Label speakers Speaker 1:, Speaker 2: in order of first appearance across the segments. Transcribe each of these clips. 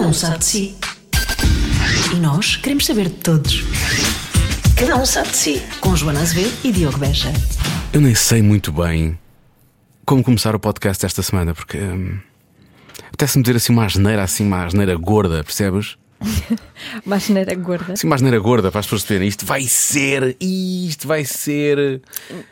Speaker 1: um sabe de si. E nós queremos saber de todos. Cada um sabe de si. Com Joana Azevedo e Diogo Beja.
Speaker 2: Eu nem sei muito bem como começar o podcast esta semana, porque hum, apetece-me dizer assim uma asneira, assim uma asneira gorda, percebes?
Speaker 3: Uma geneira gorda.
Speaker 2: Assim uma asneira gorda para as pessoas verem. Isto vai ser, isto vai ser.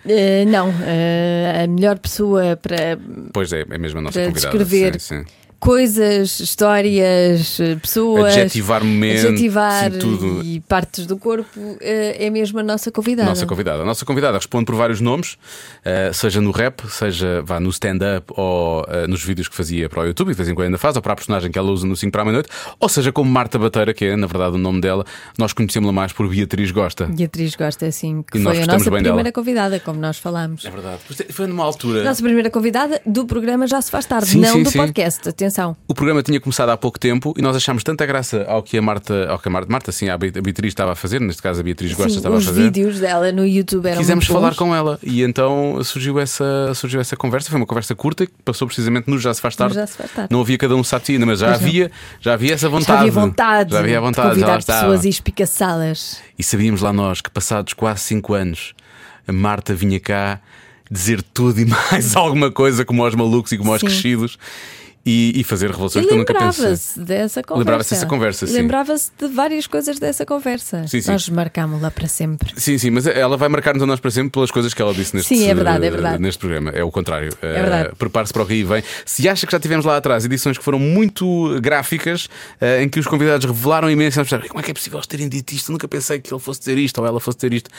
Speaker 3: Eh, não, eh, a melhor pessoa para,
Speaker 2: Pois é, é mesmo a nossa
Speaker 3: para
Speaker 2: convidada.
Speaker 3: descrever
Speaker 2: Sim, sim.
Speaker 3: coisas, histórias, eh, pessoas,
Speaker 2: Adjetivar momentos,
Speaker 3: adjetivar
Speaker 2: sim, tudo.
Speaker 3: e partes do corpo, eh, é mesmo a nossa convidada.
Speaker 2: Nossa convidada. A nossa convidada responde por vários nomes, eh, seja no rap, seja vá no stand-up ou eh, nos vídeos que fazia para o YouTube, e de vez em quando ainda faz, ou para a personagem que ela usa no 5 para a meia-noite, ou seja, como Marta Bateira, que é na verdade o nome dela, nós conhecemos-la mais por Beatriz Gosta.
Speaker 3: E a atriz gosta assim, que
Speaker 2: E nós
Speaker 3: foi a
Speaker 2: gostamos
Speaker 3: nossa
Speaker 2: bem
Speaker 3: primeira
Speaker 2: dela.
Speaker 3: convidada, como nós falámos.
Speaker 2: É verdade. Foi numa altura.
Speaker 3: Nossa primeira convidada do programa Já Se Faz Tarde,
Speaker 2: Sim,
Speaker 3: não
Speaker 2: sim,
Speaker 3: do
Speaker 2: sim.
Speaker 3: podcast, atenção.
Speaker 2: O programa tinha começado há pouco tempo e nós achámos tanta graça ao que a Marta, ao que a Marta, Marta sim, a Beat- a Beatriz estava a fazer, neste caso a Beatriz Gosta
Speaker 3: Sim,
Speaker 2: estava a
Speaker 3: os
Speaker 2: fazer.
Speaker 3: vídeos dela no YouTube eram
Speaker 2: Quisemos
Speaker 3: muito
Speaker 2: falar
Speaker 3: bons.
Speaker 2: com ela e então surgiu essa, surgiu essa conversa. Foi uma conversa curta que passou precisamente no Já Se Faz Tarde.
Speaker 3: Já Se Faz Tarde.
Speaker 2: Não havia cada um satina, mas já
Speaker 3: Pois não.
Speaker 2: havia, já havia essa vontade.
Speaker 3: Já havia vontade,
Speaker 2: Já havia a
Speaker 3: de
Speaker 2: vontade, já lá
Speaker 3: convidar
Speaker 2: estava.
Speaker 3: pessoas e espicaçá-las.
Speaker 2: E sabíamos lá nós que passados quase 5 anos a Marta vinha cá dizer tudo e mais alguma coisa, como aos malucos e como aos
Speaker 3: Sim.
Speaker 2: crescidos, e, e fazer revelações
Speaker 3: E
Speaker 2: que eu nunca pensei.
Speaker 3: lembrava-se dessa conversa.
Speaker 2: Lembrava-se dessa conversa, sim.
Speaker 3: Lembrava-se de várias coisas dessa conversa.
Speaker 2: Sim, sim.
Speaker 3: Nós marcámos-la para sempre.
Speaker 2: Sim, sim, mas ela vai marcar-nos a nós para sempre pelas coisas que ela disse neste,
Speaker 3: Sim, é verdade, é verdade.
Speaker 2: neste programa. É o contrário. Eh,
Speaker 3: verdade.
Speaker 2: Prepare-se para o que aí vem. Se acha que já tivemos lá atrás edições que foram muito gráficas, eh, em que os convidados revelaram imenso, nós pensamos, como é que é possível eles terem dito isto? Eu nunca pensei que ele fosse dizer isto ou ela fosse dizer isto.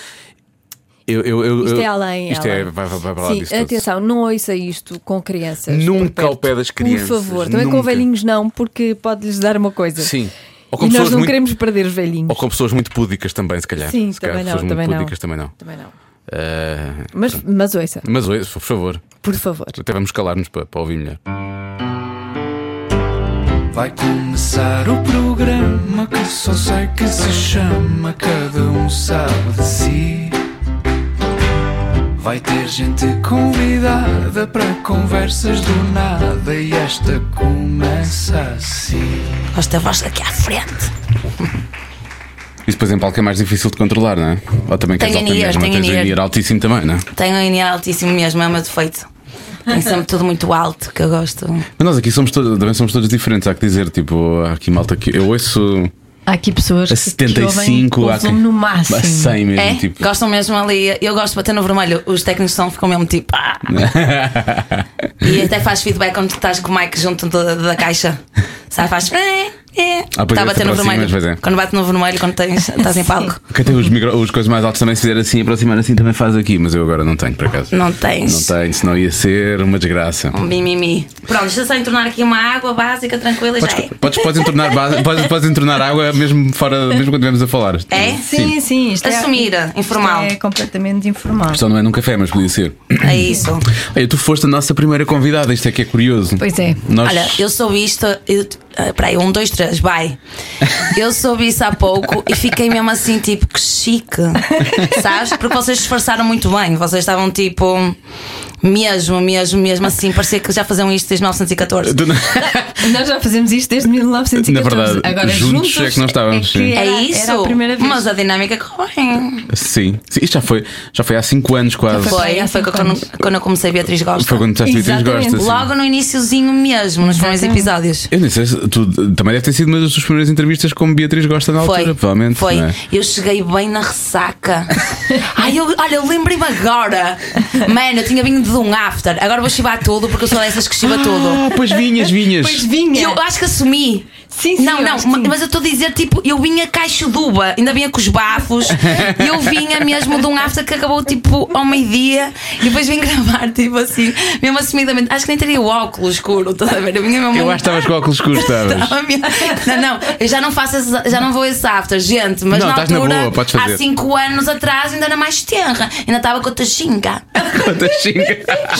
Speaker 2: Eu, eu, eu,
Speaker 3: Isto
Speaker 2: eu-
Speaker 3: é além.
Speaker 2: Isto
Speaker 3: além.
Speaker 2: é, vai, vai, vai para lá
Speaker 3: Sim,
Speaker 2: disso. tudo.
Speaker 3: atenção, não ouça isto com crianças. por
Speaker 2: Nunca
Speaker 3: perto.
Speaker 2: ao pé das crianças.
Speaker 3: Por favor, também com
Speaker 2: nunca.
Speaker 3: velhinhos não, porque pode-lhes dar uma coisa.
Speaker 2: Sim. Ou com
Speaker 3: E nós
Speaker 2: pessoas
Speaker 3: não
Speaker 2: muito-
Speaker 3: queremos perder os velhinhos.
Speaker 2: Ou com pessoas muito púdicas também, se calhar.
Speaker 3: Sim,
Speaker 2: se calhar,
Speaker 3: também não,
Speaker 2: pessoas muito
Speaker 3: também não.
Speaker 2: púdicas também não.
Speaker 3: Também não.
Speaker 2: Eh,
Speaker 3: Mas, mas ouça,
Speaker 2: mas ouça, por favor.
Speaker 3: por favor.
Speaker 2: Até vamos calar-nos para, para ouvir melhor.
Speaker 4: Vai começar o programa que só sei que se chama Cada um sabe de si. Vai ter gente convidada para conversas do nada e esta começa assim.
Speaker 1: Esta voz aqui à frente.
Speaker 2: Isso, por exemplo, algo que é mais difícil de controlar, não é? Ou também queres
Speaker 5: Tenho
Speaker 2: alta
Speaker 5: NIR,
Speaker 2: mesmo,
Speaker 5: tenho
Speaker 2: tens o
Speaker 5: NIR.
Speaker 2: NIR altíssimo também, não é?
Speaker 5: Tenho um INE altíssimo mesmo, é o meu defeito. Tem sempre tudo muito alto que eu gosto.
Speaker 2: Mas nós aqui somos todos, também somos todos diferentes, há que dizer, tipo, há aqui malta que eu ouço
Speaker 3: Há aqui pessoas
Speaker 2: a 75, há
Speaker 3: que
Speaker 2: que,
Speaker 3: no máximo.
Speaker 2: a 100 mesmo,
Speaker 5: é?
Speaker 2: tipo.
Speaker 5: Gostam mesmo ali. Eu gosto de bater no vermelho. Os técnicos são ficam mesmo tipo. "Ah." e até faz feedback quando estás com o mic junto da, da caixa. Sabe, faz. "Eh, eh."
Speaker 2: Ah, pois
Speaker 5: Está
Speaker 2: é,
Speaker 5: a bater
Speaker 2: se
Speaker 5: no
Speaker 2: aproxima,
Speaker 5: vermelho.
Speaker 2: pois é.
Speaker 5: Quando bate no vermelho, quando tens, estás em palco.
Speaker 2: Quem tem os, micro, os coisas mais altas também, se fizer assim, aproximar assim, também faz aqui, mas eu agora não tenho, por acaso.
Speaker 5: Não tens.
Speaker 2: Não tenho, senão ia ser uma desgraça.
Speaker 5: Um mimimi. Pronto, isto é só entornar aqui uma água básica, tranquila e já
Speaker 2: Podes,
Speaker 5: é.
Speaker 2: podes, podes, entornar, base- podes, podes entornar água mesmo, fora, mesmo quando estivermos a falar.
Speaker 5: É?
Speaker 3: Sim, sim. Isto
Speaker 5: Assumir,
Speaker 3: é,
Speaker 5: informal.
Speaker 3: Isto é completamente informal.
Speaker 2: Só não é num café, mas podia ser.
Speaker 5: É isso.
Speaker 2: Ei, tu foste a nossa primeira convidada, isto é que é curioso.
Speaker 3: Pois é.
Speaker 2: Nós...
Speaker 5: Olha, eu soube isto. Eu, ah, peraí, um, dois, três, vai. Eu soube isso há pouco e fiquei mesmo assim, tipo, que chique. Sabes? Porque vocês disfarçaram muito bem. Vocês estavam tipo. Mesmo, mesmo, mesmo assim. Parecia que já faziam isto desde 1914.
Speaker 2: Do-
Speaker 3: Nós já fazemos isto desde 1914.
Speaker 2: Na verdade,
Speaker 3: Agora,
Speaker 2: juntos é que nós estávamos,
Speaker 3: que
Speaker 2: sim.
Speaker 3: era-
Speaker 5: é isso?
Speaker 3: Era a primeira vez.
Speaker 5: Mas a dinâmica correu bem.
Speaker 2: Sim, sim isto já foi, já foi há 5 anos quase. Foi,
Speaker 3: bem há
Speaker 5: Foi,
Speaker 3: cinco
Speaker 5: foi quando,
Speaker 3: anos.
Speaker 5: quando eu comecei Beatriz Gosta.
Speaker 2: quando estás Beatriz
Speaker 3: Exatamente.
Speaker 2: Gosta. sim.
Speaker 5: Logo no iniciozinho mesmo, nos primeiros episódios.
Speaker 2: Eu nem sei se tu também deve ter sido uma das tuas primeiras entrevistas com Beatriz Gosta na altura,
Speaker 5: Foi,
Speaker 2: provavelmente.
Speaker 5: foi.
Speaker 2: não é?
Speaker 5: Eu cheguei bem na ressaca. Ai, eu, olha, eu lembrei-me agora. Mano, eu tinha vindo de um after. Agora vou chivar tudo porque eu sou dessas que chiva tudo.
Speaker 2: Ah, é. pois vinhas, vinhas.
Speaker 3: Pois vinha.
Speaker 5: Eu acho que assumi.
Speaker 3: Sim, sim,
Speaker 5: não,
Speaker 3: eu
Speaker 5: não,
Speaker 3: acho que
Speaker 5: ma-
Speaker 3: sim.
Speaker 5: mas eu estou a dizer, tipo, eu vinha caixo duba, ainda vinha com os bafos, e eu vinha mesmo de um after que acabou tipo ao meio-dia, e depois vim gravar, tipo assim, mesmo assumidamente. Acho que nem teria o óculos escuro, estás a ver? Eu vinha mesmo.
Speaker 2: Eu acho que estavas com óculos escuros, estavas.
Speaker 5: Estava mesmo- Tá, Não, não, eu já não faço esses- já não vou a esse after, gente, mas
Speaker 2: Não,
Speaker 5: na
Speaker 2: estás na
Speaker 5: altura,
Speaker 2: boa, podes fazer.
Speaker 5: há 5 anos atrás ainda era mais terra, ainda estava com a taxinga.
Speaker 2: Quanta xinga.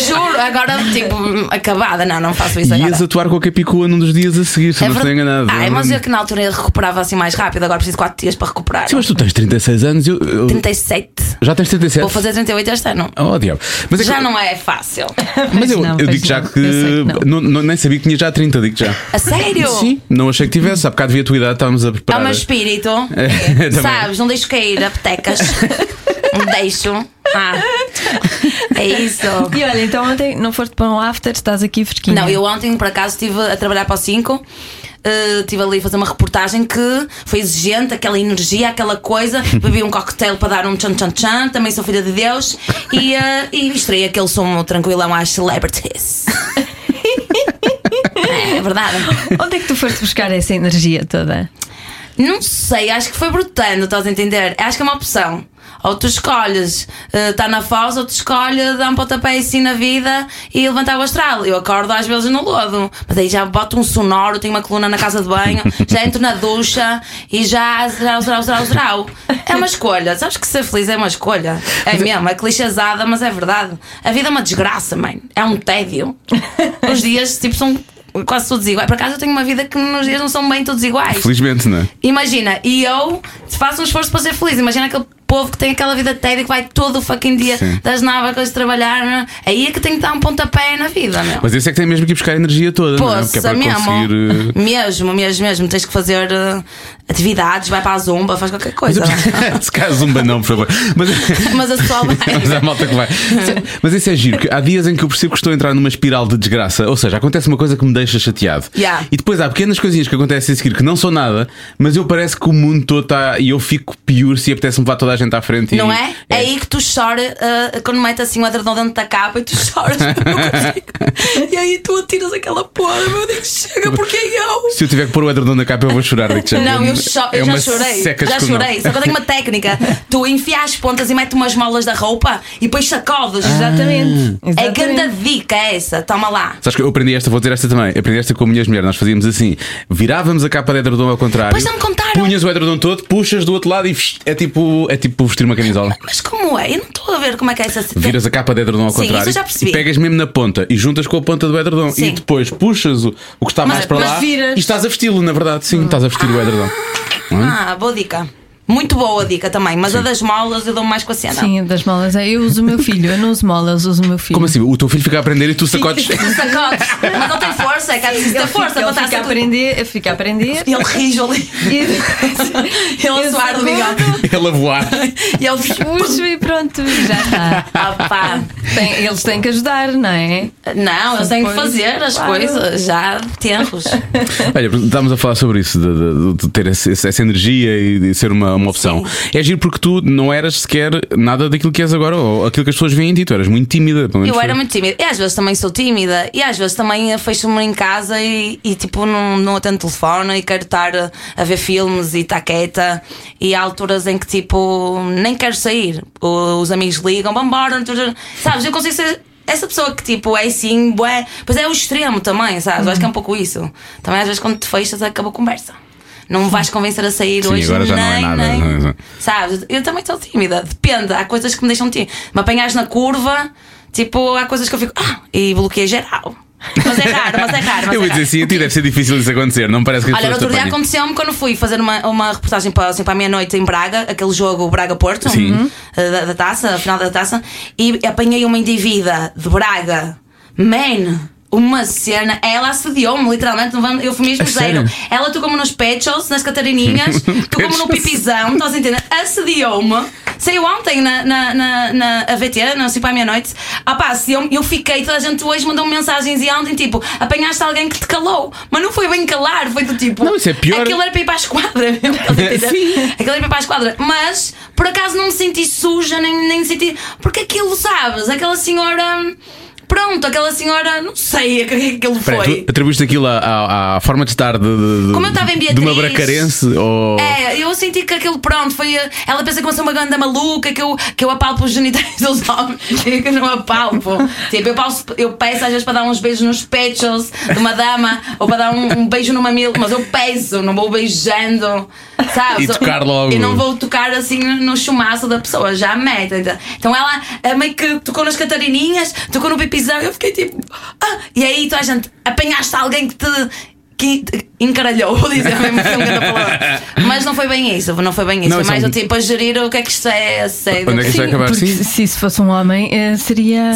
Speaker 5: Juro, agora tipo acabada, não, não faço isso
Speaker 2: Ias
Speaker 5: agora. É
Speaker 2: atuar com a Capicua continua num dos dias a seguir, se eu não estou
Speaker 5: verdade.
Speaker 2: enganado.
Speaker 5: Ai, mas eu que na altura recuperava assim mais rápido, agora preciso de 4 dias para recuperar.
Speaker 2: Sim, mas tu tens 36 anos e eu, eu-
Speaker 5: 37.
Speaker 2: Já tens 37?
Speaker 5: Vou fazer 38 este ano.
Speaker 2: Oh, diabo. Mas é que-
Speaker 5: Já não é fácil.
Speaker 2: Mas eu,
Speaker 3: Não,
Speaker 2: eu
Speaker 3: pois
Speaker 2: digo já
Speaker 3: não.
Speaker 2: que.
Speaker 3: Eu sei que
Speaker 2: não- não- nem sabia que tinha já 30, digo já.
Speaker 5: A sério? É
Speaker 2: Sim, não achei que tivesse. Há bocado vi a tua idade, estávamos a preparar.
Speaker 5: Dá-me espírito.
Speaker 2: É, Também.
Speaker 5: Sabes, não deixo cair a petecas. não deixo. Ah, é isso.
Speaker 3: E olha, então ontem não foste para um after, estás aqui fresquinha.
Speaker 5: Não, eu ontem, por acaso, estive a trabalhar para o 5. eh, estive ali a fazer uma reportagem que foi exigente, aquela energia, aquela coisa. Bebi um coquetel para dar um tchan-tchan-tchan. Também sou filha de Deus. E, eh, e estrei aquele som tranquilão às celebrities. é, é verdade.
Speaker 3: Onde é que tu foste buscar essa energia toda?
Speaker 5: Não sei, acho que foi brotando, estás a entender? Acho que é uma opção. Ou tu escolhes estar na foz, ou tu escolhes dar um pontapé assim na vida e levantar o astral. Eu acordo às vezes no lodo, mas aí já boto um sonoro, tenho uma coluna na casa de banho, já entro na ducha e já zrau, zrau, zrau, zrau. É uma escolha, sabes que ser feliz é uma escolha. É mesmo, é clichêzada, mas é verdade. A vida é uma desgraça, mãe. É um tédio. Os dias, tipo, são quase todos iguais. Por acaso eu tenho uma vida que nos dias não são bem todos iguais.
Speaker 2: Felizmente, não é?
Speaker 5: Imagina, e eu faço um esforço para ser feliz. Imagina aquele povo que tem aquela vida tédia que vai todo o fucking dia
Speaker 2: Sim.
Speaker 5: das nove a coisa de trabalhar. né? Aí é que tem que dar um pontapé na vida, meu.
Speaker 2: Mas isso é que tem mesmo que ir buscar a energia toda, não é? Porque é
Speaker 5: Poça,
Speaker 2: para
Speaker 5: mesmo.
Speaker 2: conseguir. eh,
Speaker 5: Mesmo, mesmo, mesmo. Tens que fazer eh, atividades, vai para a zumba, faz qualquer
Speaker 2: Mas
Speaker 5: coisa.
Speaker 2: eu- eh, Se calhar zumba não, por favor. Mas,
Speaker 5: Mas a sua
Speaker 2: mas há malta que vai. Isso é- Mas isso é giro. que há dias em que eu percebo que estou a entrar numa espiral de desgraça. Ou seja, acontece uma coisa que me deixa chateado.
Speaker 5: Yeah.
Speaker 2: E depois há pequenas coisinhas que acontecem a seguir que não são nada, mas eu parece que o mundo todo está. E eu fico pior se apetece-me levar toda a gente à frente. e-
Speaker 5: Não é? É aí que tu choras ah, quando mete assim o adrenal dentro da capa e tu choras. e aí tu atiras aquela porra, meu Deus, chega, porque é eu.
Speaker 2: Se eu tiver que pôr o edredom na capa, eu vou chorar. digo-te já.
Speaker 5: Não, eu, cho-
Speaker 2: É
Speaker 5: eu
Speaker 2: uma
Speaker 5: já chorei.
Speaker 2: seca
Speaker 5: Já
Speaker 2: descomunal.
Speaker 5: chorei. Só que eu tenho uma técnica. Tu enfias as pontas e metes umas molas da roupa e depois sacodes.
Speaker 2: Ah,
Speaker 3: Exatamente.
Speaker 5: É
Speaker 3: Exatamente.
Speaker 5: grande dica essa. Toma lá.
Speaker 2: Sabes que eu aprendi esta, vou dizer esta também. Aprendi esta com a minha mulher. Nós fazíamos assim: virávamos a capa de edredom ao contrário.
Speaker 5: Pois não me contaram.
Speaker 2: Punhas o edredom todo, puxas do outro lado e vist- é tipo, é tipo vestir uma camisola.
Speaker 5: Mas como é? Eu não estou a ver como é que é essa
Speaker 2: Viras a capa de edredom ao
Speaker 5: Sim,
Speaker 2: contrário
Speaker 5: isso eu já percebi.
Speaker 2: e pegas mesmo na ponta e juntas com a ponta do edredom
Speaker 5: Sim.
Speaker 2: e depois puxas o, o que está
Speaker 5: Mas-
Speaker 2: mais para
Speaker 5: mas
Speaker 2: lá
Speaker 3: viras.
Speaker 2: e estás a vesti-lo, na verdade. Sim, estás a vestir o edredom.
Speaker 5: Ah, boa dica. Muito boa a dica também. Mas a das molas eu dou mais com a cena.
Speaker 3: Sim, das molas. Eu uso o meu filho, eu não uso molas, uso o meu filho.
Speaker 2: Como assim? O teu filho fica a aprender e tu sacodes.
Speaker 5: Tu sacodes. Mas não tem força. É que há preciso ter força para
Speaker 3: ele
Speaker 5: estar a
Speaker 3: fica a
Speaker 5: sacudir.
Speaker 3: aprender, fica a aprender.
Speaker 5: E ele rijo ali.
Speaker 3: E-
Speaker 5: Ele a suar o bigode.
Speaker 2: Ele a voar.
Speaker 5: E ele.
Speaker 3: Puxo e pronto, já está.
Speaker 5: Ah, pá.
Speaker 3: Tem- eles têm que ajudar, não é?
Speaker 5: Não, eu tenho que
Speaker 3: Pois,
Speaker 5: fazer as
Speaker 3: claro.
Speaker 5: coisas. Já de tempos.
Speaker 2: Olha, estávamos a falar sobre isso, de, de- de ter esse- esse- essa energia e de ser uma, uma opção. É giro porque tu não eras sequer nada daquilo que és agora, ou aquilo que as pessoas veem em ti, tu eras muito tímida. Pelo menos
Speaker 5: Eu
Speaker 2: foi.
Speaker 5: era muito tímida. E às vezes também sou tímida. E às vezes também eh, fecho-me em casa e, e, tipo não, não atendo telefone e quero estar eh, a ver filmes e estar quieta. E há alturas em que tipo nem quero sair. O- Os amigos ligam, vambora. tu- tu- Sabes? Eu consigo ser. Essa pessoa que tipo é assim, bué, pois é o extremo também, sabes? Eu Acho que é um pouco isso. Também às vezes quando te fechas acaba a conversa. Não me vais convencer a sair
Speaker 2: Sim,
Speaker 5: hoje.
Speaker 2: agora já não é
Speaker 5: nem,
Speaker 2: nada,
Speaker 5: nem.
Speaker 2: não é?
Speaker 5: Sabes? Eu também sou tímida, depende. Há coisas que me deixam tímida. Me apanhas na curva, tipo, há coisas que eu fico. Ah! E bloqueei geral. Mas é raro, mas é raro. Mas
Speaker 2: Eu
Speaker 5: é
Speaker 2: ia dizer
Speaker 5: raro.
Speaker 2: assim, a ti deve ser difícil isso acontecer, não me parece que as
Speaker 5: Olha, no
Speaker 2: pessoas
Speaker 5: outro dia
Speaker 2: te apanhem.
Speaker 5: aconteceu-me quando fui fazer uma, uma reportagem para, assim, para a meia-noite em Braga, aquele jogo Braga-Porto,
Speaker 2: Sim.
Speaker 5: uhum, da, da taça, a final da taça, e apanhei uma endivida de Braga. Man! Uma cena, ela assediou-me, literalmente, no van- eufemismo
Speaker 2: A
Speaker 5: zero.
Speaker 2: sério?
Speaker 5: Ela tocou-me nos pechos, nas catarinhas, tocou-me no pipizão, estás a entender? Assediou-me. Saiu ontem na, na, na, na AVT, não sei para a meia-noite. Ah pá, se eu, eu fiquei, toda a gente hoje mandou-me mensagens e ontem, tipo, apanhaste alguém que te calou. Mas não foi bem calar, foi do tipo.
Speaker 2: Não, isso é pior.
Speaker 5: Aquilo era para ir para a esquadra mesmo. estás a entender? Aquilo era para ir para a esquadra. Mas, por acaso, não me senti suja, nem, nem senti. Porque aquilo, sabes, aquela senhora. hum, Pronto, aquela senhora, não sei o que é que aquilo
Speaker 2: Espera,
Speaker 5: foi.
Speaker 2: tu atribuíste aquilo à, à- à forma de estar de, de, de-
Speaker 5: Como eu estava em
Speaker 2: de uma
Speaker 5: Beatriz.
Speaker 2: bracarense ou.
Speaker 5: É, eu senti que aquilo pronto foi. eh, Ela pensa que eu sou uma ganda maluca, que eu, que eu apalpo os genitais dos homens e que eu não apalpo. tipo, eu, passo- eu peço às vezes para dar uns beijos nos pechos de uma dama ou para dar um, um beijo no mamilo, mas eu peço, não vou beijando, sabes?
Speaker 2: E tocar logo.
Speaker 5: E não vou tocar assim no chumaço da pessoa, já mete. então. Então ela eh, meio que tocou nas Catarininhas, tocou no pipizão, eu fiquei tipo. "Ah!" E aí toda a gente apanhaste alguém que te. que encaralhou, vou dizer mesmo que é um grande palavra. Mas não foi bem isso, não foi bem isso.
Speaker 2: Não,
Speaker 5: foi
Speaker 2: isso é
Speaker 5: mais
Speaker 2: um-
Speaker 5: eu tipo a gerir o que é que isto é, sei.
Speaker 2: Onde é que isto vai acabar?
Speaker 3: porque
Speaker 2: Sim.
Speaker 3: se- se isso fosse um homem, eh, seria.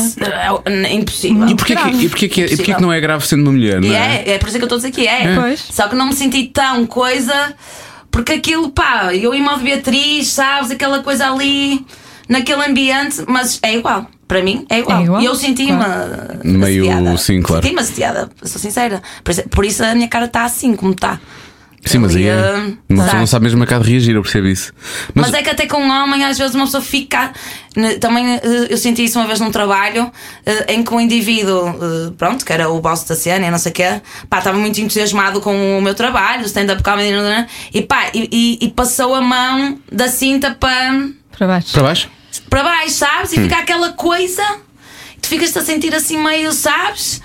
Speaker 5: É impossível.
Speaker 2: E porquê, que, e, porquê que, e porquê que não é grave sendo uma mulher, não é?
Speaker 5: É, é por isso que eu estou a dizer que é.
Speaker 3: Pois.
Speaker 5: Só que não me senti tão coisa, porque aquilo, pá, eu em modo Beatriz, sabes, aquela coisa ali, naquele ambiente, mas é igual. Para mim é igual.
Speaker 3: É igual,
Speaker 5: E eu senti-me
Speaker 2: Meio-
Speaker 5: assediada.
Speaker 2: sim, claro.
Speaker 5: Senti-me assediada, sou sincera. Por isso, por isso a minha cara está assim como está.
Speaker 2: Sim, mas aí é.
Speaker 5: Ali, ah, tá.
Speaker 2: Uma pessoa
Speaker 5: sabe?
Speaker 2: não sabe mesmo a cada reagir, eu percebo isso.
Speaker 5: Mas, é que até com um homem, às vezes, uma pessoa fica. né, Também eh, eu senti isso uma vez num trabalho eh, em que um indivíduo, eh, pronto, que era o boss da cena, e não sei o quê, pá, estava muito entusiasmado com o meu trabalho, stand-up comedy, não, não, não, e pá, e, e- e passou a mão da cinta para
Speaker 3: Para baixo.
Speaker 2: Para baixo?
Speaker 5: para baixo, sabes? E fica aquela coisa, tu ficas-te a sentir assim meio, sabes?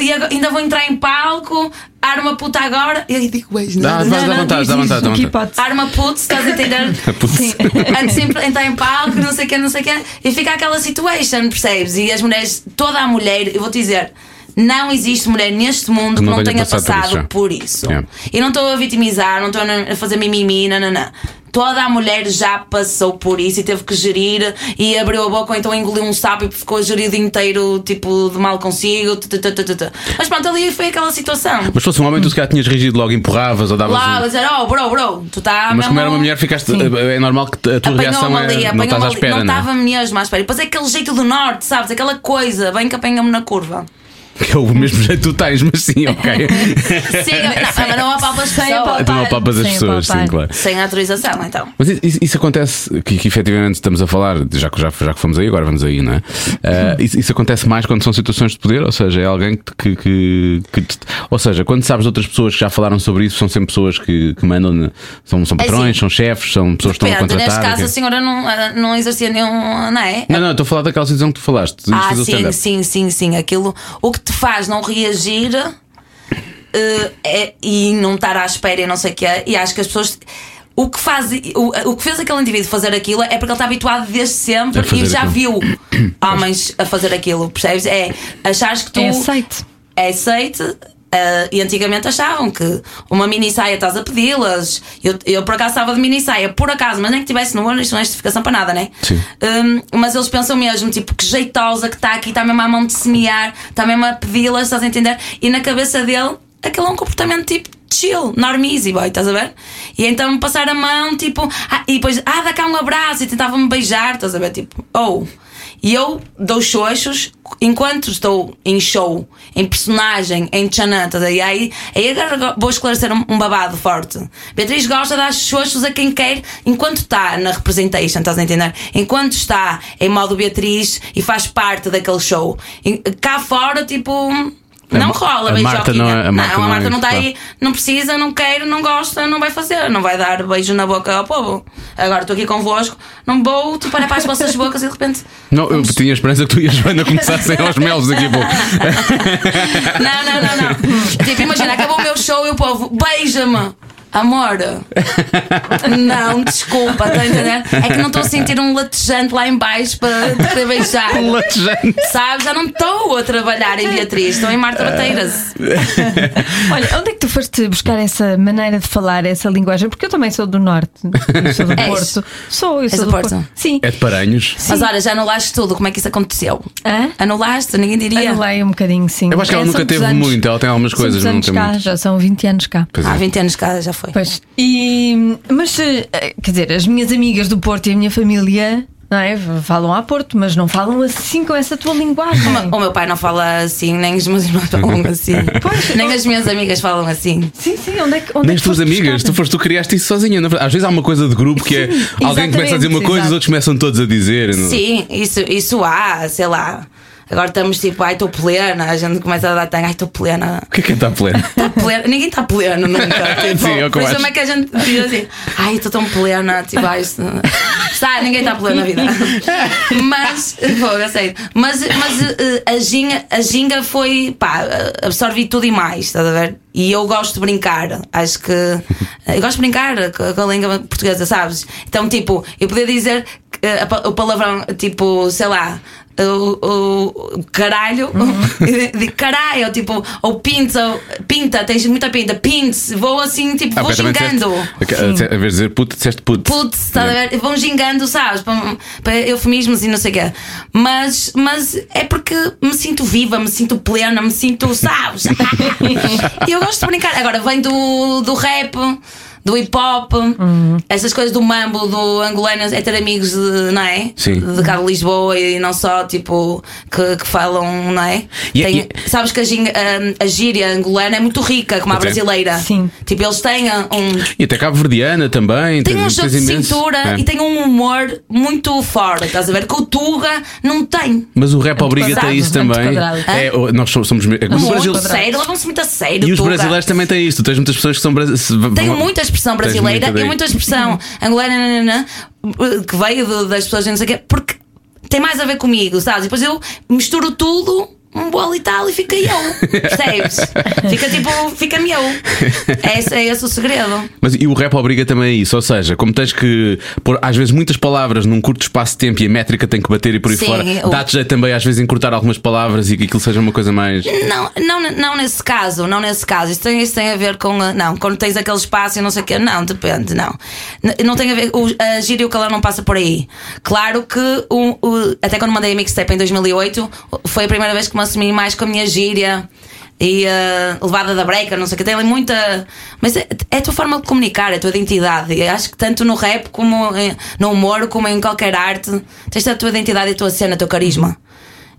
Speaker 5: E agora- ainda vou entrar em palco, arma puta agora, e aí digo, beijo,
Speaker 2: Dá,
Speaker 5: não,
Speaker 2: dá,
Speaker 3: Ah,
Speaker 2: dá vontade, dá vontade, dá
Speaker 3: Que
Speaker 2: vontade.
Speaker 3: hipótese.
Speaker 5: Arma puto, estás a entender?
Speaker 2: Sim.
Speaker 5: Antes sempre entrar em palco, não sei o quê, não sei o quê. E fica aquela situation, percebes? E as mulheres, toda a mulher, eu vou te dizer. Não existe mulher neste mundo que não, tenha passado por isso.
Speaker 2: É.
Speaker 5: E não estou a vitimizar, não estou a fazer mimimi, nananã. Toda a mulher já passou por isso e teve que gerir e abriu a boca ou então engoliu um sapo e ficou gerido inteiro, tipo, de mal consigo. tu, tu, tu, tu, tu, tu. Mas pronto, ali foi aquela situação.
Speaker 2: Mas se fosse um homem, tu se calhar tinhas reagido logo, empurravas ou davas.
Speaker 5: Lá, a
Speaker 2: um-
Speaker 5: dizer, oh, bro, bro, tu tá
Speaker 2: Mas como
Speaker 5: mesmo-
Speaker 2: era uma mulher, ficaste. É normal que a tua reação
Speaker 5: Apanhou-me ali,
Speaker 2: é. Não
Speaker 5: apanhou-me
Speaker 2: estás à
Speaker 5: ali.
Speaker 2: espera,
Speaker 5: não
Speaker 2: não é?
Speaker 5: estava mesmo à espera. E depois é aquele jeito do norte, sabes? Aquela coisa, bem que apanha-me na curva.
Speaker 2: Que é o mesmo jeito que tu tens, mas sim, ok. Então,
Speaker 5: Sim, não, mas não há papas
Speaker 3: Sem apalpar.
Speaker 2: Tu não papas as
Speaker 3: Sem
Speaker 2: pessoas, sim,
Speaker 3: apalpar.
Speaker 2: claro.
Speaker 5: Sem autorização, então.
Speaker 2: Mas i- isso, isso acontece, que, que efetivamente estamos a falar, já, que- já, que- já que fomos aí, agora vamos aí, não é? Ah, isso, isso acontece mais quando são situações de poder, ou seja, é alguém que. que, que- que te- ou seja, quando sabes de outras pessoas que já falaram sobre isso, são sempre pessoas que, que mandam, na- são, são patrões,
Speaker 5: assim,
Speaker 2: são chefes, são pessoas que estão a
Speaker 5: Pera,
Speaker 2: contratar.
Speaker 5: neste caso
Speaker 2: ok?
Speaker 5: a senhora não, ah, não exercia nenhum. Não é?
Speaker 2: Não, não, eu estou a falar daquela situação que tu falaste. de
Speaker 5: ah,
Speaker 2: fazer o
Speaker 5: sim,
Speaker 2: stand-up.
Speaker 5: sim, sim, sim. Aquilo, o que te faz não reagir eh, é- e não estar à espera e não sei o que é. E acho que as pessoas. O que, faz, o, o que fez aquele indivíduo fazer aquilo é porque ele está habituado desde sempre
Speaker 2: A fazer
Speaker 5: e já
Speaker 2: aquilo.
Speaker 5: viu homens a fazer aquilo, percebes? É achares que tu
Speaker 3: É aceite.
Speaker 5: é aceite. ah, e antigamente achavam que uma mini saia estás a pedi-las. Eu, eu por acaso estava de mini saia, por acaso, mas nem que tivesse no ano, isto não é justificação para nada, né?
Speaker 2: Sim.
Speaker 5: Hum, mas eles pensam mesmo, tipo, que jeitosa que está aqui, está mesmo à mão de semear, está mesmo a pedi-las, estás a entender? E na cabeça dele, aquele é um comportamento tipo chill, norm easy boy, estás a ver? E então me passar a mão, tipo, ah, e depois, ah, dá cá um abraço, e tentava-me beijar, estás a ver? Tipo, ou. E eu dou xoxos enquanto estou em show, em personagem, em tchanata. E aí, aí agora vou esclarecer um, um babado forte. Beatriz gosta de dar xoxos a quem quer enquanto está na representation, estás a entender? Enquanto está em modo Beatriz e faz parte daquele show. E cá fora, tipo.
Speaker 2: A
Speaker 5: Não
Speaker 2: Ma-
Speaker 5: rola,
Speaker 2: a
Speaker 5: beijoquinha.
Speaker 2: Marta não é- a Marta
Speaker 5: não,
Speaker 2: não é
Speaker 5: Marta não está
Speaker 2: isso,
Speaker 5: aí, não precisa, não quero, não gosta, não vai fazer, não vai dar beijo na boca ao povo. Agora estou aqui convosco, não vou te parar para as vossas bocas e de repente.
Speaker 2: Não, eu tinha a esperança que tu e a Joana começassem aos melos daqui a pouco.
Speaker 5: Não, não, não, não. Tipo, imagina, acabou o meu show e o povo, beija-me. Amor, não, desculpa, tá a entender? É que não estou a sentir um latejante lá em baixo para te querer beijar.
Speaker 2: Um latejante.
Speaker 5: Sabes? Já não estou a trabalhar em Beatriz, estou em Marta Bateiras.
Speaker 3: Olha, onde é que tu foste buscar essa maneira de falar, essa linguagem? Porque eu também sou do norte, eu sou do
Speaker 5: És?
Speaker 3: Porto. Sou, eu sou
Speaker 5: do
Speaker 3: do
Speaker 5: Porto?
Speaker 3: Porto. Sim.
Speaker 2: É de Paranhos.
Speaker 5: Mas olha, já anulaste tudo, como é que isso aconteceu?
Speaker 3: Hã?
Speaker 5: Anulaste, ninguém diria.
Speaker 3: Anulei um bocadinho, sim.
Speaker 2: Eu acho que ela
Speaker 3: É,
Speaker 2: nunca
Speaker 3: são
Speaker 2: teve
Speaker 3: dos anos-
Speaker 2: muito, ela tem algumas
Speaker 3: são
Speaker 2: coisas, mas
Speaker 3: dos
Speaker 2: não
Speaker 3: anos
Speaker 2: tem
Speaker 3: cá,
Speaker 2: muito.
Speaker 3: Já são 20 anos cá.
Speaker 2: Pois é.
Speaker 5: Há 20 anos cá, já foi.
Speaker 3: Pois. E, mas, eh, quer dizer, as minhas amigas do Porto e a minha família não é? falam a Porto, mas não falam assim com essa tua linguagem.
Speaker 5: O meu pai não fala assim, nem os meus irmãos falam assim.
Speaker 3: Pois.
Speaker 5: nem as minhas amigas falam assim.
Speaker 3: Sim, sim, onde é que. Onde
Speaker 2: Nem
Speaker 3: é
Speaker 2: as
Speaker 3: que
Speaker 2: tuas
Speaker 3: foste
Speaker 2: amigas,
Speaker 3: buscar?
Speaker 2: tu foste, tu criaste isso sozinha. na verdade. Às vezes há uma coisa de grupo que é
Speaker 3: Sim,
Speaker 2: alguém começa a dizer uma
Speaker 3: exatamente,
Speaker 2: coisa e os
Speaker 3: exato.
Speaker 2: outros começam todos a dizer. não- é?
Speaker 5: Sim, isso, isso há, sei lá. Agora estamos tipo, ai, estou plena. A gente começa a dar tanga, ai, estou plena.
Speaker 2: O que é que está pleno?
Speaker 5: Tá plena. Ninguém está pleno nunca. Tipo,
Speaker 2: Sim, é o que
Speaker 5: por
Speaker 2: eu acho.
Speaker 5: isso como é que a gente diz assim, ai, estou tão plena. Tipo, ai, isso... é. Sabe, ninguém está pleno na vida. Mas, pô, eu sei. Mas, mas eh, a, ginga, a ginga foi, pá, absorvi tudo e mais, estás a ver? E eu gosto de brincar. Acho que. eh, Eu gosto de brincar com com a língua portuguesa, sabes? Então, tipo, eu podia dizer que, eh, a pa- o palavrão, tipo, sei lá. O, o- o caralho de caralho, tipo, ou pinto, ou pinta, tens muita pinta, pinte, vou assim, tipo,
Speaker 2: Ah,
Speaker 5: vou
Speaker 2: ok, também
Speaker 5: gingando.
Speaker 2: disseste- ok, Em vez de dizer puto, disseste puto.
Speaker 5: Putz, está a ver? Vão gingando, sabes? Para, para eufemismos e não sei o quê. Mas, mas é porque me sinto viva, me sinto plena, me sinto, sabes? E eu gosto de brincar. Agora, vem do, do rap, do hip hop, essas coisas do mambo, do angolano, é ter amigos, de, não é?
Speaker 2: Sim.
Speaker 5: De cá de Lisboa e não só, tipo, que, que falam, não é?
Speaker 2: E-
Speaker 5: Tem- Sabes que a, gin- a- a gíria angolana é muito rica, como a
Speaker 2: Ok.
Speaker 5: brasileira.
Speaker 3: Sim.
Speaker 5: Tipo, eles têm ah, um.
Speaker 2: E até Cabo Verdeana também.
Speaker 5: Tem um
Speaker 2: tens-
Speaker 5: jogo de
Speaker 2: tens imenso.
Speaker 5: cintura
Speaker 2: É.
Speaker 5: e tem um humor muito fora, estás a ver? Que o Tuga não tem.
Speaker 2: Mas o rap obriga-te a
Speaker 5: quadrado,
Speaker 2: isso
Speaker 3: muito
Speaker 2: também.
Speaker 3: quadrado.
Speaker 2: É, o- nós somos. somos é que o
Speaker 5: Muito
Speaker 2: Brasil-
Speaker 5: sério, levam-se muito a sério.
Speaker 2: E os
Speaker 5: Tuga.
Speaker 2: brasileiros também têm isso. Tu tens muitas pessoas que são brasileiras.
Speaker 5: Tenho muita expressão brasileira e muita expressão angolana nananã, que veio de- das pessoas, não sei o quê, porque tem mais a ver comigo, sabes? E depois eu misturo tudo, um bolo e tal, e fica eu, percebes? Fica tipo, fica-me eu. É esse, é esse o segredo.
Speaker 2: Mas e o rap obriga também a isso, ou seja, como tens que pôr às vezes muitas palavras num curto espaço de tempo e a métrica tem que bater e por aí
Speaker 5: Sim,
Speaker 2: fora,
Speaker 5: o-
Speaker 2: dá-te jeito também às vezes encurtar algumas palavras e que aquilo seja uma coisa mais.
Speaker 5: Não, não, não nesse caso, não nesse caso. Isso tem, isso tem a ver com. ah, Não, quando tens aquele espaço e não sei o quê. Não, depende, não. N- Não tem a ver. O, a gíria e o calão não passa por aí. Claro que, o, o- até quando mandei a mixtape em 2008, foi a primeira vez que me assumi mais com a minha gíria. E ah, levada da breca, não sei o que, tem ali muita. Mas é, é a tua forma de comunicar, é a tua identidade. E acho que tanto no rap, como em- no humor, como em qualquer arte, tens de ter a tua identidade, e a tua cena, o teu carisma.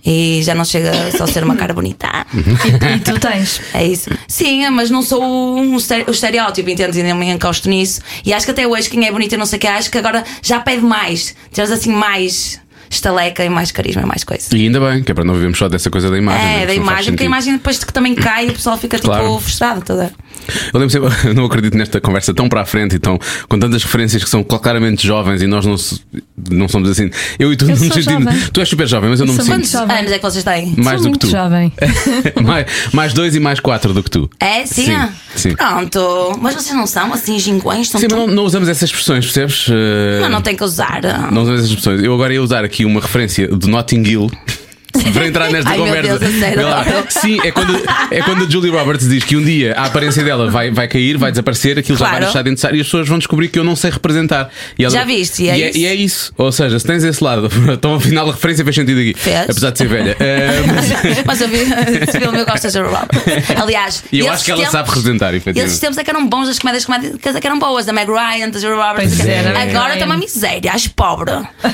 Speaker 5: E já não chega só a ser uma cara bonita.
Speaker 3: E tu tens.
Speaker 5: É isso. Sim, mas não sou um estere- o estereótipo, entende? E nem me encosto nisso. E acho que até hoje quem é bonita e não sei o que, acho que agora já pede mais. Tens assim mais estaleca e mais carisma e mais coisa.
Speaker 2: E ainda bem, que é para não vivermos só dessa coisa da imagem. né?
Speaker 5: É, da
Speaker 2: Isso não faz
Speaker 5: imagem, porque a
Speaker 2: sentido.
Speaker 5: imagem depois que também cai e o pessoal fica
Speaker 2: Claro.
Speaker 5: tipo frustrado toda.
Speaker 2: Eu lembro sempre, não acredito nesta conversa tão para a frente e tão, com tantas referências que são claramente jovens e nós não, se- não somos assim. Eu e tu não
Speaker 3: sou
Speaker 2: nos sentimos.
Speaker 3: jovem.
Speaker 2: Tu és super jovem, mas eu não me
Speaker 3: sou
Speaker 2: sinto.
Speaker 3: muito
Speaker 5: Quantos
Speaker 3: Jovem.
Speaker 5: anos é que vocês têm?
Speaker 2: Mais
Speaker 3: Sou
Speaker 2: do que tu.
Speaker 3: muito
Speaker 2: É,
Speaker 3: jovem.
Speaker 2: mais, mais dois e mais quatro do que tu.
Speaker 5: É, sim.
Speaker 2: Sim,
Speaker 5: ah?
Speaker 2: sim.
Speaker 5: Pronto. Mas vocês não são assim gingões, são
Speaker 2: Sim, mas
Speaker 5: tão...
Speaker 2: não, não usamos essas expressões, percebes? Eh,
Speaker 5: não, não tem que usar. ah.
Speaker 2: Não usamos essas expressões. Eu agora ia usar aqui uma referência do Notting Hill. Para entrar nesta
Speaker 5: Ai, meu
Speaker 2: conversa.
Speaker 5: Deus, a sério?
Speaker 2: Vê lá. Sim, é quando, é quando a Julie Roberts diz que um dia a aparência dela vai, vai cair, vai desaparecer, aquilo já vai
Speaker 5: Claro.
Speaker 2: deixar de necessário e as pessoas vão descobrir que eu não sei representar. E ela-
Speaker 5: Já viste, e é isso?
Speaker 2: e é isso. Ou seja, se tens esse lado, então afinal a referência fez sentido aqui.
Speaker 5: Fez.
Speaker 2: Apesar de ser velha. Eh, mas-
Speaker 5: Mas eu vi esse filme, eu gosto de Rob. Aliás,
Speaker 2: E eu acho
Speaker 5: esses
Speaker 2: que ela
Speaker 5: tempos-
Speaker 2: sabe representar,
Speaker 5: E esses
Speaker 2: efetivamente.
Speaker 5: tempos é que eram bons, as comédias comédicas é que eram boas, da Meg Ryan, da Julia Roberts.
Speaker 3: Pois é, da Meg
Speaker 5: Agora
Speaker 3: Ryan.
Speaker 5: está uma miséria, acho pobre.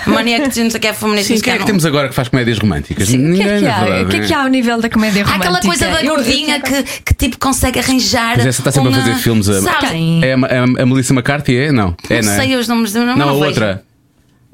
Speaker 5: Mania que não sei o que é feminista.
Speaker 2: Sim, quem é que temos agora que faz comédias românticas? Ninguém,
Speaker 3: O que é que
Speaker 2: na
Speaker 3: há?
Speaker 2: verdade,
Speaker 3: O que é
Speaker 2: né?
Speaker 3: que há ao nível da comédia
Speaker 5: Há
Speaker 3: romântica?
Speaker 5: aquela coisa da
Speaker 3: Eu- eu-
Speaker 5: gordinha que, que tipo consegue arranjar.
Speaker 2: Pois essa está sempre a
Speaker 5: uma-
Speaker 2: fazer filmes a-
Speaker 5: Sabes?
Speaker 3: Quem?
Speaker 2: É a, é a Melissa McCarthy? É? Não. é,
Speaker 5: Não
Speaker 2: é?
Speaker 5: sei os nomes, não,
Speaker 2: Não, a
Speaker 5: vejo.
Speaker 2: outra.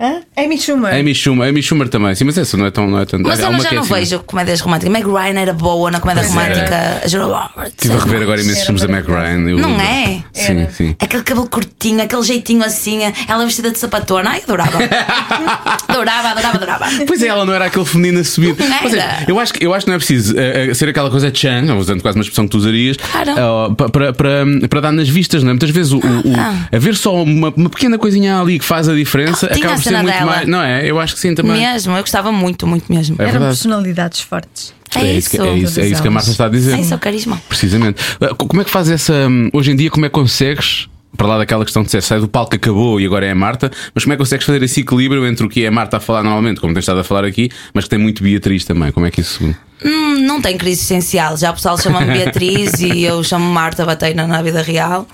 Speaker 3: Hã?
Speaker 5: É
Speaker 3: Amy Schumer.
Speaker 2: Amy Schumer, Amy Schumer também. Sim, mas essa não é tão. Não é tão
Speaker 5: Mas
Speaker 2: há
Speaker 5: eu
Speaker 2: uma
Speaker 5: já
Speaker 2: que é
Speaker 5: não
Speaker 2: assim.
Speaker 5: vejo comédias românticas. Meg Ryan era boa na comédia
Speaker 2: Pois era. um
Speaker 5: romântica. A Julia Roberts.
Speaker 2: Estive a rever agora imensos
Speaker 3: Era
Speaker 2: filmes da Mac Ryan. eu-
Speaker 5: Não é?
Speaker 2: Sim, sim.
Speaker 5: Aquele cabelo curtinho, aquele jeitinho assim, ela vestida de sapatona. Ai, adorava. adorava, adorava, adorava.
Speaker 2: Pois é, ela não era aquele feminino a subir.
Speaker 5: Não
Speaker 2: Ou seja,
Speaker 5: era.
Speaker 2: eu, acho, que- eu acho que não é preciso eh, eh, ser aquela coisa Chan, usando quase uma expressão que tu usarias,
Speaker 5: Claro.
Speaker 2: eh, pa- para, para, para dar nas vistas, não é? Muitas vezes o, o- o-
Speaker 5: Ah.
Speaker 2: haver só uma, uma pequena coisinha ali que faz a diferença
Speaker 5: Ah, tinha
Speaker 2: acaba
Speaker 5: a
Speaker 2: por ser
Speaker 5: cena
Speaker 2: muito
Speaker 5: dela.
Speaker 2: mais. Não é? Eu acho que sim também.
Speaker 5: Mesmo, eu gostava muito, muito mesmo.
Speaker 2: É
Speaker 3: Eram
Speaker 2: verdade.
Speaker 3: personalidades fortes.
Speaker 5: É,
Speaker 2: isso, que-
Speaker 5: isso.
Speaker 2: é, isso, é isso que a Marta está a dizer.
Speaker 5: É isso, é o carisma.
Speaker 2: Precisamente. Ah, co- Como é que faz essa. hum, Hoje em dia, como é que consegues. Para lá daquela questão de dizer, sai do palco, acabou e agora é a Marta, mas como é que consegues fazer esse equilíbrio entre o que é a Marta a falar normalmente, como tens estado a falar aqui, mas que tem muito Beatriz também? Como é que isso.
Speaker 5: Hum, não tem crise essencial. Já o pessoal chama-me Beatriz e eu chamo me Marta Bateina na vida real.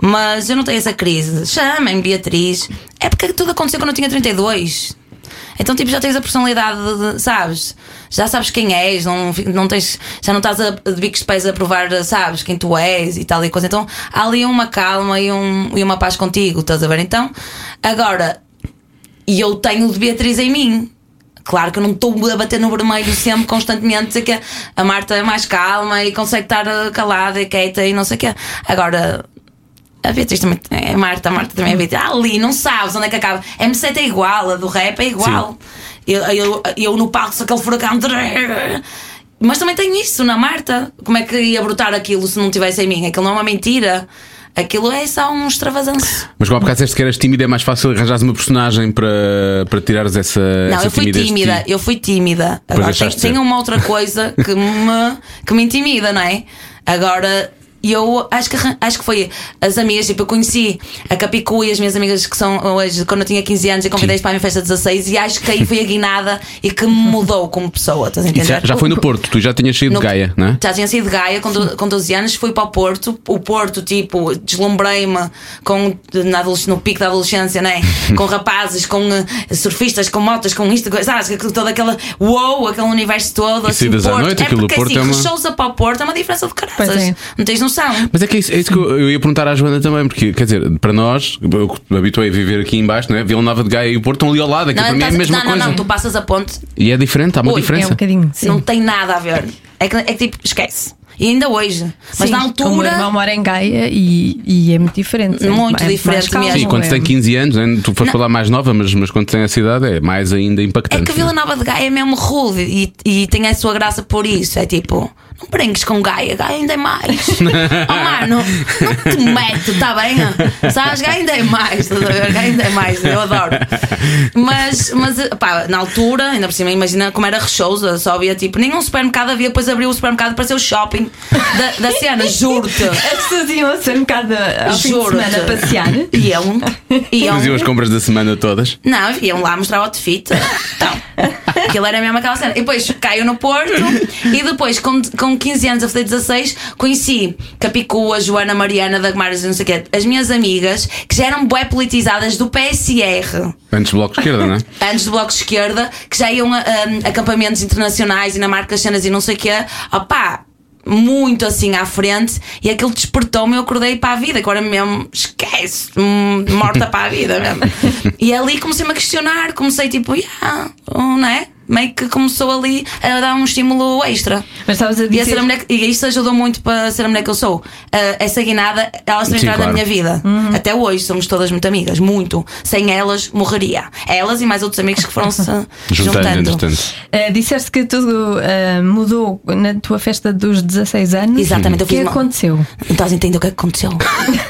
Speaker 5: Mas eu não tenho essa crise. Chamem-me Beatriz. É porque tudo aconteceu quando eu tinha 32. Então, tipo, já tens a personalidade, de- de- sabes? Já sabes quem és, não, fi- não tens, já não estás a, de bicos de pés a provar, sabes, quem tu és e tal e coisa. Então, há ali uma calma e, um, e uma paz contigo, estás a ver? Então, agora, e eu tenho de Beatriz em mim. Claro que eu não estou a bater no vermelho sempre, constantemente, sei que a Marta é mais calma e consegue estar eh, calada e quieta e não sei o quê. Agora, a Beatriz também é Marta, a Marta também é Beatriz. Ah, ali, não sabes onde é que acaba. A M7 é igual, a do rap é igual. Eu, eu, eu no palco sou aquele furacão. Mas também tenho isso na Marta. Como é que ia brotar aquilo se não tivesse em mim? Aquilo não é uma mentira. Aquilo é só um extravaganço.
Speaker 2: Mas como há bocado disseste que eras tímida, é mais fácil arranjares uma personagem para, para tirares essa.
Speaker 5: Não,
Speaker 2: eh, essa
Speaker 5: eu fui
Speaker 2: timidez de ti.
Speaker 5: tímida, eu fui tímida. Agora tem,
Speaker 2: deixaste de ser.
Speaker 5: tem uma outra coisa que me, que me intimida, não é? Agora, eu acho que, arran- acho que foi as amigas, tipo, eu conheci a Capicu e as minhas amigas que são hoje, quando eu tinha 15 anos, e convidei para a minha festa de 16, e acho que aí foi a guinada e que me mudou como pessoa, estás a
Speaker 2: E
Speaker 5: entender?
Speaker 2: já, já foi no Porto, tu já tinhas saído
Speaker 5: No-
Speaker 2: de Gaia, não é?
Speaker 5: Já tinha saído de Gaia com, do- com 12 anos, fui para o Porto. O Porto, tipo, deslumbrei-me com, na adolesc- no pico da adolescência, né? com rapazes, com eh, surfistas, com motas, com isto, com- sabes? que- Todo aquele wow, aquele universo todo. assim,
Speaker 2: saídas à
Speaker 5: Porto.
Speaker 2: noite,
Speaker 5: é
Speaker 2: aquilo do
Speaker 5: porque,
Speaker 2: Porto
Speaker 5: assim,
Speaker 2: é uma-
Speaker 5: Rechouza para o Porto é uma diferença de
Speaker 3: Pois
Speaker 5: caraças.
Speaker 3: é.
Speaker 5: Não tens noção.
Speaker 2: Mas é que é isso, é isso que eu, eu ia perguntar à Joana também, porque, quer dizer, para nós, eu que me habituei a viver aqui embaixo, não é? Vila Nova de Gaia e o Porto estão ali ao lado, aquilo para mim é a
Speaker 5: estás-
Speaker 2: mesma
Speaker 5: não,
Speaker 2: coisa.
Speaker 5: não, não, tu passas a ponte,
Speaker 2: E é diferente, há uma
Speaker 5: Ui, é
Speaker 3: É um
Speaker 2: diferença.
Speaker 3: bocadinho. Sim.
Speaker 5: não tem nada a ver. É que, é que tipo, esquece. E ainda hoje. Mas
Speaker 3: Sim,
Speaker 5: na
Speaker 3: O meu
Speaker 5: altura.
Speaker 3: irmão mora em Gaia e, e é muito diferente.
Speaker 5: Muito
Speaker 3: É mais
Speaker 5: diferente
Speaker 3: calmo,
Speaker 5: mesmo.
Speaker 2: Sim, quando
Speaker 3: é.
Speaker 2: tem 15 anos, né? tu foste para lá mais nova, mas, mas quando tem a cidade é mais ainda
Speaker 5: É
Speaker 2: impactante.
Speaker 5: que Vila Nova de Gaia é mesmo rude e, e tem a sua graça por isso. É tipo, não brinques com Gaia, Gaia ainda é mais. oh mano, não te meto, tá bem? Sabes, Gaia ainda é mais, estás a ver? Gaia ainda é mais, eu adoro. Mas, mas pá, na altura, ainda por cima, imagina como era rechouza, só havia tipo, nenhum supermercado havia, depois abriu o supermercado para ser o shopping da, da cena, juro-te.
Speaker 3: As pessoas iam a ser um bocado ao fim de
Speaker 5: Juro-te. é um,
Speaker 3: semana a passear.
Speaker 5: Iam, iam.
Speaker 2: é? Faziam as compras da semana todas.
Speaker 5: Não, iam lá mostrar o outfit. Então, aquilo era mesmo aquela cena. E depois caio no Porto e depois, com, com 15 anos, a fazer 16, conheci Capicua, Joana, Mariana, Dagmaras e não sei o quê. As minhas amigas, que já eram bué politizadas do PSR.
Speaker 2: Antes do Bloco de Esquerda, não é?
Speaker 5: Antes do Bloco de Esquerda, que já iam a, a acampamentos internacionais e na marca cenas e não sei o quê. Opá! Muito assim à frente, e aquilo despertou-me. Eu acordei para a vida, agora mesmo esquece, hum, morta para a vida mesmo. E ali comecei-me a questionar. Comecei tipo, yeah, um, não é? Meio que começou ali a dar um estímulo extra.
Speaker 3: Mas estavas a
Speaker 5: E, a ser
Speaker 3: dizer.
Speaker 5: a mulher que- e isso ajudou muito para ser a mulher que eu sou. Ah, essa guinada, ela se
Speaker 2: Sim,
Speaker 5: entrar
Speaker 2: claro.
Speaker 5: na minha vida. Até hoje somos todas muito amigas, muito. Sem elas, morreria. É Elas e mais outros amigos que foram-se
Speaker 2: Juntando,
Speaker 5: juntando.
Speaker 2: entretanto.
Speaker 3: eh, disseste que tudo eh, mudou na tua festa dos 16 anos.
Speaker 5: Exatamente, eu
Speaker 3: O que
Speaker 5: fiz uma-
Speaker 3: aconteceu?
Speaker 5: Não estás a entender o que é que aconteceu.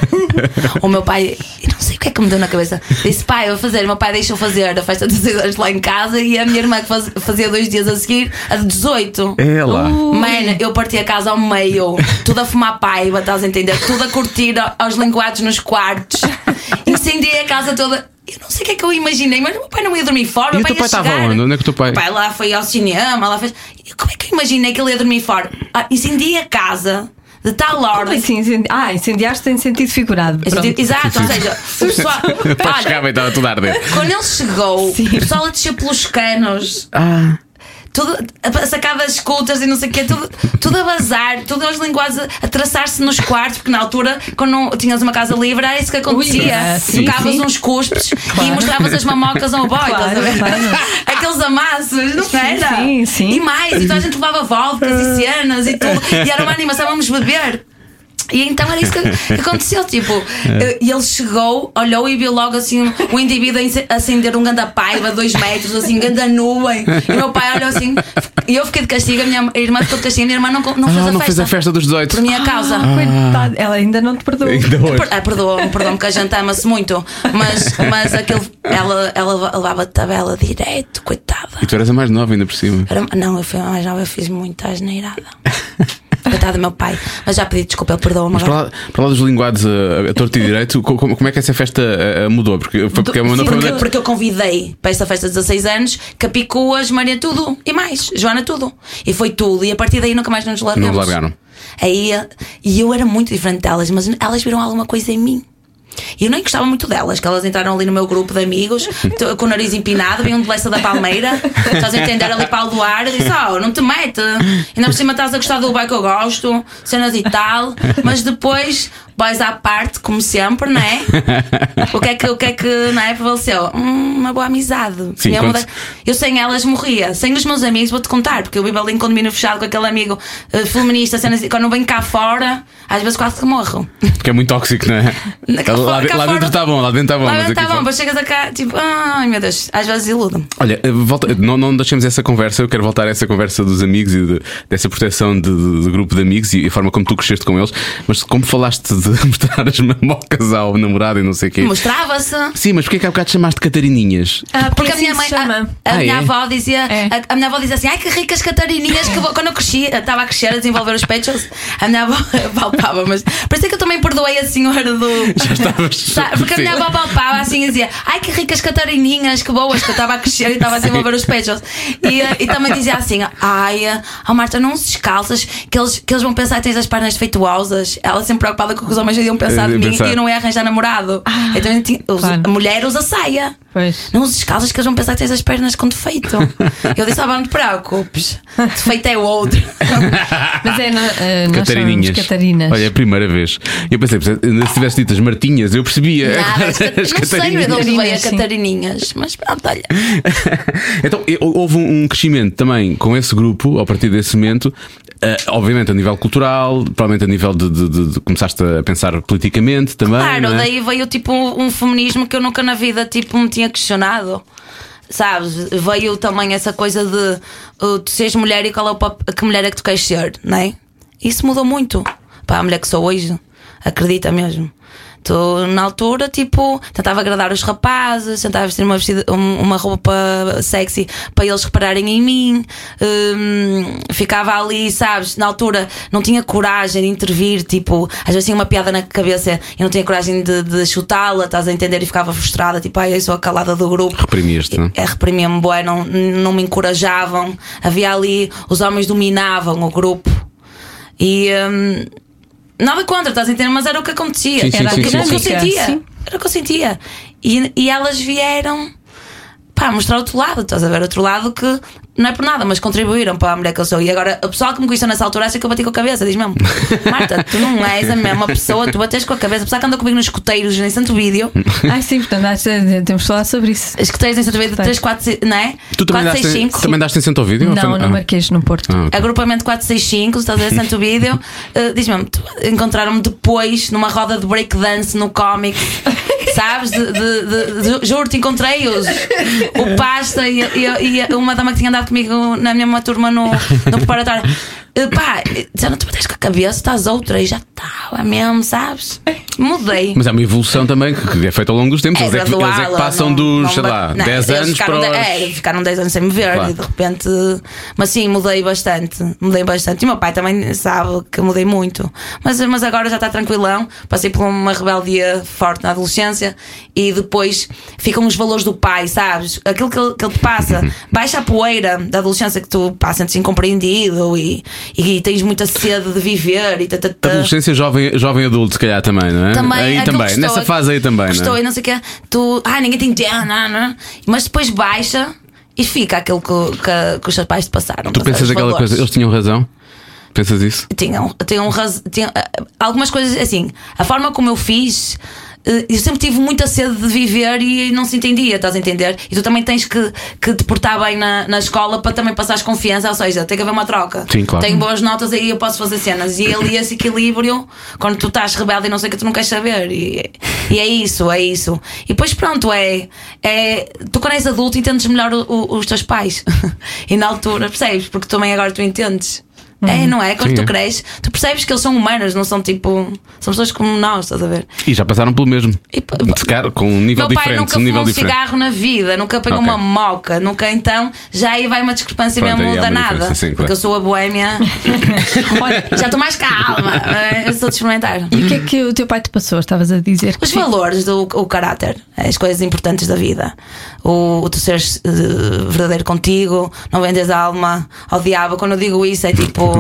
Speaker 5: o meu pai, eu não sei o que é que me deu na cabeça. Disse, pai, eu vou fazer. O meu pai deixou fazer a festa de 16 anos lá em casa e a minha irmã que faz- fazia dois dias a seguir, a de 18.
Speaker 2: É lá.
Speaker 5: Mano, eu parti a casa ao meio, tudo a fumar paiva, estás a entender? Tudo a curtir a- aos linguados nos quartos. Incendiei a casa toda. Eu não sei o que é que eu imaginei, mas o meu pai não ia dormir fora.
Speaker 2: E
Speaker 5: meu
Speaker 2: o teu pai
Speaker 5: pai
Speaker 2: estava
Speaker 5: ia chegar.
Speaker 2: onde? Onde é que o teu pai-
Speaker 5: O pai lá foi ao cinema, lá fez. Eu- Como é que eu imaginei que ele ia dormir fora? Ah, incendiei a casa de tal
Speaker 3: Como
Speaker 5: ordem.
Speaker 3: assim? Incendi... Ah, incendiaste em sentido figurado.
Speaker 5: Eu senti-
Speaker 3: Pronto.
Speaker 5: Exato, ou seja, o pessoal.
Speaker 2: Pá,
Speaker 5: Olha,
Speaker 2: chegava e estava tudo a arder.
Speaker 5: quando ele chegou, o pessoal a descer pelos canos.
Speaker 3: Ah.
Speaker 5: Tudo a sacar das escutas e não sei o quê, tudo, tudo a bazar, tudo aos linguagens a, a traçar-se nos quartos, porque na altura, quando não- tinhas uma casa livre, era isso que
Speaker 3: Ui,
Speaker 5: acontecia.
Speaker 3: ah, sim,
Speaker 5: Tocavas
Speaker 3: sim.
Speaker 5: uns cuspes e mostravas as mamocas ao boy, estás a ver?
Speaker 3: claro.
Speaker 5: Aqueles amassos, não era?
Speaker 3: sim, sim.
Speaker 5: E mais, e toda a gente levava voltas e cenas e tudo, e era uma animação, vamos beber. E então era isso que que aconteceu. Tipo,
Speaker 2: É.
Speaker 5: eh, e ele chegou, olhou e viu logo assim o indivíduo a ince- acender um ganda paiva, dois metros, assim, ganda nuvem. E o meu pai olhou assim, e eu fiquei de castigo, a minha irmã ficou de castigo, a minha irmã não, co- não, fez,
Speaker 2: Ah,
Speaker 5: a
Speaker 2: não
Speaker 5: festa,
Speaker 2: fez a festa Ah, dos 18.
Speaker 5: Por minha causa.
Speaker 3: Coitado, Ah, ela ainda não te perdoou.
Speaker 2: Ainda hoje.
Speaker 5: Per- Ah, perdoa-me, perdoa-me que a gente ama-se muito, mas, mas aquele, ela, ela levava tabela direto, coitada.
Speaker 2: E tu eras a mais nova ainda por cima.
Speaker 5: Era- não, eu fui a mais nova, eu fiz muita asneirada. Coitado do meu pai. Mas já pedi desculpa, ele perdoa-me
Speaker 2: Mas para
Speaker 5: agora.
Speaker 2: lá, para lá dos linguados a, a torto e direito, co- como, como é que essa festa ah, ah, mudou? Porque foi porque é uma
Speaker 3: Sim,
Speaker 2: foi uma-
Speaker 5: Porque, porque eu convidei para esta festa de 16 anos Capicuas, Maria tudo e mais, Joana tudo. E foi tudo. E a partir daí nunca mais nos largamos.
Speaker 2: Não largaram.
Speaker 5: Aí, e eu era muito diferente delas, mas elas viram alguma coisa em mim. E eu nem gostava muito delas, que elas entraram ali no meu grupo de amigos, t- com o nariz empinado, vinham de Leça da Palmeira, estás a entender ali para o luar, e disse: Oh, não te mete, ainda por cima estás a gostar do bairro que eu gosto, cenas e tal, mas depois, boys à parte, como sempre, não é? O que é que, o que, é que não é, prevaleceu? Hum, uma boa amizade.
Speaker 2: Sim,
Speaker 5: Minha
Speaker 2: quando-
Speaker 5: muda- Eu sem elas morria. Sem os meus amigos, vou-te contar, porque eu vivo ali em condomínio fechado com aquele amigo eh, feminista, cenas assim, quando venho cá fora, às vezes quase que morro.
Speaker 2: porque é muito tóxico, não é?
Speaker 5: Naquela-
Speaker 2: Lá, de-
Speaker 5: cá
Speaker 2: lá
Speaker 5: fora-
Speaker 2: dentro está bom, lá dentro está bom.
Speaker 5: Lá
Speaker 2: mas é
Speaker 5: dentro
Speaker 2: aqui
Speaker 5: tá bom,
Speaker 2: fora-
Speaker 5: depois chegas a cá, tipo, ai meu Deus, às vezes iludo-me.
Speaker 2: Olha, eh, volta, não, não deixemos essa conversa, eu quero voltar a essa conversa dos amigos e de- dessa proteção de, de- de grupo de amigos e a forma como tu cresceste com eles, mas como falaste de mostrar as mãos ao casal, ao namorado e não sei o quê.
Speaker 5: Mostrava-se. eh,
Speaker 2: Sim, mas porquê é que há bocado chamaste Catarininhas?
Speaker 3: Ah,
Speaker 5: Porque a
Speaker 3: assim
Speaker 5: minha mãe,
Speaker 3: se chama.
Speaker 5: a, a
Speaker 2: Ah,
Speaker 5: minha
Speaker 2: é?
Speaker 5: avó dizia,
Speaker 3: É.
Speaker 5: a, a minha avó dizia assim: ai que ricas catarininhas, que bo- quando eu cresci, eu estava a crescer, a desenvolver os peitos, a minha avó palpava, mas parece que eu também perdoei a senhora do.
Speaker 2: Já estavas.
Speaker 5: Sa- Tá, Porque a minha
Speaker 2: Sim.
Speaker 5: avó palpava assim e dizia Ai que ricas catarininhas, que boas Que eu estava a crescer e estava a desenvolver os peixes e, eh, e também dizia assim Ai, eh, oh Marta, não se descalças que eles, que eles vão pensar que tens as pernas feituosas Ela sempre preocupada com o que os homens iam pensar de
Speaker 2: Eh,
Speaker 5: mim
Speaker 2: pensar.
Speaker 5: E eu não ia arranjar namorado Então eu tinha- os-
Speaker 3: claro.
Speaker 5: a mulher usa saia
Speaker 3: Pois.
Speaker 5: Não uses calças que eles vão pensar que tens as pernas com defeito Eu disse, ah, não te preocupes Defeito é o outro
Speaker 3: Mas é, na- eh, nós chamamos
Speaker 2: Catarininhas.
Speaker 3: Catarinas.
Speaker 2: Olha, é a primeira vez. Eu pensei, se tivesse dito as Martinhas, eu percebia.
Speaker 5: Nada, as cat- não sei de onde veio a
Speaker 3: Catarininhas, sim.
Speaker 5: Catarininhas Mas pronto, olha
Speaker 2: então, e- houve um um crescimento também com esse grupo, a partir desse momento, eh, obviamente a nível cultural, provavelmente a nível de, de- de- de- começaste a pensar politicamente também.
Speaker 5: Claro,
Speaker 2: não é?
Speaker 5: daí veio tipo um, um feminismo que eu nunca na vida tipo, me tinha questionado. Sabes? Veio também essa coisa de uh, tu seres mulher e qual é o pap- que mulher é que tu queres ser, não é? Isso mudou muito para a mulher que sou hoje. Acredita mesmo. Tu, na altura, tipo, tentava agradar os rapazes, tentava vestir uma, vestida- um- uma roupa sexy para eles repararem em mim. Hum, ficava ali, sabes? Na altura, não tinha coragem de intervir. Tipo, às vezes tinha uma piada na cabeça e não tinha coragem de, de chutá-la, estás a entender? E ficava frustrada, tipo, ai, eu sou a calada do grupo.
Speaker 2: Reprimiste, não é?
Speaker 5: É, reprimia-me, bué, não, não me encorajavam. Havia ali, os homens dominavam o grupo. E. hum, nada contra, estás a entender? Mas era o que acontecia.
Speaker 2: Sim, sim,
Speaker 5: era
Speaker 2: sim,
Speaker 5: o que,
Speaker 2: sim,
Speaker 5: era o que eu
Speaker 3: sim.
Speaker 5: sentia.
Speaker 3: Sim.
Speaker 5: Era o que eu sentia. E, e elas vieram pá, mostrar outro lado, estás a ver? Outro lado que não é por nada, mas contribuíram para a mulher que eu sou. E agora, o pessoal que me conheceu nessa altura acha que eu bati com a cabeça, diz mesmo: Marta, tu não és a mesma pessoa, tu bates com a cabeça, apesar que anda comigo nos escoteiros, nem santo vídeo.
Speaker 3: Ai, sim, portanto, acho que temos que falar sobre isso.
Speaker 5: Escoteiros em santo vídeo,
Speaker 3: Escutei.
Speaker 5: 3, 4, não é?
Speaker 2: Tu também
Speaker 5: 4,
Speaker 2: daste,
Speaker 5: 6, 5.
Speaker 2: também Ah. daste em Santo Vídeo?
Speaker 3: Não, no Marquês, no Porto.
Speaker 5: Agrupamento 465, estás a ver Santo Vídeo. Uh, Diz-me, tu- encontraram-me depois numa roda de breakdance no cómic. Sabes? De, de- de- de- Juro-te, encontrei-os. O Pasta e, e- e uma dama que tinha andado comigo na minha turma no, no preparatório. Uh, Pá, já não te bates com a cabeça, estás outra e já está, é mesmo, sabes? Mudei.
Speaker 2: Mas há uma evolução também que que é feita ao longo dos tempos.
Speaker 5: É
Speaker 2: eles, é que, eles é que
Speaker 5: graduá-la,
Speaker 2: passam
Speaker 5: não-
Speaker 2: dos,
Speaker 5: não
Speaker 2: sei
Speaker 5: ba-
Speaker 2: lá,
Speaker 5: não,
Speaker 2: 10
Speaker 5: eles
Speaker 2: anos
Speaker 5: ficaram
Speaker 2: para.
Speaker 5: de-
Speaker 2: os-
Speaker 5: é, ficaram 10 anos sem me ver
Speaker 2: Claro.
Speaker 5: e de repente. Mas sim, mudei bastante. Mudei bastante. E o meu pai também sabe que mudei muito. Mas, mas agora já está tranquilão. Passei por uma rebeldia forte na adolescência e depois ficam os valores do pai, sabes? Aquilo que ele, que ele te
Speaker 2: Uhum.
Speaker 5: passa. Baixa a poeira da adolescência que tu pá, sentes incompreendido e, e tens muita sede de viver e
Speaker 2: Da
Speaker 5: tatatá.
Speaker 2: adolescência jovem, jovem adulto, se calhar também, não é?
Speaker 5: Também,
Speaker 2: aí
Speaker 5: aquele
Speaker 2: também,
Speaker 5: que
Speaker 2: nessa
Speaker 5: estou-
Speaker 2: fase aí também,
Speaker 5: que
Speaker 2: não
Speaker 5: Estou
Speaker 2: é?
Speaker 5: e não sei o quê. Tu, ah, ninguém tem tempo, não, não. Mas depois baixa e fica aquilo que, que, que os seus pais te passaram.
Speaker 2: Tu pensas aquela coisa, eles tinham razão? Pensas isso?
Speaker 5: Tinham, tinham, raz- tinham ah, ah, algumas coisas assim. A forma como eu fiz. eh, Eu sempre tive muita sede de viver e não se entendia, estás a entender? E tu também tens que, que te portar bem na, na escola para também passares confiança, ou seja, tem que haver uma troca.
Speaker 2: Sim, claro.
Speaker 5: Tenho boas notas aí eu posso fazer cenas. E ali esse equilíbrio, quando tu estás rebelde e não sei o que tu não queres saber. E, e é isso, é isso. E depois pronto, é, é. Tu quando és adulto entendes melhor o- o- os teus pais. e na altura, percebes? Porque também agora tu entendes. É, não é? Quando
Speaker 2: Sim,
Speaker 5: tu
Speaker 2: é.
Speaker 5: cresces, tu percebes que eles são humanos, não são tipo. São pessoas como nós, estás a ver?
Speaker 2: E já passaram pelo mesmo.
Speaker 5: E pa-
Speaker 2: Se calhar, com um nível
Speaker 5: Meu pai
Speaker 2: diferente.
Speaker 5: nunca
Speaker 2: Um
Speaker 5: fumou
Speaker 2: nível
Speaker 5: um
Speaker 2: diferente.
Speaker 5: cigarro na vida, nunca pegou
Speaker 2: Ok.
Speaker 5: uma moca, nunca então, já aí vai uma discrepância
Speaker 2: Pronto, aí
Speaker 5: mesmo
Speaker 2: há uma
Speaker 5: danada.
Speaker 2: diferença, sim, claro.
Speaker 5: Porque eu sou a boémia. Olha, já estou mais calma, eh, eu sou de experimentar.
Speaker 3: E o que é que o teu pai te passou? Estavas a dizer que
Speaker 5: Os valores, do, o caráter, eh, as coisas importantes da vida. O, o tu seres eh, verdadeiro contigo, não vendes a alma ao diabo. Quando eu digo isso, é tipo,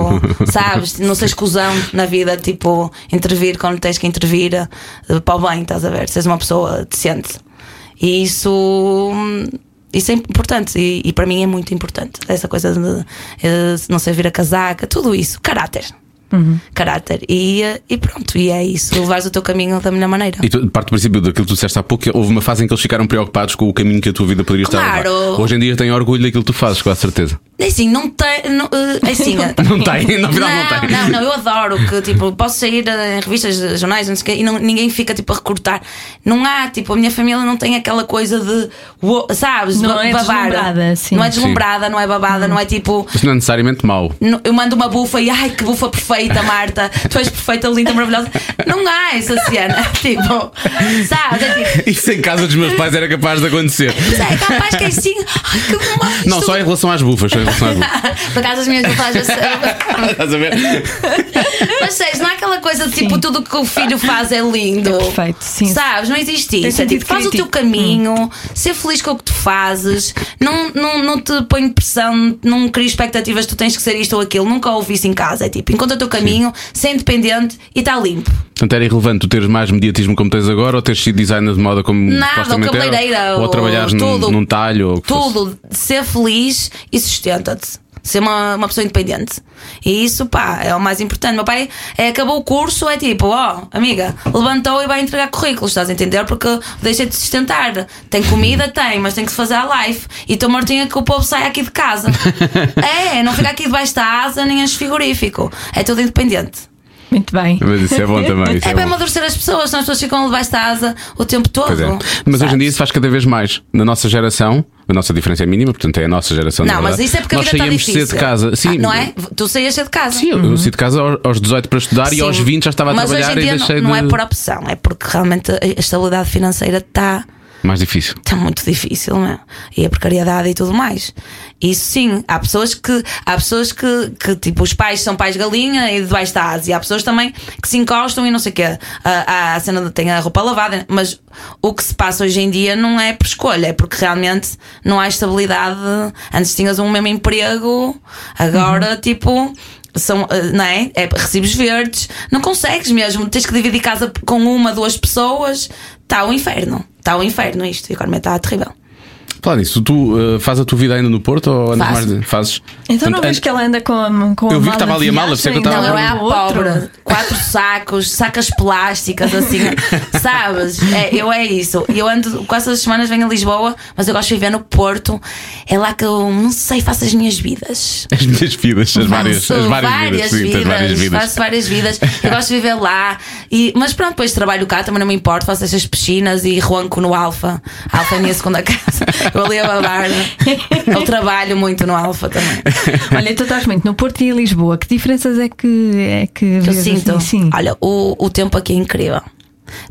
Speaker 5: sabes, não seres cuzão na vida, tipo, intervir quando tens que intervir eh, para o bem, estás a ver? Seres uma pessoa decente. E isso. hum, Isso é importante e, e para mim é muito importante. Essa coisa de eh, não ser vir a casaca, tudo isso. Caráter.
Speaker 3: Uhum.
Speaker 5: Caráter. E, eh, e pronto, e é isso. Levares o teu caminho da melhor maneira.
Speaker 2: E tu, parte do princípio daquilo que tu disseste há pouco, que houve uma fase em que eles ficaram preocupados com o caminho que a tua vida poderia estar a levar.
Speaker 5: Claro.
Speaker 2: Hoje em dia têm orgulho daquilo que tu fazes, com a certeza.
Speaker 5: É assim, não tem. Não, eh, é assim, eh,
Speaker 2: Não tem, no final não tem.
Speaker 5: Não, não, eu adoro que tipo, posso sair eh, em revistas, eh, jornais, não sei o quê, e não- ninguém fica tipo a recortar. Não há, tipo, a minha família não tem aquela coisa de, uou, sabes,
Speaker 3: Não
Speaker 5: ba-
Speaker 3: é
Speaker 5: babar.
Speaker 3: deslumbrada, sim.
Speaker 5: Não é deslumbrada, não é babada, não é tipo.
Speaker 2: Mas não é necessariamente mau.
Speaker 5: Não, Eu mando uma bufa e ai que bufa perfeita, Marta. Tu és perfeita, linda, maravilhosa. Não há essa cena. tipo, sabes? É tipo,
Speaker 2: Isso em casa dos meus pais era capaz de acontecer.
Speaker 5: mas é capaz que é assim. Ai que mais.
Speaker 2: Não, só em relação às bufas, só em relação às bufas.
Speaker 5: Por acaso as minhas bufas.
Speaker 2: Estás a ver?
Speaker 5: Mas sério, não há aquela coisa de tipo tudo o que o filho faz é lindo.
Speaker 3: perfeito, sim.
Speaker 5: Sabes? Não existe isso. É
Speaker 3: sentido
Speaker 5: tipo, faz o teu
Speaker 3: crítico.
Speaker 5: caminho, ser feliz com o que tu fazes, não, não, não te põe pressão, não cria expectativas, tu tens que ser isto ou aquilo. Nunca ouvi isso em casa. É tipo, encontra o teu caminho, ser independente e está limpo.
Speaker 2: Portanto, era irrelevante tu teres mais mediatismo como tens agora ou teres sido designer de moda como
Speaker 5: Nada,
Speaker 2: supostamente era?
Speaker 5: cabeleireira,
Speaker 2: Ou
Speaker 5: ou
Speaker 2: trabalhares num,
Speaker 5: tudo.
Speaker 2: num talho ou o que fosse.
Speaker 5: Tudo, ser feliz e sustenta-te. Ser uma, uma pessoa independente. E isso, pá, é o mais importante. Meu pai eh, acabou o curso, é tipo, ó, amiga, levantou e vai entregar currículos, estás a entender? Porque deixa de sustentar. Tem comida, tem, mas tem que se fazer a life. E estou mortinha que o povo saia aqui de casa. é, não fica aqui debaixo da asa nem enche frigorífico. É tudo independente.
Speaker 3: Muito bem.
Speaker 2: Mas isso é bom também. Isso
Speaker 5: É,
Speaker 2: é
Speaker 5: para
Speaker 2: bom.
Speaker 5: amadurecer as pessoas, senão as pessoas ficam debaixo da asa o tempo todo.
Speaker 2: Pois é. Mas hoje em dia isso faz cada vez mais. Na nossa geração, a nossa diferença é mínima, portanto é a nossa geração. na
Speaker 5: Não, mas
Speaker 2: verdade.
Speaker 5: isso é porque
Speaker 2: Nós
Speaker 5: a vida está
Speaker 2: saíamos
Speaker 5: difícil.
Speaker 2: cedo de casa. Sim,
Speaker 5: Ah, não é? Tu saías cedo de casa.
Speaker 2: Sim, eu- eu saí de casa aos- aos 18 para estudar e
Speaker 5: Sim.
Speaker 2: aos 20 já estava a
Speaker 5: Mas
Speaker 2: trabalhar
Speaker 5: hoje em dia
Speaker 2: e
Speaker 5: não,
Speaker 2: deixei
Speaker 5: não
Speaker 2: de.
Speaker 5: é por opção, é porque realmente a estabilidade financeira tá está
Speaker 2: Mais difícil.
Speaker 5: está muito difícil, não é? E a precariedade e tudo mais. Isso sim, há pessoas que há pessoas que, que tipo os pais são pais galinha e debaixo da asa, e há pessoas também que se encostam e não sei o quê. Há há a cena de tem a roupa lavada, mas o que se passa hoje em dia não é por escolha, é porque realmente não há estabilidade. Antes tinhas um mesmo emprego, agora tipo são, eh, não é? é? Recibos verdes, não consegues mesmo, tens que dividir casa com uma, duas pessoas, está o Tá um inferno. Está o inferno isto, a economia está terrível.
Speaker 2: Falar nisso, tu eh, fazes a tua vida ainda no Porto ou andas mais
Speaker 5: Faço.
Speaker 2: de- Fazes?
Speaker 3: Então não
Speaker 2: Portanto,
Speaker 3: vejo que ela anda com a, com
Speaker 2: Eu
Speaker 3: a
Speaker 2: vi que
Speaker 3: mala
Speaker 2: estava ali
Speaker 3: de
Speaker 2: a mala, por isso é que eu
Speaker 3: viagem,
Speaker 5: Não, eu
Speaker 2: estava
Speaker 5: é à
Speaker 3: um ao outro.
Speaker 5: pobre. Quatro sacos, sacas plásticas, assim, sabes? É, eu é isso. Eu ando quase todas as semanas, venho a Lisboa, mas eu gosto de viver no Porto. É lá que eu não sei, faço as minhas vidas.
Speaker 2: As minhas vidas, as várias,
Speaker 5: Faço
Speaker 2: as várias, vidas, sim, tens várias vidas.
Speaker 5: Faço várias vidas. Eu gosto de viver lá. E, mas pronto, depois trabalho cá, também não me importo. Faço estas piscinas e ruanco no Alfa. Alfa é a minha segunda casa. Eu ali a babar. Eu trabalho muito no Alfa também.
Speaker 3: Olha, tu estás muito no Porto e em Lisboa. Que diferenças é que é que
Speaker 5: Eu
Speaker 3: vês, assim?
Speaker 5: sinto.
Speaker 3: Sim.
Speaker 5: Olha, o, o tempo aqui é incrível.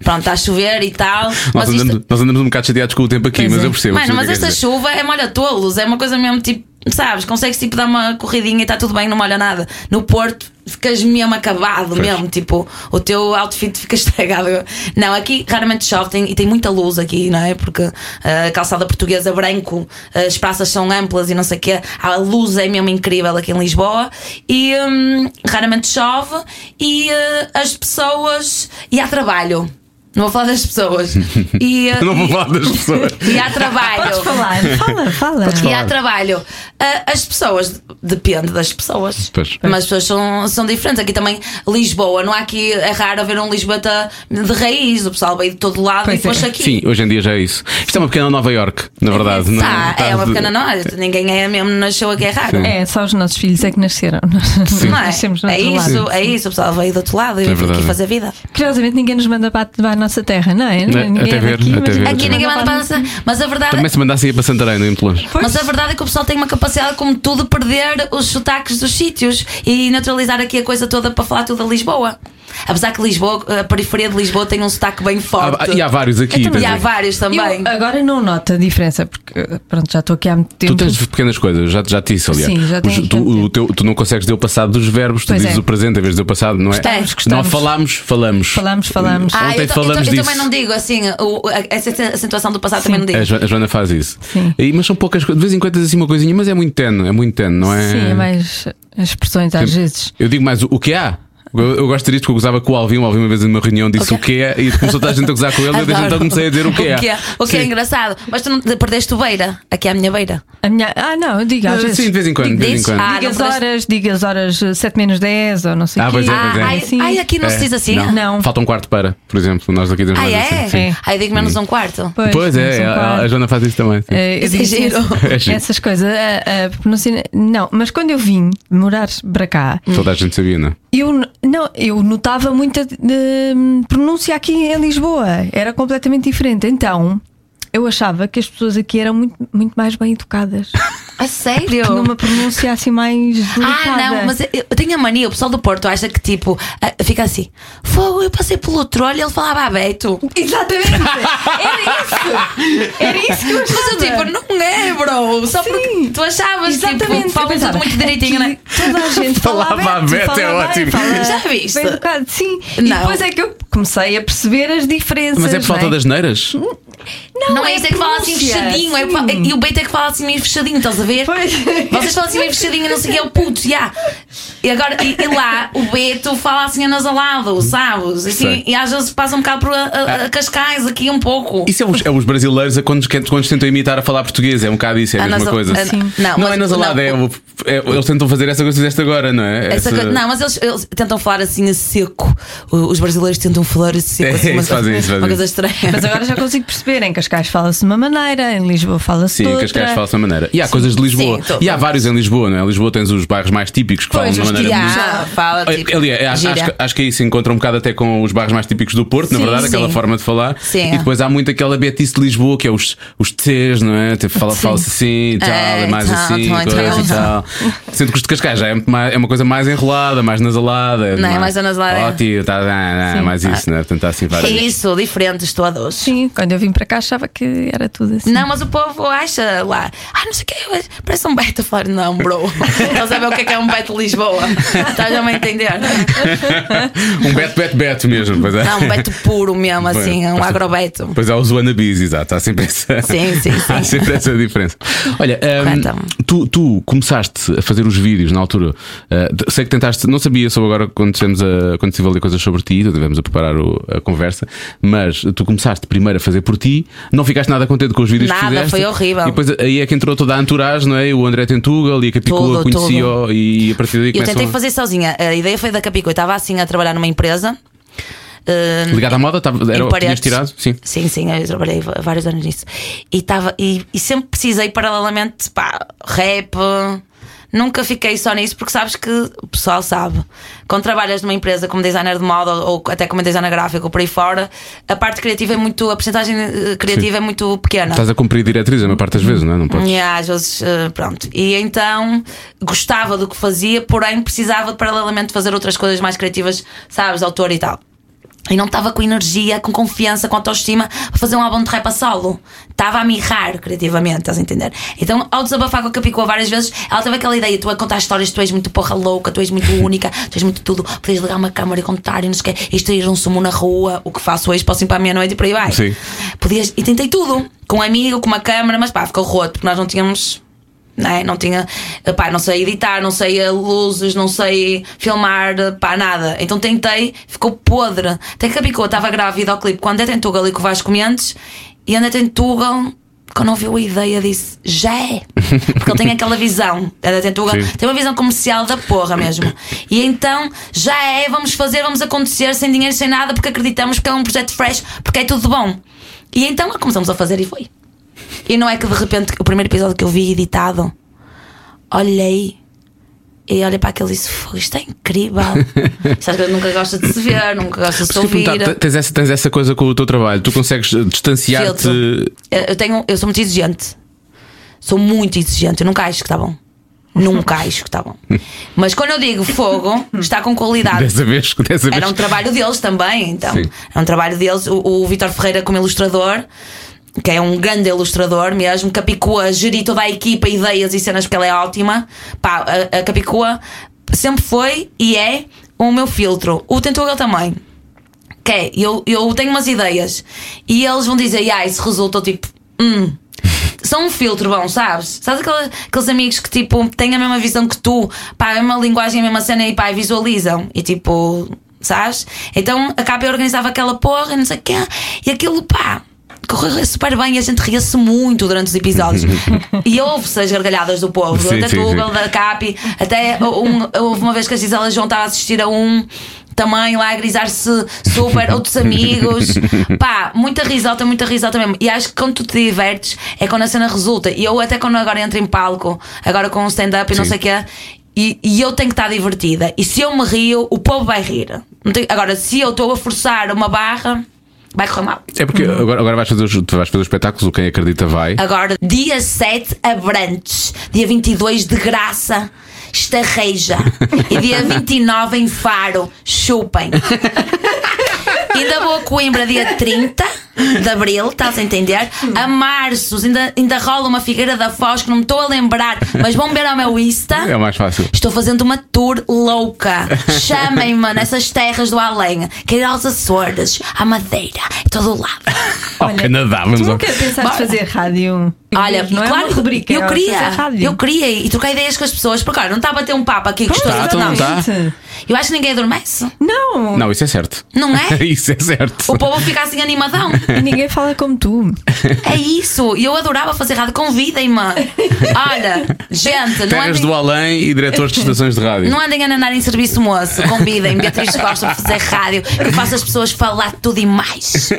Speaker 5: Pronto, está a chover e tal.
Speaker 2: Nós
Speaker 5: Mas isto-
Speaker 2: andamos, nós andamos um bocado chateados com o tempo aqui,
Speaker 3: Pois
Speaker 2: mas
Speaker 3: é.
Speaker 2: eu percebo.
Speaker 5: Mano,
Speaker 2: percebo o
Speaker 5: mas
Speaker 2: que é que
Speaker 5: esta
Speaker 2: queres dizer.
Speaker 5: chuva é molha tolos, é uma coisa mesmo tipo, sabes, consegues tipo dar uma corridinha e está tudo bem, não molha nada. No Porto ficas mesmo acabado, mesmo, tipo, o teu outfit fica estragado. Não, aqui raramente chove tem- e tem muita luz aqui, não é? Porque ah, a calçada portuguesa é branco, as praças são amplas e não sei o quê, a luz é mesmo incrível aqui em Lisboa e hum, raramente chove e ah, as pessoas e há trabalho. Não vou falar das pessoas. E, ah,
Speaker 2: Não vou
Speaker 5: e-
Speaker 2: falar das pessoas.
Speaker 5: e há trabalho.
Speaker 3: Podes falar, fala, fala.
Speaker 5: E há trabalho. Ah, As pessoas, depende das pessoas.
Speaker 2: Pois.
Speaker 5: Mas as pessoas são, são diferentes. Aqui também, Lisboa, não há aqui, é raro haver um Lisboeta de raiz. O pessoal veio de todo lado
Speaker 3: Pois
Speaker 5: e pôs
Speaker 3: é.
Speaker 5: aqui.
Speaker 2: Sim, hoje em dia já é isso. Isto é uma pequena Nova York, na verdade. não
Speaker 5: Tá, é
Speaker 2: Estás
Speaker 5: uma
Speaker 2: de-
Speaker 5: pequena nós. Ninguém é mesmo, nasceu aqui, é raro.
Speaker 3: É, só os nossos filhos é que nasceram. Nós
Speaker 5: Não é?
Speaker 3: Nascemos no
Speaker 5: É
Speaker 3: outro lado.
Speaker 5: isso, é isso. O pessoal veio do outro lado e
Speaker 2: É
Speaker 5: eu vim
Speaker 2: verdade.
Speaker 5: aqui fazer vida.
Speaker 3: Curiosamente, ninguém nos manda para para a nossa terra, não é?
Speaker 2: Não,
Speaker 3: Ninguém
Speaker 2: até
Speaker 3: é
Speaker 2: ver,
Speaker 3: daqui,
Speaker 2: até
Speaker 3: mas
Speaker 2: ver.
Speaker 5: Aqui ninguém manda
Speaker 3: para
Speaker 5: passar. Mas a verdade
Speaker 2: Também se mandassem ir para Santarém, não é muito longe.
Speaker 5: Mas a verdade é que o pessoal tem uma capacidade, como tu, de perder os sotaques dos sítios e naturalizar aqui a coisa toda para falar tudo a Lisboa. Apesar que Lisboa, a periferia de Lisboa tem um sotaque bem
Speaker 2: Há-
Speaker 5: forte.
Speaker 2: Ah, e há vários aqui.
Speaker 5: E
Speaker 2: tens
Speaker 5: há
Speaker 2: aqui.
Speaker 5: vários também.
Speaker 3: Eu ah, agora não noto a diferença, porque pronto, já estou aqui há muito tempo.
Speaker 2: Tu tens pequenas coisas, já, já te disse, aliás.
Speaker 3: Sim, já tenho
Speaker 2: Os- tu,
Speaker 3: bastante
Speaker 2: o teu- tu não consegues dizer o passado dos verbos, tu
Speaker 3: Pois
Speaker 2: dizes
Speaker 3: é.
Speaker 2: o presente em vez de dizer o passado, não é?
Speaker 5: Gostamos,
Speaker 2: Não
Speaker 3: gostamos.
Speaker 2: falámos, falamos.
Speaker 3: Falamos, falamos.
Speaker 5: Ah,
Speaker 2: Ontem
Speaker 5: eu, ta- eu,
Speaker 2: falamos
Speaker 5: ta- eu
Speaker 2: disso.
Speaker 5: também não digo assim, o- a- essa situação do passado também não digo.
Speaker 2: A Jo- a Joana faz isso.
Speaker 3: Sim.
Speaker 2: E- mas são poucas coisas. De vez em quando tens assim uma coisinha, mas é muito tenue, é muito tenue, não é?
Speaker 3: Sim, é mais as expressões às vezes.
Speaker 2: Eu digo mais o, o que há. Eu, eu gosto de disto porque eu gozava com o Alvin. O Alvin, uma vez numa reunião, disse
Speaker 5: Ok.
Speaker 2: o que é e começou toda a gente a gozar com ele. E eu, desde
Speaker 5: Adoro.
Speaker 2: então, comecei a dizer o que é.
Speaker 5: O que é, o que é
Speaker 2: Sim.
Speaker 5: engraçado. Mas tu não te perdeste o beira. Aqui é a minha beira.
Speaker 3: A minha... Ah, não, diga às vezes.
Speaker 2: Sim, de vez em quando. De vez em
Speaker 5: Dizes?
Speaker 2: quando.
Speaker 5: Ah,
Speaker 3: Diga
Speaker 5: não
Speaker 3: as
Speaker 5: pudeste-
Speaker 3: horas, diga as horas eh, 7 menos 10 ou não sei o
Speaker 2: Ah,
Speaker 3: quê.
Speaker 2: pois é,
Speaker 5: Ah,
Speaker 2: pois é.
Speaker 5: ai,
Speaker 3: Sim.
Speaker 5: ai, aqui não se
Speaker 2: É.
Speaker 5: diz assim.
Speaker 2: Não.
Speaker 3: Não.
Speaker 2: Falta um quarto para, por exemplo. Nós daqui temos
Speaker 5: Ah,
Speaker 2: mais assim.
Speaker 5: é?
Speaker 2: Sim.
Speaker 3: Sim.
Speaker 5: Aí digo menos um quarto.
Speaker 3: Pois,
Speaker 2: Pois
Speaker 3: não
Speaker 2: é,
Speaker 3: são
Speaker 2: a,
Speaker 3: claro.
Speaker 2: a Joana faz isso também. sim.
Speaker 3: Eh, eu
Speaker 5: Isso é
Speaker 3: digo assim,
Speaker 5: giro.
Speaker 2: É giro.
Speaker 3: Essas coisas. a- a pronuncia- Não, mas quando eu vim morar para cá,
Speaker 5: Hum.
Speaker 2: Toda a gente sabia, não é?
Speaker 3: Eu n- não, eu notava muita eh, pronúncia aqui em Lisboa, era completamente diferente. Então, eu achava que as pessoas aqui eram muito, muito mais bem educadas,
Speaker 5: A sério?
Speaker 3: tinham uma pronúncia assim mais
Speaker 5: Ah,
Speaker 3: delicada.
Speaker 5: não, mas eu eu tenho a mania, o pessoal do Porto acha que tipo, ah, fica assim, fogo, eu passei pelo trolho e ele falava aberto.
Speaker 3: Exatamente. Era isso. Era isso que eu achava.
Speaker 5: Mas eu tipo, não é, bro. Só porque
Speaker 3: Sim.
Speaker 5: tu achavas
Speaker 3: Exatamente.
Speaker 5: tipo,
Speaker 3: Eu
Speaker 5: falam
Speaker 3: pensava,
Speaker 5: tudo muito direitinho,
Speaker 3: aqui
Speaker 5: né?
Speaker 3: Toda a gente
Speaker 2: Falava
Speaker 3: fala aberto,
Speaker 2: aberto, é
Speaker 3: fala bem,
Speaker 2: ótimo.
Speaker 3: fala
Speaker 5: Já viste?
Speaker 3: Bem educado, sim. E
Speaker 5: Não.
Speaker 3: depois é que eu comecei a perceber as diferenças.
Speaker 2: Mas é por falta
Speaker 3: não é?
Speaker 2: das neiras?
Speaker 3: Não,
Speaker 5: Não é isso, é que fala assim
Speaker 3: pronúncia,
Speaker 5: fechadinho. é
Speaker 3: sim.
Speaker 5: fa- e o Beto é que fala assim meio fechadinho, estás a ver?
Speaker 3: Pois.
Speaker 5: Vocês falam assim meio fechadinho, não sei o que é o puto, já. E agora, e, e lá, o Beto fala assim anasalado, sabes?
Speaker 2: Sei.
Speaker 5: Assim, e às vezes passa um bocado por a, a- a Cascais aqui um pouco.
Speaker 2: Isso é os, é os brasileiros a quando, que- quando tentam imitar a falar português, é um bocado isso, é a,
Speaker 5: A
Speaker 2: mesma
Speaker 5: nasal-
Speaker 2: coisa.
Speaker 5: a- Sim. Ah, não,
Speaker 2: não
Speaker 5: mas-
Speaker 2: é nasalado,
Speaker 5: não,
Speaker 2: é, o- é- eles tentam fazer essa coisa que fizeste agora, não é?
Speaker 5: Essa coisa- não, mas eles, eles tentam falar assim a seco. O- Os brasileiros tentam falar a seco.
Speaker 2: É,
Speaker 5: assim, uma,
Speaker 2: isso fazem, isso fazem.
Speaker 5: uma coisa estranha.
Speaker 3: Mas agora já consigo perceber, em Cascais fala-se de uma maneira, em Lisboa fala-se
Speaker 2: Sim,
Speaker 3: de
Speaker 2: em
Speaker 3: outra.
Speaker 2: Cascais fala-se de uma maneira. E há coisas de Lisboa.
Speaker 5: Sim, tô-
Speaker 2: e há vários em Lisboa, não é? Em Lisboa tens os bairros mais típicos que falam
Speaker 3: Pois,
Speaker 2: de uma
Speaker 3: os que
Speaker 2: maneira muito-
Speaker 5: Ah, fala, tipo,
Speaker 2: Aliás, é, acho,
Speaker 5: gira.
Speaker 2: acho que- acho que aí se encontra um bocado até com os bairros mais típicos do Porto, na
Speaker 5: Sim,
Speaker 2: verdade, aquela
Speaker 5: sim.
Speaker 2: forma de falar.
Speaker 5: Sim.
Speaker 2: E depois há muito aquela Beatice de Lisboa, que é os, os T's, não é? Tipo, fala-
Speaker 3: Sim.
Speaker 2: fala-se assim e tal, é,
Speaker 5: É,
Speaker 2: mais
Speaker 5: tal,
Speaker 2: assim,
Speaker 5: tal,
Speaker 2: coisa
Speaker 5: tal,
Speaker 2: e tal. Sendo que os de Cascais já é, muito mais- é uma coisa mais enrolada, mais nasalada.
Speaker 5: Não, é mais anasalada.
Speaker 2: Ó tio, tá, não, não, mais isso, não é? Portanto, há assim
Speaker 5: É
Speaker 2: várias.
Speaker 5: isso, diferente, estou a doce.
Speaker 3: Sim, quando eu vim para cá achava que era tudo assim.
Speaker 5: Não, mas o povo acha lá, ah, não sei o que, mas parece um beto. Eu falo, não, bro. Estás a ver o que é que é um beto de Lisboa? Estás a me entender?
Speaker 2: um bet, bet, bet mesmo. Pois é.
Speaker 5: Não, um beto puro mesmo, assim, um agrobeto.
Speaker 2: Pois há os wannabes, exato. Há sempre essa,
Speaker 5: Sim, sim, sim.
Speaker 2: Há sempre essa diferença. Olha, hum,
Speaker 5: Então.
Speaker 2: tu, tu começaste a fazer os vídeos na altura. uh, de- sei que tentaste, não sabia sobre agora quando tivemos a, quando estive a ler coisas sobre ti, então tivemos a preparar o- a conversa, mas tu começaste primeiro a fazer por ti, não ficaste nada contente com os vídeos que
Speaker 5: Nada,
Speaker 2: fizeste.
Speaker 5: foi horrível.
Speaker 2: E depois aí é que entrou toda a entourage, não é? O André Tentuga, ali a Capicua
Speaker 5: Tudo,
Speaker 2: conhecia e a partir daí
Speaker 5: Eu
Speaker 2: começam
Speaker 5: tentei
Speaker 2: a-
Speaker 5: fazer sozinha. A ideia foi da Capicua. Eu estava assim a trabalhar numa empresa. eh,
Speaker 2: Ligado à moda, estava, era
Speaker 5: em
Speaker 2: o que tinhas
Speaker 5: Paredes.
Speaker 2: tirado? Sim.
Speaker 5: Sim, sim, eu trabalhei va- vários anos nisso. E, tava, e, e sempre precisei paralelamente, pá, rap. Nunca fiquei só nisso porque sabes que o pessoal sabe. Quando trabalhas numa empresa como designer de moda ou até como designer gráfico ou por aí fora, a parte criativa é muito. a porcentagem eh, criativa é muito pequena.
Speaker 2: Estás a cumprir diretrizes a maior parte das vezes, não é? Não podes.
Speaker 5: E às vezes, eh, pronto. E então gostava do que fazia, porém precisava de, paralelamente fazer outras coisas mais criativas, sabes, autor e tal. E não estava com energia, com confiança, com autoestima para fazer um álbum de rap a solo. Estava a mirrar criativamente, estás a entender? Então, ao desabafar com a Capicua várias vezes, ela teve aquela ideia: tu a contar histórias, tu és muito porra louca, tu és muito única, tu és muito tudo. Podes ligar uma câmara e contar e não sei o quê, e extrair um sumo na rua, o que faço hoje, posso ir para a meia-noite e por aí vai.
Speaker 2: Sim.
Speaker 5: Podias, e tentei tudo, com um amigo, com uma câmera, mas pá, ficou roto, porque nós não tínhamos. Não, é? não tinha, pá, não sei editar, não sei eh, luzes, não sei filmar, pá, nada. Então tentei, ficou podre. Até que a Bicô estava grávida ao clipe com André Tentugal e com o Vasco Mendes, e André Tentugal, quando ouviu a ideia, disse: já é. Porque ele tem aquela visão, André Tentugal,
Speaker 2: Sim.
Speaker 5: tem uma visão comercial da porra mesmo. E então, já é, vamos fazer, vamos acontecer, sem dinheiro, sem nada, porque acreditamos que é um projeto fresh, porque é tudo bom. E então começamos a fazer e foi. E não é que de repente o primeiro episódio que eu vi editado, olhei e olhei para aquilo e disse: "Fogo, Isto é incrível. Sabes que eu nunca gosto de se ver, nunca gosto de se
Speaker 2: Preciso perguntar,
Speaker 5: ouvir.
Speaker 2: tens essa, tens essa coisa com o teu trabalho, tu consegues eh, distanciar-te.
Speaker 5: Filtro. Eu, eu tenho, eu sou muito exigente. Sou muito exigente. Eu nunca acho que está bom. Nunca acho que está bom. Mas quando eu digo fogo, está com qualidade.
Speaker 2: Dessa vez, dessa vez.
Speaker 5: Ah. Era um trabalho deles também, então.
Speaker 2: Sim.
Speaker 5: Era um trabalho deles. O, o Vitor Ferreira, como ilustrador, que é um grande ilustrador mesmo, Capicua gerir toda a equipa, ideias e cenas, porque ela é ótima. Pá, a, a Capicua sempre foi e é o meu filtro. O Tentugal também. Que é, eu, eu tenho umas ideias e eles vão dizer, ah, isso resulta, eu tipo, hum. são um filtro bom, sabes? Sabes aquele- aqueles amigos que tipo têm a mesma visão que tu, pá, a mesma linguagem, a mesma cena e pá, e visualizam e tipo, sabes? Então a KP organizava aquela porra e não sei o quê e aquilo pá. Correu super bem e a gente ria-se muito durante os episódios. e houve-se as gargalhadas do povo,
Speaker 2: Sim,
Speaker 5: até
Speaker 2: sim,
Speaker 5: tu,
Speaker 2: sim.
Speaker 5: Bel- da Capi. Até um- houve uma vez que a Gisela João estava a assistir a um também lá a grisar-se super, outros amigos. Pá, muita risota, muita risota mesmo. E acho que quando tu te divertes é quando a cena resulta. E eu até quando agora entro em palco, agora com um stand-up e não
Speaker 2: Sim.
Speaker 5: sei o quê. E, e eu tenho que estar divertida. E se eu me rio, o povo vai rir. Não tem- agora, se eu estou a forçar uma barra, vai correr mal.
Speaker 2: É porque agora, agora vais, fazer os, tu vais fazer os espetáculos, o quem acredita vai.
Speaker 5: Agora, dia 7, Abrantes. Dia 22, de graça, Estarreja. E dia 29, em Faro, chupem. Ainda vou a Coimbra dia 30 de Abril, estás a entender? A março, ainda, ainda rola uma Figueira da Foz que não me estou a lembrar, mas vão ver ao meu Insta.
Speaker 2: É mais fácil.
Speaker 5: Estou fazendo uma tour louca. Chamem-me nessas terras do além. Quero ir aos Açores, à Madeira, em todo o lado.
Speaker 2: Ao Oh, Canadá, vamos
Speaker 3: Tu
Speaker 2: ao.
Speaker 3: nunca pensaste fazer rádio?
Speaker 5: Olha,
Speaker 3: não
Speaker 5: claro,
Speaker 3: é uma rubrica.
Speaker 5: eu
Speaker 3: é
Speaker 5: queria,
Speaker 3: fazer rádio.
Speaker 5: eu queria e trocar ideias com as pessoas, porque olha, não está a bater um papo aqui que estou
Speaker 2: Tá, então
Speaker 5: não.
Speaker 2: não tá.
Speaker 3: Exatamente.
Speaker 5: Eu acho que ninguém adormece,
Speaker 3: Não,
Speaker 2: Não, isso é certo.
Speaker 5: não é?
Speaker 2: isso é certo.
Speaker 5: O povo fica assim animadão.
Speaker 3: e ninguém fala como tu.
Speaker 5: É isso, e eu adorava fazer rádio. Convidem-me. Olha, gente, não
Speaker 2: Terras
Speaker 5: andem,
Speaker 2: do além e diretores de estações de rádio.
Speaker 5: não é andem a nanar em serviço moço. Convidem-me. Beatriz gosta de fazer rádio. Eu faço as pessoas falar tudo e mais.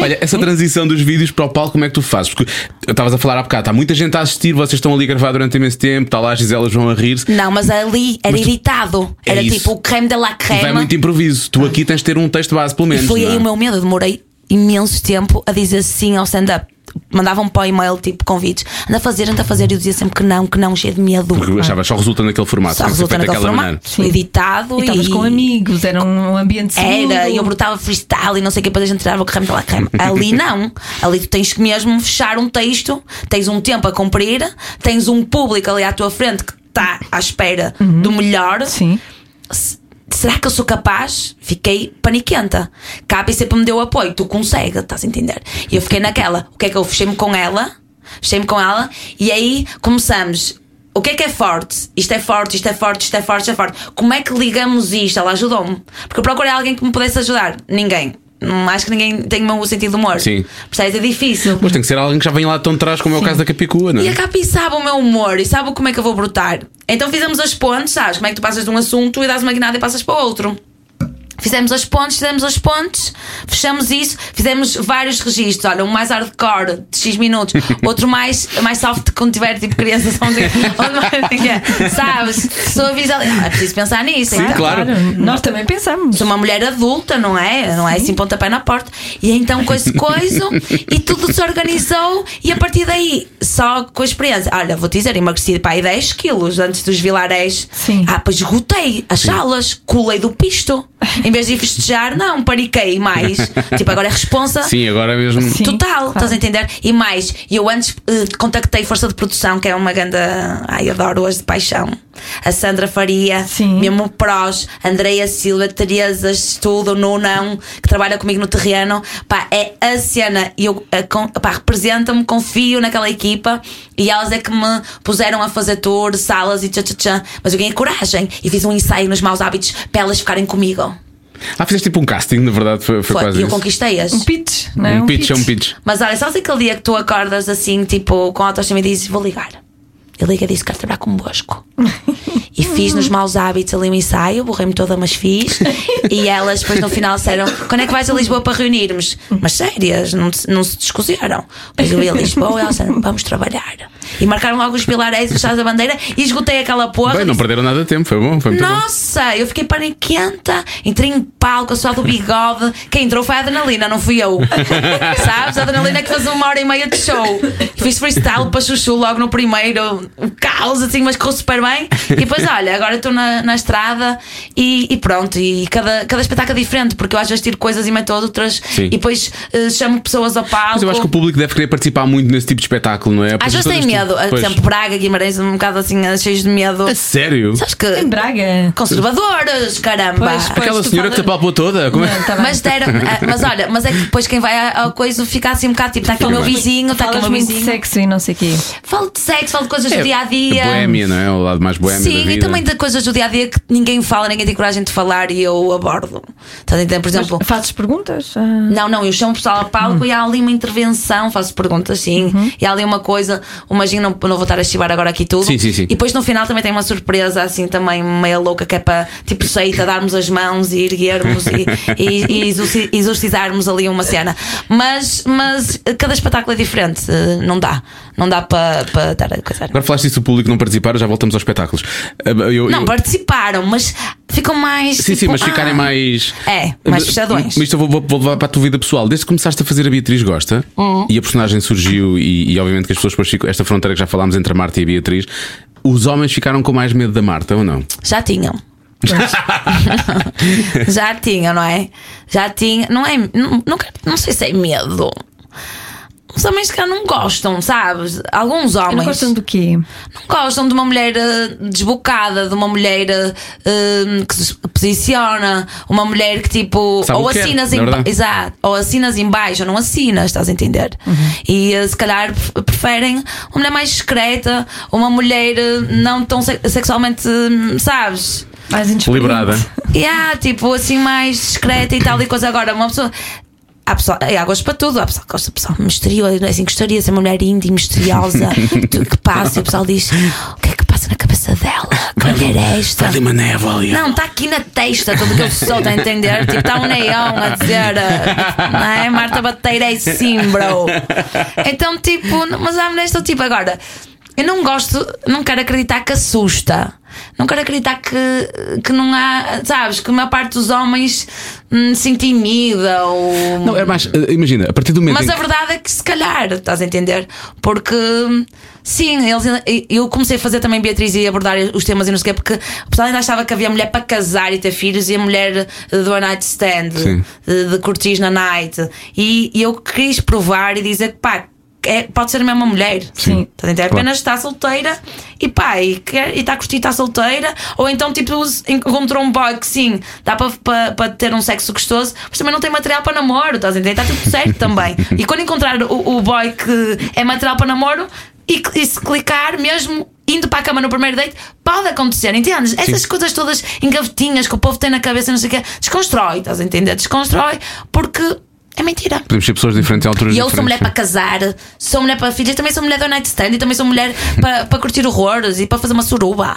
Speaker 2: Olha, essa transição dos vídeos para o palco, como é que tu fazes? Porque eu estavas a falar há bocado, há muita gente a assistir, vocês estão ali a gravar durante imenso tempo, está lá a Gisela João a rir-se.
Speaker 5: Não, mas ali era
Speaker 2: Mas tu-
Speaker 5: irritado.
Speaker 2: É
Speaker 5: Era
Speaker 2: isso.
Speaker 5: tipo o creme de la
Speaker 2: E vai
Speaker 5: creme.
Speaker 2: muito improviso. Tu aqui tens de ter um texto base, pelo menos.
Speaker 5: Ah. E foi
Speaker 2: não é?
Speaker 5: aí o meu medo. Eu Demorei imenso tempo a dizer sim ao stand-up. Mandavam para o e-mail tipo convites, anda a fazer, anda a fazer. E eu dizia sempre que não, que não, cheio de medo.
Speaker 2: Porque eu achava só resulta naquele formato.
Speaker 5: Só
Speaker 2: tem que ser
Speaker 5: resulta
Speaker 2: feito
Speaker 5: naquele
Speaker 2: daquela
Speaker 5: formato.
Speaker 2: maneira.
Speaker 5: Sim. Editado
Speaker 3: E estavas com amigos, era um ambiente seguro.
Speaker 5: Era, e eu brotava freestyle e não sei o que, depois a gente tirava o creme pela creme. Ali não. Ali tu tens que mesmo fechar um texto, tens um tempo a cumprir, tens um público ali à tua frente que está à espera
Speaker 3: Uhum.
Speaker 5: do melhor.
Speaker 3: Sim.
Speaker 5: Será que eu sou capaz? Fiquei paniquenta. Capi sempre me deu apoio. Tu consegue, estás a entender? E eu fiquei naquela. O que é que eu fechei-me com ela? Fechei-me com ela. E aí começamos. O que é que é forte? Isto é forte, isto é forte, isto é forte, isto é forte. Como é que ligamos isto? Ela ajudou-me. Porque eu procurei alguém que me pudesse ajudar. Ninguém. Hum, Acho que ninguém tem o meu sentido de humor.
Speaker 2: Sim.
Speaker 5: Percebes? É difícil.
Speaker 2: Mas tem que ser alguém que já vem lá de tão de trás, como é o caso da Capicua, não
Speaker 5: E
Speaker 2: é?
Speaker 5: a Capi sabe o meu humor e sabe como é que eu vou brotar. Então fizemos as pontes, sabes? Como é que tu passas de um assunto e dás uma guinada e passas para outro. Fizemos as pontes, fizemos as pontes, fechamos isso, fizemos vários registros. Olha, um mais hardcore de X minutos, outro mais, mais soft quando tiver tipo criança, só um dia- onde mais- sabes? Sou avisada. Ah, é preciso pensar nisso. então.
Speaker 2: claro.
Speaker 3: Nós também pensamos.
Speaker 5: Sou uma mulher adulta, não é? Não é assim pontapé na porta. E então com esse coiso e tudo se organizou e a partir daí, só com a experiência. Olha, vou te dizer, emagreci para aí 10 quilos antes dos vilarés.
Speaker 3: Sim.
Speaker 5: Ah, pois esgotei as salas, colei do pisto. Em vez de ir festejar, não, pariquei mais. tipo, agora é responsa.
Speaker 2: Sim, agora mesmo.
Speaker 3: Sim.
Speaker 5: Total,
Speaker 3: claro.
Speaker 5: estás a entender? E mais, eu antes eh, contactei Força de Produção, que é uma grande. Ai, adoro hoje de paixão. A Sandra Faria,
Speaker 3: Sim.
Speaker 5: mesmo Prós, Andreia Silva, Teresa Estudo, Nunão, que trabalha comigo no terreno. Pá, é a cena. E eu eh, com- pá, representa-me, confio naquela equipa e elas é que me puseram a fazer tour, salas e tchá tchá tchá. Mas eu ganhei coragem e fiz um ensaio nos maus hábitos para elas ficarem comigo.
Speaker 2: Ah, fizeste tipo um casting, na verdade, foi, foi
Speaker 5: Foi,
Speaker 2: quase
Speaker 5: e eu
Speaker 2: isso.
Speaker 5: conquistei-as.
Speaker 3: Um pitch, não é?
Speaker 2: Um pitch é um pitch.
Speaker 5: Mas olha, sabes aquele dia que tu acordas assim, tipo, com a autoestima e dizes, vou ligar. Eu ligo e disse, quero trabalhar convosco. e fiz nos maus hábitos ali um ensaio, borrei-me toda, mas fiz. e elas depois no final disseram, quando é que vais a Lisboa para reunirmos? Mas sérias, não, se- não se discussieram. Depois eu ia a Lisboa e elas disseram, vamos trabalhar. E marcaram logo os pilares, os chás da bandeira e esgotei aquela porra.
Speaker 2: Bem, não perderam nada de tempo, foi bom, foi muito bom.
Speaker 5: Nossa, eu fiquei paniquenta. Entrei em palco, a suar do bigode. Quem entrou foi a adrenalina, não fui eu. Sabes? A adrenalina que fez uma hora e meia de show. Fiz freestyle para Chuchu logo no primeiro. Um caos, assim, mas correu super bem. E depois, olha, agora estou na, na estrada e, e pronto. E cada, cada espetáculo é diferente, porque eu às vezes tiro coisas e meto outras.
Speaker 2: Sim.
Speaker 5: E depois eh, chamo pessoas ao palco.
Speaker 2: Mas eu acho que o público deve querer participar muito nesse tipo de espetáculo, não é? Porque
Speaker 5: Às vezes
Speaker 2: todas
Speaker 5: tem
Speaker 2: tu-
Speaker 5: medo, medo. Ah, Por
Speaker 2: Pois.
Speaker 5: exemplo, Braga, Guimarães, um bocado assim, ah, cheios de medo.
Speaker 2: A sério?
Speaker 5: Sabes que.
Speaker 3: Em Braga.
Speaker 5: Conservadores, caramba!
Speaker 3: Pois, pois.
Speaker 2: Aquela
Speaker 3: tu
Speaker 2: senhora que te
Speaker 3: falas-
Speaker 2: apalpou toda? Como é?
Speaker 3: Não, tá bem.
Speaker 5: Mas, deram, ah, mas olha, mas é que depois quem vai à- à coisa fica assim um bocado tipo: está aqui o meu
Speaker 2: Falas-
Speaker 5: vizinho, está aqui o
Speaker 3: Falas
Speaker 5: meu
Speaker 3: muito de
Speaker 5: vizinho.
Speaker 3: sexo e não sei o quê.
Speaker 5: Falo de sexo, falo de coisas do dia a dia.
Speaker 2: Boémia, não é? O lado mais boémio da
Speaker 5: Sim,
Speaker 2: vida.
Speaker 5: e também de coisas do dia a dia que ninguém fala, ninguém tem coragem de falar e eu abordo. Estás a entender? Por exemplo.
Speaker 3: Fazes perguntas? Ah,
Speaker 5: Não, não, eu chamo o pessoal ao palco e há ali uma intervenção, faço perguntas, sim.
Speaker 2: Uhum.
Speaker 5: E há ali uma coisa, imagina, não, não vou estar a chivar agora aqui tudo.
Speaker 2: Sim, sim, sim.
Speaker 5: E depois no final também tem uma surpresa, assim, também meia louca, que é para, tipo, seita, darmos as mãos e erguermos e, e, e exorci- exorcizarmos ali uma cena. Mas, mas eh, cada espetáculo é diferente, eh, não dá. Não dá para para estar a coisa.
Speaker 2: Agora falaste isso do público não participar, já voltamos aos espetáculos. Ah, eu-
Speaker 5: Não,
Speaker 2: eu-
Speaker 5: participaram, mas ficam mais.
Speaker 2: Sim, sim,
Speaker 5: tipo,
Speaker 2: mas ficarem
Speaker 5: ah,
Speaker 2: mais.
Speaker 5: É, mais
Speaker 2: Mas-
Speaker 5: fechadões.
Speaker 2: Mas isto eu vou, vou- vou levar para a tua vida pessoal. Desde que começaste a fazer a Beatriz Gosta
Speaker 5: Hum.
Speaker 2: e a personagem surgiu, e, e obviamente que as pessoas depois ficam. Esta fronteira que já falámos entre a Marta e a Beatriz, os homens ficaram com mais medo da Marta ou não?
Speaker 5: Já tinham. já tinham, não é? Já tinha. Não é. Não, não, quero- não sei se é medo. Os homens que não gostam, sabes? Alguns
Speaker 3: eu
Speaker 5: homens
Speaker 3: não gostam do quê?
Speaker 5: não gostam de uma mulher eh, desbocada, de uma mulher eh, que se posiciona, uma mulher que tipo.
Speaker 2: Sabe
Speaker 5: ou
Speaker 2: o que quer,
Speaker 5: assinas
Speaker 2: na
Speaker 5: em ba-
Speaker 2: verdade.
Speaker 5: Exato. Ou assinas em baixo, ou não assinas, estás a entender?
Speaker 2: Uhum.
Speaker 5: E eh, se calhar pre- preferem uma mulher mais discreta, uma mulher eh, não tão se- sexualmente, eh, sabes?
Speaker 3: Mais inexperiente.
Speaker 2: Liberada.
Speaker 5: E há, tipo, assim, mais discreta e tal e coisa. Agora, uma pessoa. Há, pessoa, há gosto para tudo. Há pessoa que gosta de pessoa misteriosa, não é assim? Gostaria de ser uma mulher índia e misteriosa. tudo que passa. E o pessoal diz: O que é que passa na cabeça dela? Que mulher é esta?
Speaker 2: Vai ter uma neve Tá ali.
Speaker 5: Não, está aqui na testa tudo que eu sou, está a entender? Tipo, está um neão a dizer, ah, não é? Marta Bateira é sim, bro. Então, tipo, n- mas há mulheres do tipo, agora, eu não gosto, não quero acreditar que assusta. Não quero acreditar que, que não há, sabes, que uma parte dos homens hum, se intimida ou.
Speaker 2: Não, é mais. eh, Imagina, a partir do momento.
Speaker 5: Mas
Speaker 2: em
Speaker 5: a
Speaker 2: que-
Speaker 5: verdade é que se calhar, estás a entender? Porque sim, eles, ainda- eu comecei a fazer também Beatriz e abordar os temas e não sei o quê, porque o pessoal ainda achava que havia mulher para casar e ter filhos e a mulher eh, do one night stand,
Speaker 2: Sim.
Speaker 5: de, de curtir na night. E, e eu quis provar e dizer que pá. é- pode ser a mesma mulher.
Speaker 3: Sim.
Speaker 5: Estás a entender?
Speaker 2: Claro.
Speaker 5: Apenas está solteira e pá, e quer- e está a curtir, está solteira. Ou então, tipo, se encontrou um boy que sim, dá para pa, pa ter um sexo gostoso, mas também não tem material para namoro, estás a entender? Está tudo certo também. E quando encontrar o, o boy que é material para namoro e, cl- e se clicar, mesmo indo para a cama no primeiro date, pode acontecer, entendes? Essas coisas todas engavetinhas que o povo tem na cabeça, não sei o quê, desconstrói, estás a entender? Desconstrói porque é mentira.
Speaker 2: Podemos ser pessoas diferentes em alturas
Speaker 5: E eu
Speaker 2: diferentes.
Speaker 5: sou mulher para casar, sou mulher para filhas, também sou mulher do Night Stand e também sou mulher para, para curtir horrores e para fazer uma suruba.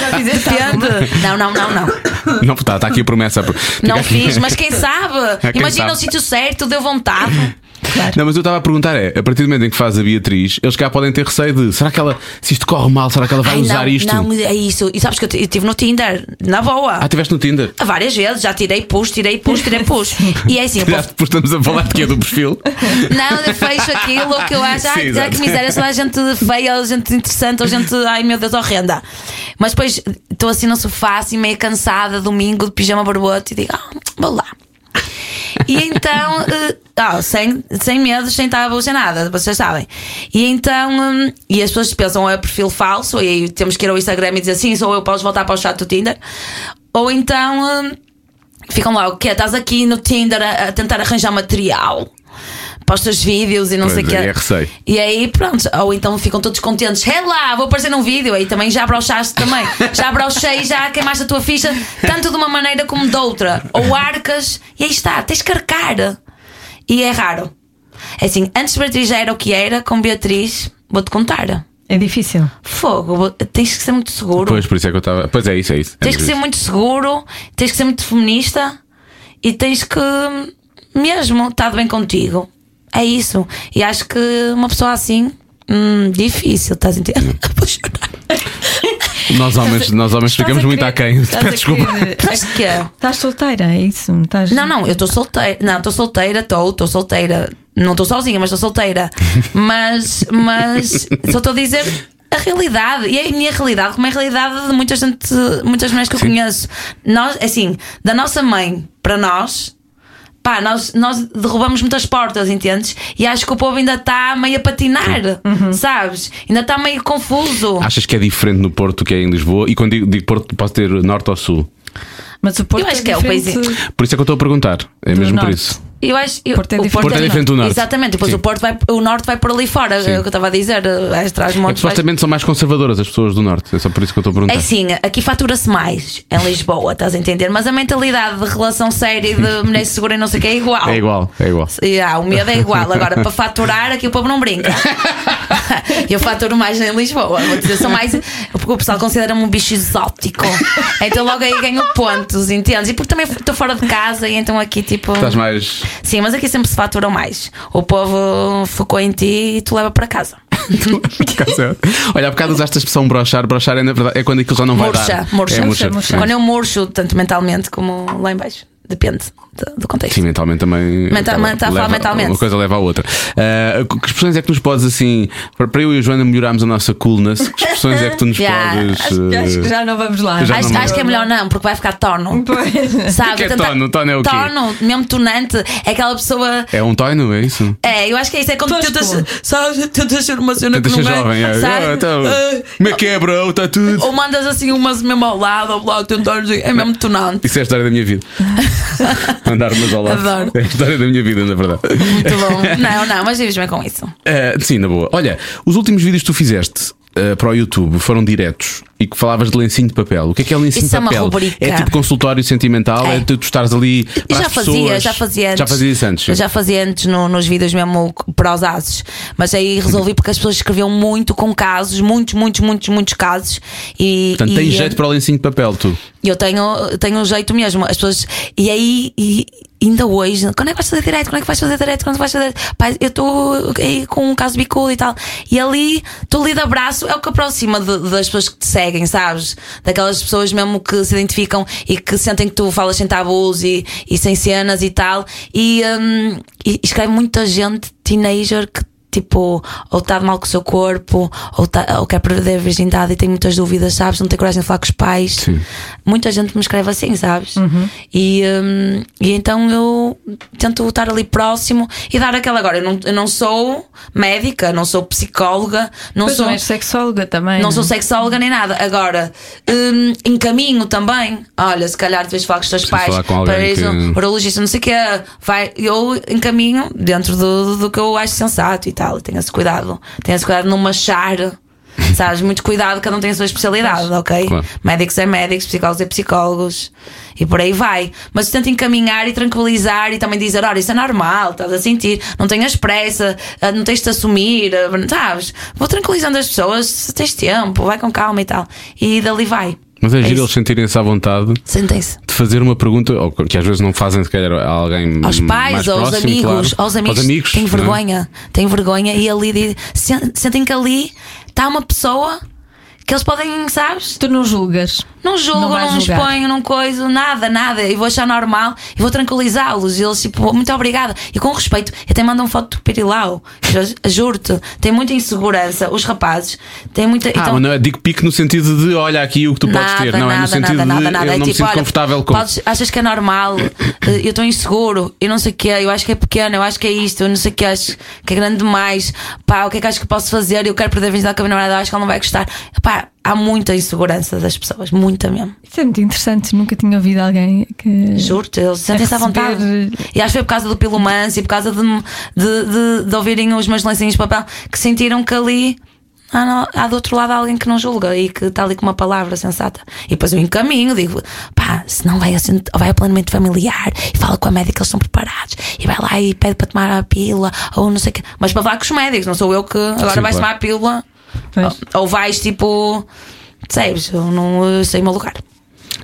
Speaker 3: Já fizeste
Speaker 5: Depende. Não, não, não, não.
Speaker 2: Não, está tá aqui a promessa.
Speaker 5: Não fiz, mas quem sabe?
Speaker 2: Quem
Speaker 5: Imagina
Speaker 2: sabe?
Speaker 5: o sítio certo, deu vontade.
Speaker 2: Não, mas eu estava a perguntar é, a partir do momento em que faz a Beatriz, eles cá podem ter receio de será que ela, se isto corre mal, será que ela vai
Speaker 5: Ai,
Speaker 2: usar
Speaker 5: não,
Speaker 2: isto?
Speaker 5: Não, é isso. E sabes que eu estive no Tinder, na boa.
Speaker 2: Ah, estiveste no Tinder?
Speaker 5: Várias vezes, já tirei pus, tirei pus, tirei pus. E é assim, o povo
Speaker 2: Já depois estamos a falar de quê? Do perfil?
Speaker 5: Não, eu fecho aquilo que eu acho.
Speaker 2: Sim,
Speaker 5: Ai,
Speaker 2: exato.
Speaker 5: que miséria, só há gente feia, ou gente interessante, ou gente, ai meu Deus, horrenda. Mas depois estou assim no sofá, assim meio cansada, domingo, de pijama barboto, e digo, ah, vou lá. E então, eh, ah, sem, sem medo, sem tabu, sem nada, vocês sabem. E então, hum, e as pessoas pensam, ou é perfil falso, e aí temos que ir ao Instagram e dizer sim, sou eu, posso voltar para o chat do Tinder. Ou então. hum, Ficam lá, o quê? Estás aqui no Tinder a, a tentar arranjar material para os teus vídeos e não
Speaker 2: Pois
Speaker 5: sei o
Speaker 2: é,
Speaker 5: quê.
Speaker 2: é receio.
Speaker 5: E aí, pronto. Ou então ficam todos contentes. Hey lá, vou aparecer num vídeo. Aí também já brochaste também. Já brochei, já queimaste a tua ficha, tanto de uma maneira como de outra. Ou arcas, e aí está, tens que arcar. E é raro. É assim, antes de Beatriz já era o que era, com Beatriz, vou-te contar.
Speaker 3: É difícil.
Speaker 5: Fogo, vou- tens que ser muito seguro.
Speaker 2: Pois, por isso é que eu estava. Pois é, isso é isso.
Speaker 5: um- Tens que ser
Speaker 2: isso.
Speaker 5: muito seguro, tens que ser muito feminista e tens que mesmo estar bem contigo. É isso. E acho que uma pessoa assim, hum, difícil, estás a entender? Vou chorar.
Speaker 2: Nós homens, nós homens ficamos muito aquém. Peço desculpa.
Speaker 5: Mas que é?
Speaker 3: Estás solteira, é isso? Estás...
Speaker 5: Não, não, eu estou solteira. Não, estou solteira, estou, estou solteira. Não estou sozinha, mas estou solteira. Mas, mas só estou a dizer a realidade. E é a minha realidade, como é a realidade de muita gente, é muitas mulheres que eu conheço. Nós, assim, da nossa mãe para nós, pá, pá, nós, nós derrubamos muitas portas, entendes? E acho que o povo ainda está meio a patinar,
Speaker 3: Uhum.
Speaker 5: sabes? Ainda está meio confuso.
Speaker 2: Achas que é diferente no Porto do que é em Lisboa? E quando digo, digo Porto, posso ter norte ou sul?
Speaker 3: Mas o Porto
Speaker 5: Eu acho
Speaker 3: é
Speaker 5: que é o
Speaker 3: diferente-
Speaker 5: país-
Speaker 2: Por isso é que eu estou a perguntar. É mesmo por
Speaker 3: norte.
Speaker 2: isso.
Speaker 5: Eu acho, eu,
Speaker 3: Porto é diferente.
Speaker 2: Porto é diferente do norte.
Speaker 5: Exatamente, depois
Speaker 2: Sim.
Speaker 5: o Porto vai, o norte vai por ali fora,
Speaker 2: Sim.
Speaker 5: é o que eu estava a dizer, as traz
Speaker 2: É que
Speaker 5: montes. vai-
Speaker 2: supostamente são mais conservadoras as pessoas do norte. É só por isso que eu estou a perguntar.
Speaker 5: É assim, aqui fatura-se mais em Lisboa, estás a entender? Mas a mentalidade de relação séria e de mulher segura e não sei o que é igual.
Speaker 2: É igual, é igual.
Speaker 5: E, ah, o medo é igual. Agora, para faturar, aqui o povo não brinca. Eu faturo mais em Lisboa. Vou dizer, sou mais. Porque o pessoal considera-me um bicho exótico. Então logo aí ganho pontos, entendes? E porque também estou fora de casa e então aqui tipo.
Speaker 2: Estás mais.
Speaker 5: Sim, mas aqui sempre se faturam mais. O povo focou em ti e tu leva para casa.
Speaker 2: é. Olha, há bocado usaste a expressão brochar. Brochar é, na verdade, é quando aquilo já não vai
Speaker 5: Murcha,
Speaker 2: dar.
Speaker 5: murcha.
Speaker 2: É murcha.
Speaker 3: murcha.
Speaker 2: Sim.
Speaker 5: Quando eu murcho, tanto mentalmente como lá em baixo. Depende do- do contexto.
Speaker 2: Sim, mentalmente também.
Speaker 5: Mental-
Speaker 2: acaba-
Speaker 5: mental-
Speaker 2: leva-
Speaker 5: mentalmente.
Speaker 2: Uma coisa leva à outra. Ah, que expressões é que nos podes, assim, para para eu e a Joana melhorarmos a nossa coolness, que expressões é que tu nos
Speaker 5: Já,
Speaker 2: podes.
Speaker 3: Acho que
Speaker 2: ah,
Speaker 3: já não vamos lá.
Speaker 2: Já
Speaker 5: Acho,
Speaker 2: não- Então,
Speaker 5: acho que é melhor não, porque vai ficar tono. Sabe?
Speaker 2: O que é
Speaker 5: Tentar-
Speaker 2: tono? Tono é o quê?
Speaker 5: Tono, mesmo tonante, é aquela pessoa.
Speaker 2: É um toino, é isso?
Speaker 5: É, eu acho que é isso. É quando
Speaker 3: Tosco.
Speaker 5: tentas, sabes, tentas ser uma cena
Speaker 2: Tenta
Speaker 5: que
Speaker 2: ser
Speaker 5: não é.
Speaker 2: jovem. é.
Speaker 5: sabe?
Speaker 2: Ah, então,
Speaker 5: Ah,
Speaker 2: Como é que é, bro? Está tudo.
Speaker 3: Oh.
Speaker 5: ou mandas assim umas mesmo ao lado, ao bloco, tentando. É mesmo tonante.
Speaker 2: Isso é a história da minha vida. Andar umas ao lado.
Speaker 5: Adoro.
Speaker 2: É a história da minha vida, na verdade.
Speaker 5: Muito bom. Não, não, mas vives bem com isso.
Speaker 2: Ah, sim, na boa. Olha, os últimos vídeos que tu fizeste ah, para o YouTube foram diretos e que falavas de lencinho de papel. O que é que é lencinho
Speaker 5: Isso
Speaker 2: de
Speaker 5: é uma
Speaker 2: papel?
Speaker 5: rubrica.
Speaker 2: É tipo consultório sentimental, é,
Speaker 5: É.
Speaker 2: tu tu estares ali.
Speaker 5: Eu
Speaker 2: Para
Speaker 5: já
Speaker 2: as
Speaker 5: fazia,
Speaker 2: pessoas.
Speaker 5: já fazia antes.
Speaker 2: Já fazia isso antes. sim.
Speaker 5: Eu já fazia antes no- nos vídeos mesmo para os ases. Mas aí resolvi porque as pessoas escreviam muito com casos, muitos, muitos, muitos, muitos casos. E,
Speaker 2: Portanto,
Speaker 5: e
Speaker 2: tens jeito para o lencinho de papel, tu.
Speaker 5: eu tenho, tenho um jeito mesmo. As pessoas. E aí, e ainda hoje, quando é que vais fazer direito? Quando é que vais fazer direito? Quando é que vais fazer. Pá, eu estou aí com um caso bicudo e tal. E ali, estou ali de abraço, é o que aproxima de- das pessoas que te seguem, sabes? Daquelas pessoas mesmo que se identificam e que sentem que tu falas sem tabus e, e sem cenas e tal. E, hum, e escreve muita gente, teenager, que Tipo, ou está mal com o seu corpo, ou, tá, ou quer perder a virgindade e tem muitas dúvidas, sabes? Não tem coragem de falar com os pais. Muita gente me escreve assim, sabes? E, hum, e então eu tento estar ali próximo e dar aquela. Agora, eu não, eu não sou médica, não sou psicóloga, não
Speaker 3: Pois
Speaker 5: sou.
Speaker 3: não és sexóloga também.
Speaker 5: Não é? sou sexóloga nem nada. Agora, hum, encaminho também. Olha, se calhar deves falar com os teus
Speaker 2: Preciso
Speaker 5: pais,
Speaker 2: falar com alguém
Speaker 5: para
Speaker 2: que-
Speaker 5: um urologista, não sei o que. Vai, eu encaminho dentro do, do que eu acho sensato e tal. Tenha-se cuidado. Tenha-se cuidado de não machar. Sabes, muito cuidado, cada um tem a sua especialidade, ok?
Speaker 2: Claro.
Speaker 5: Médicos é médicos, psicólogos é psicólogos e por aí vai. Mas tenta encaminhar e tranquilizar e também dizer: olha, isso é normal, estás a sentir, não tenhas pressa, ah, não tens de te assumir, ah, sabes? Vou tranquilizando as pessoas, se tens tempo, vai com calma e tal. E dali vai.
Speaker 2: Mas é, giro
Speaker 5: isso.
Speaker 2: eles sentirem-se à vontade
Speaker 5: Sentem-se.
Speaker 2: de fazer uma pergunta, ou que às vezes não fazem, se calhar, a alguém.
Speaker 5: Aos
Speaker 2: Hum, mais
Speaker 5: pais, aos,
Speaker 2: próximo,
Speaker 5: amigos,
Speaker 2: claro.
Speaker 5: aos amigos,
Speaker 2: Aos amigos.
Speaker 5: Têm
Speaker 2: não é?
Speaker 5: vergonha, têm vergonha e ali di- sen- sentem que ali está uma pessoa que eles podem, sabes?
Speaker 3: é? Tu não julgas.
Speaker 5: Não julgo,
Speaker 3: Não
Speaker 5: não,
Speaker 3: vais julgar.
Speaker 5: exponho, não coiso, nada, nada. E vou achar normal e vou tranquilizá-los. E eles, tipo, muito obrigada. E com respeito, eu até mandam foto do Pirilau. Ju- Juro-te, tem muita insegurança. Os rapazes têm muita. então,
Speaker 2: Ah, mas não é digo pique no sentido de olha aqui o que tu podes ter, não é no sentido de eu não me sinto
Speaker 5: tipo, olha,
Speaker 2: confortável com.
Speaker 5: podes- achas que é normal? Eh, eu estou inseguro, eu não sei o que eu acho que é pequeno, eu acho que é isto, eu não sei o que acho que é grande demais. Pá, o que é que acho que posso fazer? Eu quero perder a virgindade com a minha namorada, acho que ela não vai gostar. Pá, há muita insegurança das pessoas, muita mesmo.
Speaker 3: Isso é muito interessante. Nunca tinha ouvido alguém que.
Speaker 5: Juro-te, eles É. sentem-se à
Speaker 3: receber-
Speaker 5: vontade. E acho que foi por causa do pilomance e por causa de, de, de, de ouvirem os meus lencinhos de papel que sentiram que ali há, no- há do outro lado alguém que não julga e que está ali com uma palavra sensata. E depois eu encaminho, digo, pá, se não vai, assim, vai ao planeamento familiar e fala com a médica, eles estão preparados e vai lá e pede para tomar a pílula ou não sei o quê. Mas para falar com os médicos, não sou eu que agora
Speaker 2: Sim, claro.
Speaker 5: vais tomar a pílula
Speaker 3: Pois.
Speaker 5: ou, ou vais tipo, sabes, eu não eu sei o meu lugar.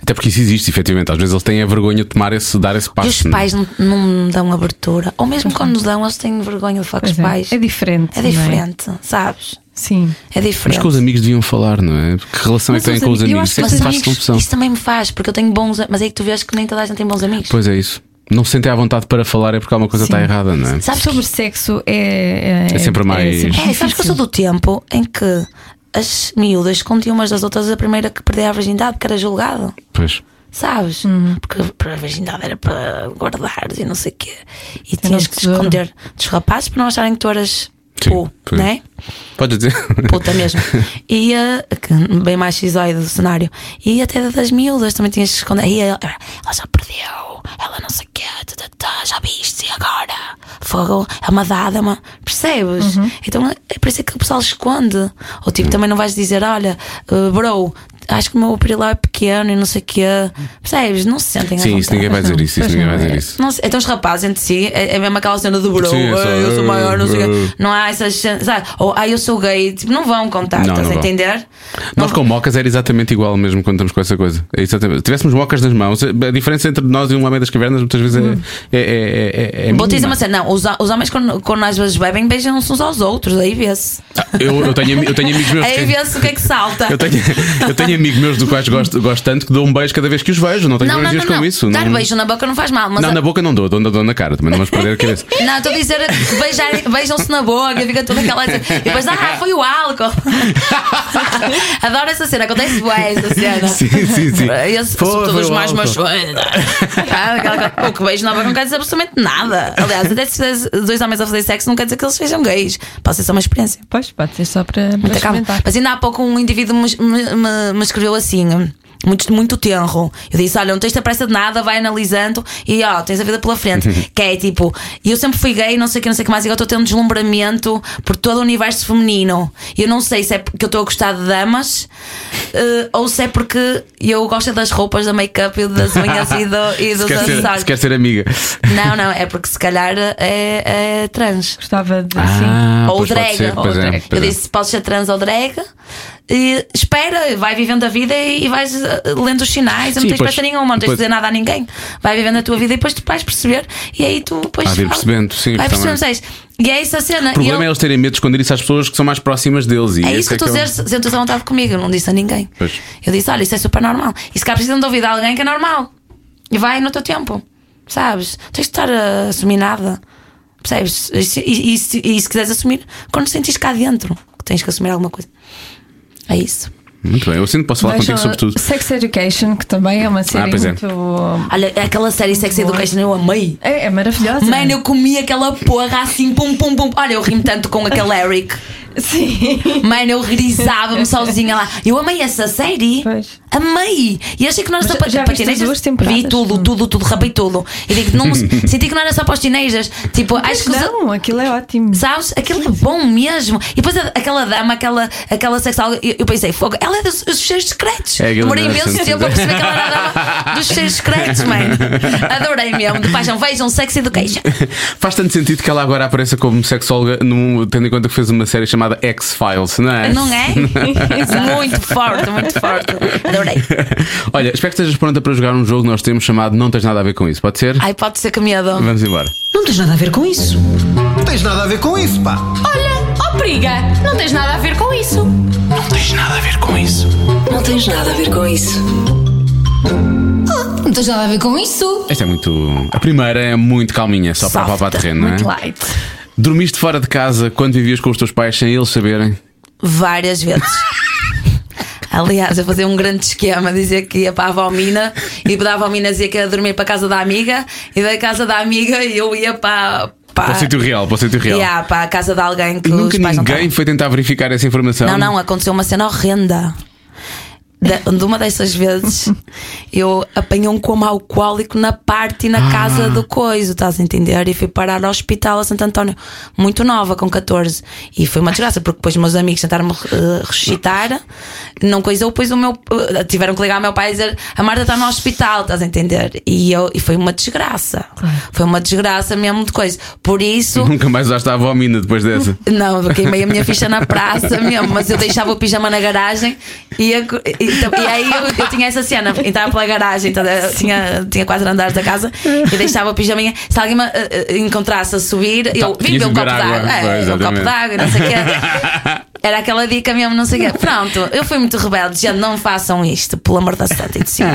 Speaker 2: Até porque isso existe, efetivamente. Às vezes eles têm a vergonha de tomar esse, dar esse passo.
Speaker 5: E os
Speaker 2: não é?
Speaker 5: pais não, não dão abertura. Ou mesmo quando nos dão, eles têm vergonha de falar com os
Speaker 3: Pois é.
Speaker 5: pais.
Speaker 3: É diferente,
Speaker 5: É
Speaker 3: não é?
Speaker 5: diferente, sabes?
Speaker 3: Sim.
Speaker 5: É diferente.
Speaker 2: Mas com os amigos deviam falar, não é? Que relação
Speaker 3: Mas
Speaker 2: é que têm
Speaker 3: os
Speaker 2: com os
Speaker 3: amigos- eu
Speaker 2: amigos?
Speaker 3: acho
Speaker 2: Isso
Speaker 3: que
Speaker 2: é que
Speaker 5: Mas
Speaker 2: me
Speaker 5: os
Speaker 2: faz
Speaker 5: amigos,
Speaker 2: confusão.
Speaker 5: isso também me faz, porque eu tenho bons amigos. Mas é que tu vês que nem toda a gente tem bons amigos.
Speaker 2: Pois é isso. Não se sentem à vontade para falar é porque alguma coisa
Speaker 3: Sim.
Speaker 2: está errada, não é?
Speaker 5: Sabes
Speaker 3: Sobre sexo é.
Speaker 2: É sempre mais-
Speaker 5: É, sabes que eu sou do tempo em que as miúdas escondiam umas das outras a primeira que perdia a virgindade, que era julgado.
Speaker 2: Pois.
Speaker 5: sabes?
Speaker 3: Uhum.
Speaker 5: Porque para a virgindade era para guardares e não sei o quê. E
Speaker 3: Era um
Speaker 5: tinhas que te
Speaker 3: tesouro.
Speaker 5: esconder dos rapazes para não acharem que tu eras
Speaker 2: Sim,
Speaker 5: pu,
Speaker 2: sim.
Speaker 5: né?
Speaker 2: Podes dizer?
Speaker 5: Puta mesmo. E eh, que bem mais xizoide do cenário. E até das miúdas também tinhas que esconder. E ela, ela já perdeu, ela não sei o quê, tá, tá, tá, já viste, e agora? Fogo, é uma dada, é uma... percebes? Então é por isso que o pessoal esconde. Ou tipo, também não vais dizer, olha, eh, bro. Acho que o meu pirilau é pequeno e não sei o quê. Percebes? Não se sentem à
Speaker 2: Sim, isso
Speaker 5: vontade.
Speaker 2: ninguém vai dizer isso. Isso
Speaker 3: Pois
Speaker 2: ninguém
Speaker 3: não
Speaker 2: vai dizer
Speaker 3: é.
Speaker 2: isso.
Speaker 5: Não sei, então os rapazes entre si é, é mesmo aquela cena do bro,
Speaker 2: Sim, é
Speaker 5: "Ei,
Speaker 2: só,
Speaker 5: eu sou maior, não sei o
Speaker 2: eh,
Speaker 5: quê. Não há essas cenas, sabe? Ou ah, eu sou gay, tipo, não vão contar,
Speaker 2: Não,
Speaker 5: estás
Speaker 2: não
Speaker 5: a
Speaker 2: vão.
Speaker 5: entender?
Speaker 2: Nós com mocas era exatamente igual mesmo quando estamos com essa coisa. É exatamente. Se tivéssemos mocas nas mãos, a diferença entre nós e um homem das cavernas muitas vezes é. é, é, é, é
Speaker 5: Vou te dizer
Speaker 2: mínima.
Speaker 5: uma cena, não, os, os homens quando, quando às vezes bebem, beijam-se uns aos outros, aí vê-se.
Speaker 2: Ah, eu, eu tenho, ami- eu tenho amigos meus.
Speaker 5: Aí
Speaker 2: que-
Speaker 5: vê-se o que é que salta.
Speaker 2: Eu tenho, eu tenho amigos meus do quais gosto, gosto tanto que dou um beijo cada vez que os vejo. Não tenho
Speaker 5: Não, não,
Speaker 2: alergias
Speaker 5: não,
Speaker 2: com
Speaker 5: não.
Speaker 2: isso.
Speaker 5: Dar
Speaker 2: não,
Speaker 5: beijo na boca não faz mal, mas.
Speaker 2: não, na boca não dou, dou, dou, dou na cara. Também não vamos perder a cabeça.
Speaker 5: Não, estou a dizer, beijarem- beijam-se na boca, fica toda aquela. E depois, ah, foi o álcool. Adoro essa cena, acontece bem essa cena.
Speaker 2: Sim, sim, sim.
Speaker 5: Esse,
Speaker 2: Foi,
Speaker 5: sobretudo
Speaker 2: foi
Speaker 5: os
Speaker 2: o
Speaker 5: mais
Speaker 2: álcool.
Speaker 5: machões. Ah, aquela coisa, Pô, que beijo na boca não quer dizer absolutamente nada. Aliás, até se fizeres dois homens a fazer sexo, não quer dizer que eles sejam gays. Pode ser só uma experiência.
Speaker 3: Pois, pode ser só para, para
Speaker 5: Acaba.
Speaker 3: experimentar.
Speaker 5: Então, Mas ainda há pouco um indivíduo me, me- me- me escreveu assim. Muito, muito tenro. Eu disse: Olha, não tens pressa de nada, vai analisando e ó, tens a vida pela frente. que é tipo, e eu sempre fui gay, não sei o que, não sei o que mais, e agora estou a ter um deslumbramento por todo o universo feminino. E eu não sei se é porque eu estou a gostar de damas eh, ou se é porque eu gosto é das roupas, da make-up e das unhas e, do, e
Speaker 2: Se
Speaker 5: dos
Speaker 2: quer, ser, se
Speaker 5: acessórios.
Speaker 2: quer ser amiga.
Speaker 5: Não, não, é porque se calhar é, é trans
Speaker 3: Gostava de.
Speaker 2: Ah,
Speaker 5: ou
Speaker 2: pois pode
Speaker 5: drag.
Speaker 2: ser,
Speaker 5: Ou
Speaker 2: pois é,
Speaker 5: drag.
Speaker 2: pois
Speaker 5: eu
Speaker 2: é.
Speaker 5: disse: podes ser trans ou drag. E espera, vai vivendo a vida e, e vais eh, lendo os sinais. Eu
Speaker 2: Sim,
Speaker 5: não tens
Speaker 2: pois-
Speaker 5: pressa nenhuma, não tens
Speaker 2: pois-
Speaker 5: de dizer nada a ninguém. Vai vivendo a tua vida e depois tu vais perceber. E aí tu depois.
Speaker 2: Vai vir percebendo, sim,
Speaker 5: Vai percebendo,
Speaker 2: também.
Speaker 5: sabes? E é essa a cena.
Speaker 2: O problema
Speaker 5: E
Speaker 2: é
Speaker 5: eu-
Speaker 2: eles terem medo de esconder isso às pessoas que são mais próximas deles. E
Speaker 5: é
Speaker 2: esse
Speaker 5: isso que tu
Speaker 2: é
Speaker 5: dizes, sentes à vontade comigo. Eu não disse a ninguém.
Speaker 2: Pois.
Speaker 5: Eu disse: olha, isso é super normal. E se cá precisam de ouvir de alguém que é normal. E vai no teu tempo. Sabes? Tens de estar a assumir nada. Percebes? E, se- e, e, se- e se quiseres assumir, quando sentires cá dentro que tens que assumir alguma coisa. É isso.
Speaker 2: Muito bem, eu sinto que posso falar
Speaker 3: Vejam
Speaker 2: contigo sobre tudo.
Speaker 3: a Sex Education, que também é uma série
Speaker 2: pois é.
Speaker 3: muito.
Speaker 5: Olha, é aquela série Sex Education eu amei.
Speaker 3: É, é maravilhosa.
Speaker 5: Mano, eu comi aquela porra assim, pum, pum, pum. Olha, eu rimo tanto com aquele Eric.
Speaker 3: Sim.
Speaker 5: Mano, eu risava-me sozinha lá. Eu amei essa série.
Speaker 3: Pois.
Speaker 5: Amei! E achei que não era
Speaker 3: Mas
Speaker 5: só para
Speaker 3: já
Speaker 5: para
Speaker 3: viste as
Speaker 5: teenagers.
Speaker 3: duas temporadas?
Speaker 5: Vi tudo,
Speaker 3: Hum.
Speaker 5: tudo, tudo, rapei tudo. E digo, não, senti que não era só para os teenagers. Tipo, acho que os-
Speaker 3: Não, aquilo é ótimo.
Speaker 5: Sabes? Aquilo é bom mesmo. E depois a- aquela dama, aquela, aquela sexual, eu, eu pensei, fogo, ela é dos, dos cheiros secretos.
Speaker 2: É, aquilo
Speaker 5: Demorei
Speaker 2: não era
Speaker 5: imenso
Speaker 2: assim,
Speaker 5: tempo
Speaker 2: não
Speaker 5: para
Speaker 2: é?
Speaker 5: perceber que ela era a dama dos cheiros secretos, mano. Adorei mesmo. De paixão, vejam Sex Education.
Speaker 2: Faz tanto sentido que ela agora apareça como sexóloga, num- tendo em conta que fez uma série chamada X-Files, não é?
Speaker 5: Não é? muito forte, muito forte. Adorei.
Speaker 2: Olha, espero que estejas pronta para jogar um jogo que nós temos chamado Não Tens Nada a Ver com Isso, pode ser?
Speaker 5: Ai, pode ser que medo.
Speaker 2: Vamos embora.
Speaker 1: Não tens nada a ver com isso.
Speaker 6: Não tens nada a ver com isso, pá.
Speaker 7: Olha, ó periga, não tens nada a ver com isso.
Speaker 6: Não tens nada a ver com isso.
Speaker 1: Não tens nada a ver com isso.
Speaker 7: Não tens nada a ver com isso.
Speaker 2: Esta é muito. A primeira é muito calminha, só para
Speaker 5: Soft,
Speaker 2: papar terreno, não é?
Speaker 3: Muito light.
Speaker 2: Dormiste fora de casa quando vivias com os teus pais sem eles saberem?
Speaker 5: Várias vezes. Aliás, eu fazia um grande esquema, dizia que ia para a Valmina e da Valmina dizia que ia dormir para a casa da amiga e da casa da amiga eu ia para. Para,
Speaker 2: Para o sítio real, para o sítio real.
Speaker 5: Ah, Yeah, para a casa de alguém que
Speaker 2: E
Speaker 5: os
Speaker 2: nunca
Speaker 5: pais não
Speaker 2: ninguém
Speaker 5: estavam.
Speaker 2: foi tentar verificar essa informação.
Speaker 5: Não, não, aconteceu uma cena horrenda. De, de uma dessas vezes eu apanhei um coma alcoólico na parte e na casa do coiso, estás a entender? E fui parar ao hospital a Santo António, muito nova, com 14. E foi uma desgraça, porque depois meus amigos tentaram-me eh, ressuscitar, não coisou, pois o meu. eh, tiveram que ligar ao meu pai e dizer: A Marta está no hospital, estás a entender? E, eu, e foi uma desgraça. Foi uma desgraça mesmo de coisa. Por isso.
Speaker 2: Nunca mais usaste a vomina depois dessa.
Speaker 5: Não, eu queimei a minha ficha na praça mesmo, mas eu deixava o pijama na garagem e, a- e, então, e aí eu, eu tinha essa cena, entrava pela garagem, então eu tinha, tinha quatro andares da casa e deixava o pijaminha. Se alguém me eh, eh, encontrasse a subir, eu
Speaker 2: Então,
Speaker 5: vim
Speaker 2: tinhas
Speaker 5: ver um
Speaker 2: de
Speaker 5: copo
Speaker 2: beber água,
Speaker 5: d'água.
Speaker 2: pois,
Speaker 5: É, um copo
Speaker 2: exatamente.
Speaker 5: d'água, não sei o quê. Era aquela dica mesmo, não sei o quê. Pronto, eu fui muito rebelde, gente, não façam isto, pelo amor da santa e do Senhor.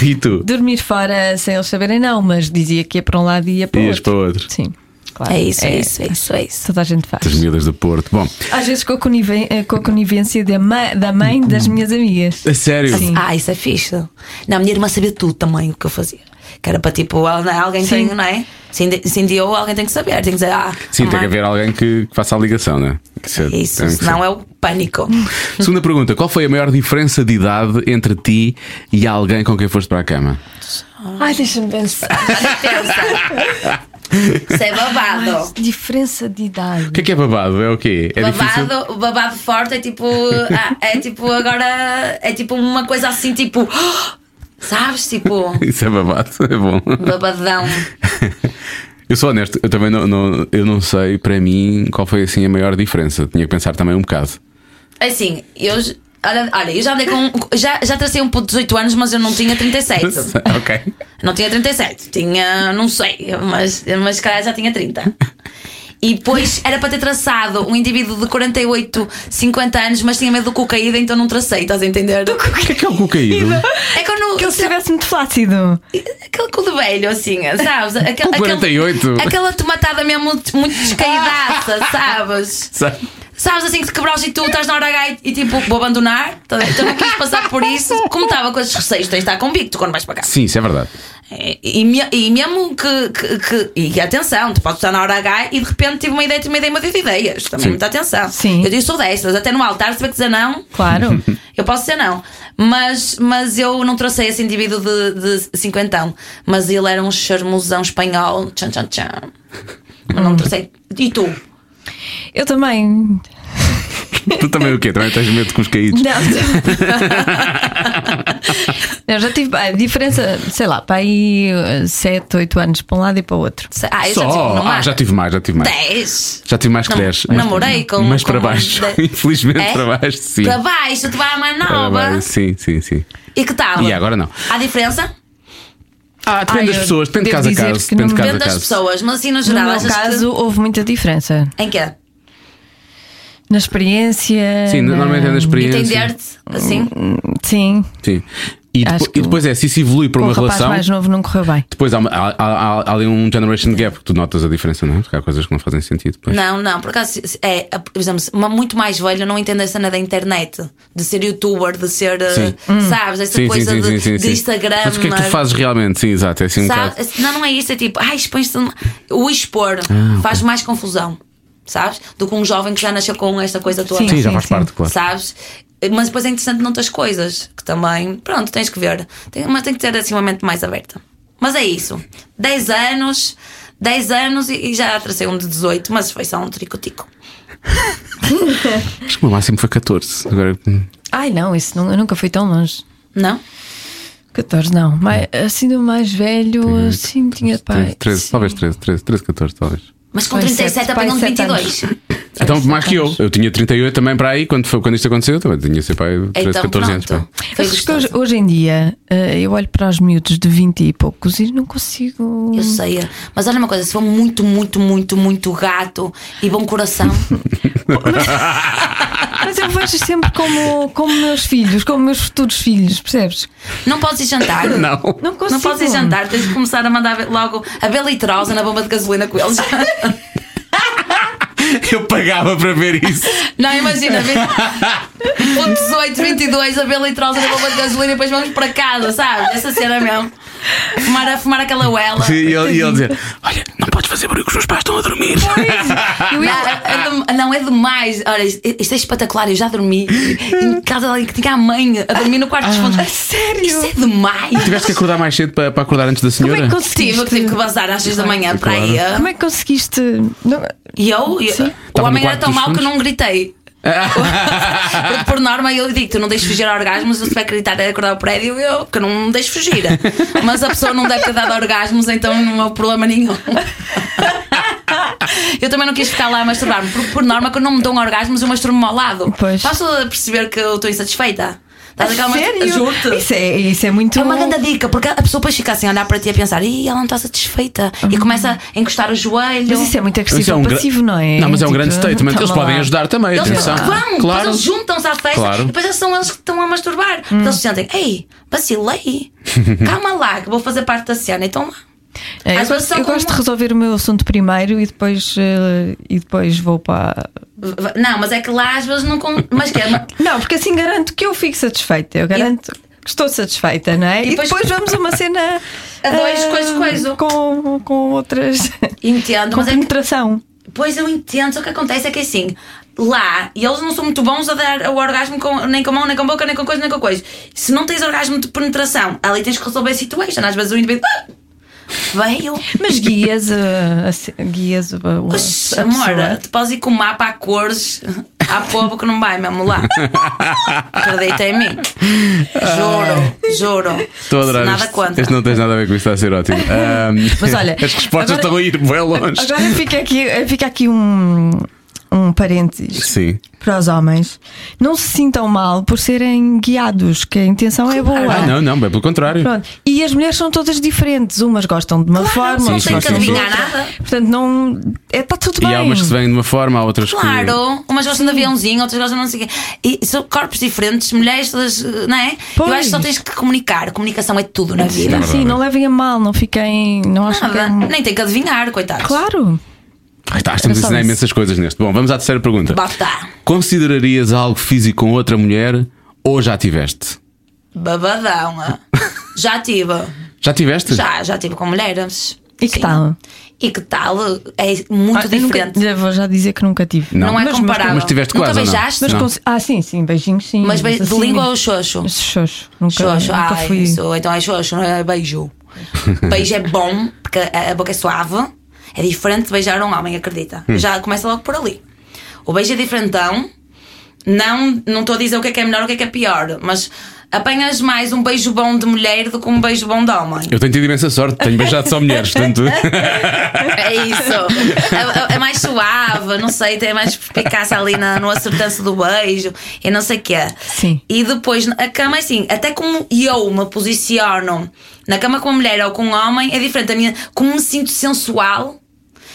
Speaker 2: e tu?
Speaker 3: Dormir fora sem eles saberem, não, mas dizia que ia para um lado e ia para o
Speaker 2: Ias
Speaker 3: outro.
Speaker 2: para outro.
Speaker 3: Sim.
Speaker 8: claro.
Speaker 5: É isso, é isso, é isso, é isso.
Speaker 8: Toda a gente
Speaker 2: As
Speaker 8: faz.
Speaker 2: miúdas do Porto. Bom,
Speaker 3: Às vezes com a, coniven- eh, com a conivência da ma- da mãe das minhas amigas.
Speaker 2: a sério.
Speaker 3: Sim.
Speaker 5: Ah, isso é fixe. Não, a minha irmã sabia tudo também o que eu fazia. Que era para tipo, ela- alguém
Speaker 3: Sim.
Speaker 5: tem, não é? Se indi- se indiou, alguém tem que saber. Tem que dizer, ah,
Speaker 2: Sim, tem que
Speaker 5: mamãe,
Speaker 2: haver alguém que que faça a ligação, né? Isso,
Speaker 5: é Isso, senão é o pânico.
Speaker 2: Segunda pergunta: qual foi a maior diferença de idade entre ti e alguém com quem foste para a cama?
Speaker 3: Ai, deixa-me pensar.
Speaker 5: Isso é babado.
Speaker 3: Mas diferença de idade.
Speaker 2: O que é que é babado? É o quê? É difícil?
Speaker 5: babado, babado forte é tipo. ah, é tipo agora. É tipo uma coisa assim, tipo. Sabes? Tipo.
Speaker 2: Isso é babado, é bom.
Speaker 5: Babadão.
Speaker 2: Eu sou honesto, eu também não, não- eu não sei para mim qual foi assim a maior diferença. Tinha que pensar também um bocado.
Speaker 5: Assim, eu. j- Olha, olha, eu já andei com. Já, já tracei um puto de 18 anos, mas eu não tinha 37.
Speaker 2: ok.
Speaker 5: Não tinha 37, tinha, não sei, mas, mas se calhar já tinha 30. E depois era para ter traçado um indivíduo de 48, 50 anos, mas tinha medo do cu caído, então não tracei, estás a entender?
Speaker 2: O que é que é o cu caído?
Speaker 5: É que eu não.
Speaker 3: Que ele estivesse muito flácido.
Speaker 5: Aquele cu de velho, assim, sabes? Aquele,
Speaker 2: Com 48.
Speaker 5: Aquele, aquela tomatada mesmo muito, muito descaidaça,
Speaker 2: Ah.
Speaker 5: sabes?
Speaker 2: Sabe?
Speaker 5: Sabes assim que te quebras e tu estás na hora H e, e tipo, vou abandonar. Então não quis passar por isso. Como estava com esses receios, tens de estar convicto quando vais para casa.
Speaker 2: Sim, isso é verdade.
Speaker 5: É, E, me- e mesmo que, que, que- E atenção, tu podes estar na hora H e de repente tive uma ideia, tive uma ideia, uma ideia de ideias. Também é
Speaker 2: Sim.
Speaker 5: muita atenção.
Speaker 3: Sim.
Speaker 5: Eu disse, sou destas, até no altar, se tiver que dizer não,
Speaker 3: Claro.
Speaker 5: eu posso dizer não. Mas, mas eu não trouxe esse indivíduo de, de cinquentão. Mas ele era um charmosão espanhol. Tchan, tchan, tchan. Mas não trouxe. E tu?
Speaker 3: Eu também.
Speaker 2: Tu também o quê? Também tens medo de cus caídos?
Speaker 3: Não. Eu já tive a diferença, sei lá, para aí 7, 8 anos para um lado e para o outro.
Speaker 5: Ah, eu já
Speaker 2: Só?
Speaker 5: tive numa.
Speaker 2: ah, já tive mais, já tive mais.
Speaker 5: 10.
Speaker 2: Já tive mais que
Speaker 5: Nam-
Speaker 2: 10.
Speaker 5: namorei com-
Speaker 2: Mas para
Speaker 5: com-
Speaker 2: baixo.
Speaker 5: de-
Speaker 2: Infelizmente
Speaker 5: É?
Speaker 2: para baixo, sim.
Speaker 5: Para baixo, tu vai à mais
Speaker 2: Para
Speaker 5: nova.
Speaker 2: baixo, Sim, sim, sim.
Speaker 5: E que tal?
Speaker 2: E agora não.
Speaker 5: Há diferença?
Speaker 2: Ah, depende
Speaker 3: Ai,
Speaker 2: das
Speaker 3: eu
Speaker 2: pessoas, depende de
Speaker 3: devo
Speaker 2: casa a
Speaker 3: dizer
Speaker 2: caso.
Speaker 3: que
Speaker 2: Depende de
Speaker 3: não-
Speaker 2: casa a
Speaker 5: Depende das
Speaker 2: caso.
Speaker 5: pessoas, mas assim no
Speaker 3: No
Speaker 5: geral,
Speaker 3: meu
Speaker 5: achas que-
Speaker 3: caso, houve muita diferença.
Speaker 5: Em é? quê?
Speaker 3: Na experiência.
Speaker 2: Sim,
Speaker 3: na-
Speaker 2: normalmente é na experiência.
Speaker 5: Entender-te assim?
Speaker 2: uh,
Speaker 3: Sim.
Speaker 2: Sim. E,
Speaker 3: Acho
Speaker 2: depo-
Speaker 3: que
Speaker 2: e depois é, se isso evolui para
Speaker 3: Com
Speaker 2: uma
Speaker 3: o rapaz
Speaker 2: relação.
Speaker 3: mais novo não correu bem.
Speaker 2: Depois há, uma- há- há- há ali um generation gap que tu notas a diferença, não é? Porque há coisas que não fazem sentido. Pois.
Speaker 5: Não, não, por acaso é, a- por exemplo, uma muito mais velha não entende a cena da internet, de ser youtuber, de ser, eh,
Speaker 2: Sim.
Speaker 3: Hum.
Speaker 5: sabes, essa coisa de, de Instagram. eh,
Speaker 2: Mas o que é que tu fazes realmente? Sim, exato. É assim um
Speaker 5: sabe?
Speaker 2: bocado.
Speaker 5: Não, não é isso, é tipo, ai, expões-te. numa- O expor
Speaker 2: Ah,
Speaker 5: faz mais confusão, sabes? Do que um jovem que já nasceu com esta coisa toda.
Speaker 3: Sim,
Speaker 2: Sim, já
Speaker 3: sim,
Speaker 2: faz
Speaker 3: sim.
Speaker 2: parte, claro.
Speaker 5: Sabes? Mas depois é interessante noutras coisas que também, pronto, tens que ver. Tem- mas tem que ter assim uma mente mais aberta. Mas é isso. 10 anos, 10 anos e, e já tracei um de 18, mas foi só um tricotico.
Speaker 2: Acho que o meu máximo foi 14. Agora, hum,
Speaker 3: Ai não, isso não, eu nunca fui tão longe.
Speaker 5: Não?
Speaker 3: 14 não. Mas, assim do mais velho, assim tinha pai.
Speaker 2: 13, talvez 13, 13, 13, 14, talvez.
Speaker 5: Mas com
Speaker 3: Pai,
Speaker 5: 37
Speaker 3: sete-
Speaker 5: apanham de
Speaker 3: pai, sete
Speaker 5: 22.
Speaker 2: Então, mais que eu. Eu tinha 38 também para aí quando, foi, quando isto aconteceu. Também tinha ser para aí 13,
Speaker 5: Então
Speaker 2: 14 anos.
Speaker 5: pronto.
Speaker 2: pá.
Speaker 5: Foi
Speaker 3: Acho que hoje,
Speaker 5: gostoso.
Speaker 3: hoje em dia eh, eu olho para os miúdos de 20 e poucos e não consigo.
Speaker 5: Eu sei, mas olha uma coisa, se for muito, muito, muito, muito gato e bom coração,
Speaker 3: Mas eu vejo sempre como, como meus filhos, como meus futuros filhos, percebes?
Speaker 5: não podes ir jantar.
Speaker 2: Não.
Speaker 3: Não consigo.
Speaker 5: Não podes ir jantar, tens de começar a mandar logo a Bela e Trosa na bomba de gasolina com eles.
Speaker 2: Eu pagava para ver isso.
Speaker 5: Não, imagina, vinte- com 18, 22, a Bela e Trosa na bomba de gasolina e depois vamos para casa, sabes? Essa cena mesmo. Fumar, a- fumar aquela uela.
Speaker 2: Sim, e ele, e ele dizia: Olha, não podes fazer barulho que os meus pais estão a dormir. Ah,
Speaker 5: Não, é de- não, é demais. Olha, isto isto é espetacular. Eu já dormi em casa de alguém que tinha a mãe a dormir no quarto dos fundos. A
Speaker 3: Ah.
Speaker 5: sério? Isto é demais.
Speaker 2: Tiveste que acordar mais cedo para, para acordar antes da senhora?
Speaker 3: Como é que conseguiste?
Speaker 5: Tive, eu tive que bazar às 6 da manhã para aí.
Speaker 3: Como é que conseguiste? Não-
Speaker 5: E eu, eu- o
Speaker 2: Tava no
Speaker 5: homem era
Speaker 2: quarto
Speaker 5: tão
Speaker 2: dos
Speaker 5: mau que eu
Speaker 2: fundos?
Speaker 5: não gritei. Porque por norma eu digo, tu não deixes fugir a orgasmos, eu se vai gritar é acordar o prédio, eu que não deixo fugir. Mas a pessoa não deve ter dado orgasmos, então não há problema nenhum. Eu também não quis ficar lá a masturbar-me, porque por norma quando não me dão orgasmos eu masturbo-me ao lado.
Speaker 3: Pois.
Speaker 5: Faço a perceber que eu estou insatisfeita.
Speaker 3: Tá
Speaker 5: Estás aquela mas- Juro-te.
Speaker 3: Isso é, isso é muito.
Speaker 5: É uma grande dica, porque a pessoa depois fica assim a olhar para ti a pensar, ih, ela não está satisfeita. E começa a encostar o joelho.
Speaker 3: Uhum. Mas isso é muito agressivo,
Speaker 2: Isso é um gra-
Speaker 3: passivo, não é?
Speaker 2: Não, mas é um
Speaker 3: Tipo,
Speaker 2: grande statement.
Speaker 3: toma
Speaker 2: Eles podem
Speaker 3: lá.
Speaker 2: ajudar também.
Speaker 5: Eles
Speaker 2: atenção.
Speaker 5: vão, depois
Speaker 2: claro.
Speaker 5: eles juntam-se à festa
Speaker 2: Claro.
Speaker 5: e depois são eles que estão a masturbar. Porque Eles se sentem, ei, vacilei, calma lá, que vou fazer parte da cena, então lá.
Speaker 3: É, eu
Speaker 5: Às
Speaker 3: gosto,
Speaker 5: vezes só
Speaker 3: eu
Speaker 5: com
Speaker 3: gosto de
Speaker 5: uma-
Speaker 3: resolver o meu assunto primeiro e depois, eh, e depois vou para.
Speaker 5: V- v- Não, mas é que lá às vezes não. con- Mas que é. ma-
Speaker 3: Não, porque assim garanto que eu fico satisfeita. Eu garanto que estou satisfeita, não é? E,
Speaker 5: E
Speaker 3: depois,
Speaker 5: depois-
Speaker 3: vamos a uma cena.
Speaker 5: A dois,
Speaker 3: ah,
Speaker 5: coisa, coisa.
Speaker 3: Com, com outras.
Speaker 5: Entendo,
Speaker 3: com
Speaker 5: mas é que
Speaker 3: penetração.
Speaker 5: Pois eu entendo, só que acontece é que assim, lá, e eles não são muito bons a dar o orgasmo com- nem com mão, nem com boca, nem com coisa, nem com coisa. Se não tens orgasmo de penetração, ali tens que resolver a situação. Às vezes o indivíduo. "Ah, Veio.
Speaker 3: Mas guias, ah, assim, guias ah, o-
Speaker 5: Oxe,
Speaker 3: a pessoa.
Speaker 5: amora, tu podes ir com o mapa a cores à povo que não vai mesmo lá. Acredita em mim.
Speaker 3: Ah.
Speaker 5: Juro, juro.
Speaker 2: Estou a adorar.
Speaker 5: Nada
Speaker 2: isto.
Speaker 5: contra.
Speaker 2: Este não tens nada a ver com isto, está a ser ótimo. Ahm,
Speaker 3: Mas olha,
Speaker 2: as respostas
Speaker 3: agora-
Speaker 2: estão a ir bem longe.
Speaker 3: Agora fica aqui, fica aqui um, um parênteses.
Speaker 2: Sim.
Speaker 3: para os homens não se sintam mal por serem guiados, que a intenção é boa.
Speaker 2: Ah, não, não, bem pelo contrário.
Speaker 3: Pronto. E as mulheres são todas diferentes, umas gostam de uma forma,
Speaker 5: não
Speaker 3: outras
Speaker 5: tem que
Speaker 3: gostam de
Speaker 5: adivinhar
Speaker 3: outra.
Speaker 5: nada.
Speaker 3: Portanto, não é, está tudo
Speaker 2: E
Speaker 3: bem.
Speaker 2: há umas que se vêm de uma forma, há outras que.
Speaker 5: Claro, umas gostam de aviãozinho, outras gostam de não sei o quê. E são corpos diferentes, mulheres, todas, não é?
Speaker 3: Pois.
Speaker 5: Eu acho que só tens que comunicar. Comunicação é tudo na vida.
Speaker 3: Sim, sim, não
Speaker 2: é?
Speaker 3: levem a mal, não fiquem, não achem que é
Speaker 5: Nada.
Speaker 3: um-
Speaker 5: Nem tem que adivinhar, coitados.
Speaker 3: Claro.
Speaker 2: Ai, tá, estamos a
Speaker 3: Era só
Speaker 2: ensinar
Speaker 3: isso.
Speaker 2: imensas coisas neste. Bom, vamos à terceira pergunta.
Speaker 5: Bata.
Speaker 2: Considerarias algo físico com outra mulher ou já tiveste?
Speaker 5: Babadão. ah. Já tive.
Speaker 2: Já tiveste?
Speaker 5: Já, já tive com mulheres.
Speaker 3: E que
Speaker 5: Sim.
Speaker 3: tal?
Speaker 5: E que tal? É
Speaker 3: Ah,
Speaker 5: muito
Speaker 3: eu nunca-
Speaker 5: diferente.
Speaker 3: já vou já dizer que nunca tive.
Speaker 2: Não.
Speaker 5: Não, é
Speaker 2: Mas- mas-
Speaker 5: comparável.
Speaker 2: mas tiveste
Speaker 5: Nunca
Speaker 2: quase, ou não?
Speaker 5: beijaste?
Speaker 3: Mas
Speaker 2: Não.
Speaker 3: cons- Ah, sim, sim, beijinhos sim.
Speaker 5: Mas be- de
Speaker 3: assim-
Speaker 5: língua ou xoxo?
Speaker 3: Xoxo, nunca,
Speaker 5: Xoxo,
Speaker 3: nunca
Speaker 5: ah,
Speaker 3: fui.
Speaker 5: isso. Então é xoxo, não é beijo. Beijo é bom, porque a, a boca é suave. É diferente de beijar um homem, acredita.
Speaker 2: Hum.
Speaker 5: Já começa logo por ali. O beijo é diferentão. Não não estou a dizer o que é que é melhor o que é que é pior, mas apanhas mais um beijo bom de mulher do que um beijo bom de homem.
Speaker 2: Eu tenho tido imensa sorte, tenho beijado só mulheres, portanto.
Speaker 5: É isso. É, é- é mais suave, não sei, tem mais perspicácia ali na, no acertanço do beijo e não sei o quê.
Speaker 3: Sim.
Speaker 5: E depois, a cama, assim, até como eu me posiciono na cama com uma mulher ou com um homem, é diferente. A minha, como me sinto sensual.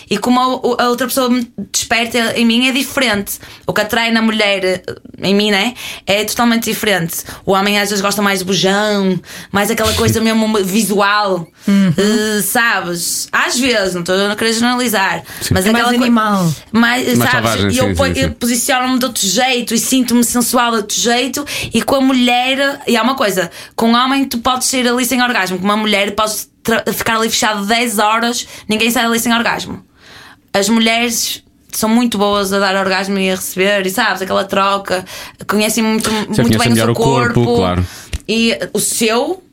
Speaker 5: E como a, o- a outra pessoa me desperta em mim é diferente. O que atrai na mulher, eh, em mim, né? É totalmente diferente. O homem às vezes gosta mais de bujão, mais aquela coisa mesmo visual.
Speaker 3: Uhum.
Speaker 5: eh, sabes? Às vezes, não estou a querer generalizar. Mas
Speaker 3: É mais
Speaker 5: aquela coi-
Speaker 3: animal.
Speaker 5: Mais, eh,
Speaker 2: Mais
Speaker 5: sabes?
Speaker 2: selvagem,
Speaker 5: e
Speaker 2: sim,
Speaker 5: eu,
Speaker 2: sim,
Speaker 5: ponho-
Speaker 2: sim.
Speaker 5: eu posiciono-me de outro jeito e sinto-me sensual de outro jeito. E com a mulher, e há uma coisa: com um homem tu podes sair ali sem orgasmo, com uma mulher podes tra- ficar ali fechado 10 horas, ninguém sai ali sem orgasmo. As mulheres são muito boas a dar orgasmo e a receber, e sabes, aquela troca, conhecem muito, muito
Speaker 2: conhecem
Speaker 5: bem o
Speaker 2: melhor
Speaker 5: seu
Speaker 2: o corpo, claro.
Speaker 5: e eh, o seu.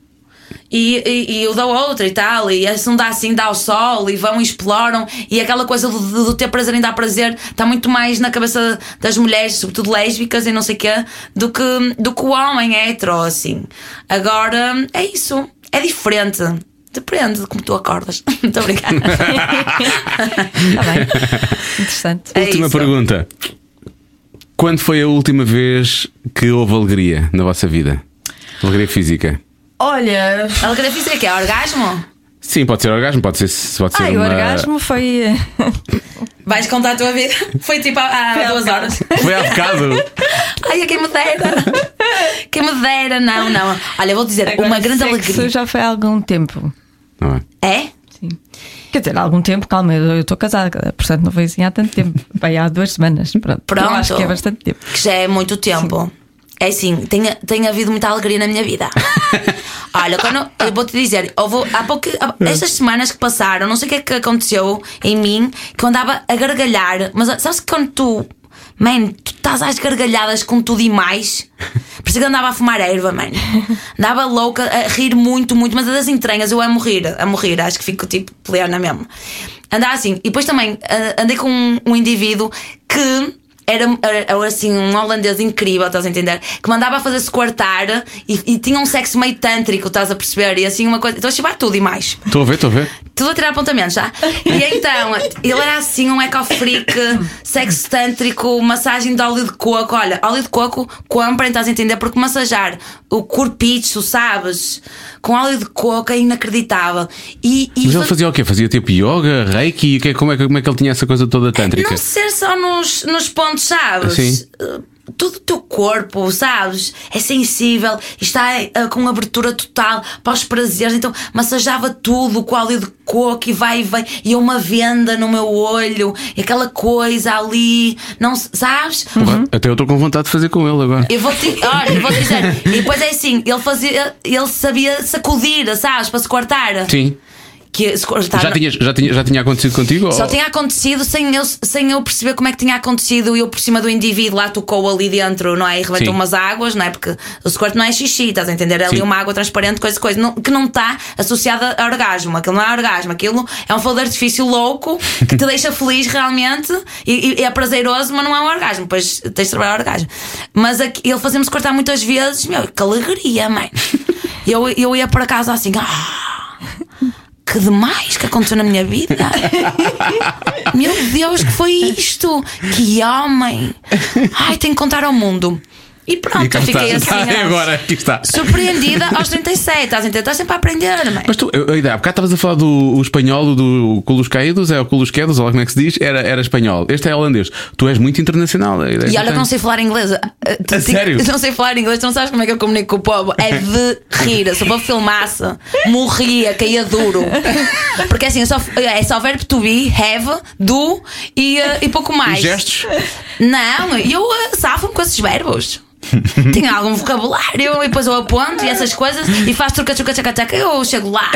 Speaker 5: E, e, e o da outra e tal, e se não dá assim, dá ao sol, e vão e exploram, e aquela coisa do, do- do ter prazer em dar prazer está muito mais na cabeça das mulheres, sobretudo lésbicas e não sei o quê, do que, do que o homem hétero, assim. Agora, é isso, é diferente. Depende de como tu acordas. Muito obrigada.
Speaker 3: Está bem. Interessante.
Speaker 5: É
Speaker 2: última
Speaker 5: isso.
Speaker 2: pergunta. Quando foi a última vez que houve alegria na vossa vida? Alegria física?
Speaker 3: Olha,
Speaker 5: A alegria física que é orgasmo?
Speaker 2: Sim, pode ser orgasmo, pode ser. Pode ser
Speaker 3: ai,
Speaker 2: uma...
Speaker 3: o orgasmo foi. eh,
Speaker 5: Vais contar a tua vida? Foi tipo há, há duas horas.
Speaker 2: Foi há bocado.
Speaker 5: Ai, quem me dera. Quem me dera, não, não. Olha, vou dizer, uma
Speaker 3: Agora,
Speaker 5: grande
Speaker 3: sexo
Speaker 5: alegria.
Speaker 3: já foi há algum tempo.
Speaker 2: Não é?
Speaker 5: É?
Speaker 3: Quer dizer, há algum tempo, calma, eu eu estou casada, portanto não foi assim há tanto tempo. Bem, há duas semanas. Pronto.
Speaker 5: Pronto.
Speaker 3: Eu acho que é bastante tempo.
Speaker 5: Que já é muito tempo. É assim, tem, tem havido muita alegria na minha vida. Olha, quando eu vou te dizer, houve, há pouco, estas semanas que passaram, não sei o que é que aconteceu em mim, que eu andava a gargalhar, mas sabes que quando tu, man, tu estás às gargalhadas com tudo e mais, por isso que eu andava a fumar erva, man. Andava louca, a rir muito, muito, mas é das entranhas, eu amo rir, amo rir, acho que fico tipo plena mesmo. Andava assim, e depois também ah, andei com um- um indivíduo que era, era, era, assim um holandês incrível, estás a entender? Que mandava fazer se quartar e, e tinha um sexo meio tântrico, estás a perceber? E assim uma coisa. Estou a chivar tudo e mais.
Speaker 2: Estou a ver, estou a ver.
Speaker 5: Tudo a tirar apontamentos, já? E então, ele era assim um eco-freak, sexo tântrico, massagem de óleo de coco. Olha, óleo de coco, comprem, estás a entender? Porque massajar o corpicho, sabes? Com óleo de coco é inacreditável. E, e
Speaker 2: Mas ele
Speaker 5: fa-
Speaker 2: fazia o quê? Fazia tipo yoga, reiki? E o é quê? Como, é, que- como é que ele tinha essa coisa toda tântrica?
Speaker 5: Não ser só nos, nos pontos chaves.
Speaker 2: Sim.
Speaker 5: Eh, todo o teu corpo, sabes? É sensível, está ah, com abertura total para os prazeres. Então massageava tudo com óleo de coco e vai e vem. E uma venda no meu olho, e aquela coisa ali, não se- sabes?
Speaker 2: Uhum. Até eu estou com vontade de fazer com ele agora.
Speaker 5: Eu vou te, olha, eu vou te dizer. E depois é assim, ele fazia, ele sabia sacudir, sabes, para se cortar.
Speaker 2: Sim.
Speaker 5: Que se cortar
Speaker 2: Já,
Speaker 5: não-
Speaker 2: tinhas, já, tinha, já tinha acontecido contigo?
Speaker 5: Tá Só
Speaker 2: ou-
Speaker 5: tinha acontecido sem eu, sem eu perceber como é que tinha acontecido e eu por cima do indivíduo lá tocou ali dentro, não é? E rebentou
Speaker 2: Sim.
Speaker 5: umas águas, não é? Porque o squirt não é xixi, estás a entender? É ali
Speaker 2: Sim.
Speaker 5: uma água transparente, coisa, coisa, não- que não está associada a orgasmo. Aquilo não é orgasmo, aquilo é um fogo de artifício louco que te deixa feliz realmente e, e é prazeroso, mas não é um orgasmo. Pois tens de trabalhar o orgasmo. Mas aqui- ele fazia-me cortar muitas vezes, meu, que alegria, mãe. Eu, eu ia para casa assim, ah que demais que aconteceu na minha vida. Meu Deus, que foi isto? Que homem! Ai, tenho que contar ao mundo. E
Speaker 2: E
Speaker 5: pronto,
Speaker 2: cá
Speaker 5: eu fiquei assim.
Speaker 2: está. é
Speaker 5: ó,
Speaker 2: agora, aqui está.
Speaker 5: Surpreendida aos 37, estás a entender? Estás sempre a aprender, mãe.
Speaker 2: Mas tu, eu, eu, há bocado estavas a falar do o espanhol do Culos Caídos, é o Culos Quedos, ou lá como é que se diz, era, era espanhol. Este é holandês. Tu és muito internacional. é, A ideia
Speaker 5: E
Speaker 2: que eu
Speaker 5: olha, que não
Speaker 2: tenho.
Speaker 5: sei falar inglês. Ah, ah, tu-
Speaker 2: A
Speaker 5: tu-
Speaker 2: sério?
Speaker 5: Não sei falar inglês, tu não sabes como é que eu comunico com o povo. É de rir. Se o povo filmasse, morria, caía duro. Porque assim, eu só, é só verbo to be, have, do e, ah, e pouco mais.
Speaker 2: E gestos?
Speaker 5: Não, eu ah, safo-me com esses verbos. Tenho algum vocabulário e depois eu aponto e essas coisas e faço truca, truca, tchaca, tchaca. Eu chego lá.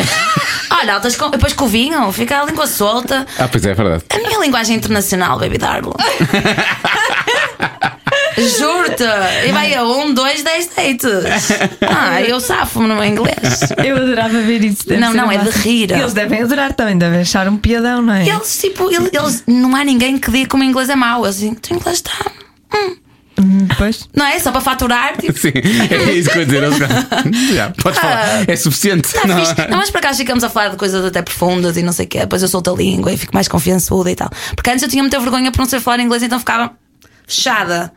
Speaker 5: Olha, altas com- depois com o vinho, fica a língua solta.
Speaker 2: Ah, pois é, é verdade.
Speaker 5: A minha linguagem internacional, baby darling. Juro-te! E vai a um, dois, dez dates. Ah, eu safo-me no meu inglês.
Speaker 3: Eu adorava ver isso. deve
Speaker 5: Não,
Speaker 3: ser
Speaker 5: não,
Speaker 3: o
Speaker 5: é de
Speaker 3: máximo.
Speaker 5: rir.
Speaker 3: Eles devem adorar também, devem achar um piadão, não é?
Speaker 5: Eles, tipo, ele- eles, não há ninguém que diga que o meu inglês é mau. Eu assim, o inglês está.
Speaker 3: Pois.
Speaker 5: Não é? Só para faturar, tipo.
Speaker 2: Sim, é isso que eu ia dizer. eles já- Já, podes falar. É suficiente.
Speaker 5: Tá
Speaker 2: não. é?
Speaker 5: fixe. Não, mas para cá ficamos a falar de coisas até profundas e não sei o quê. Depois eu solto a língua e fico mais confiançuda e tal. Porque antes eu tinha muita vergonha por não saber falar inglês, então ficava fechada.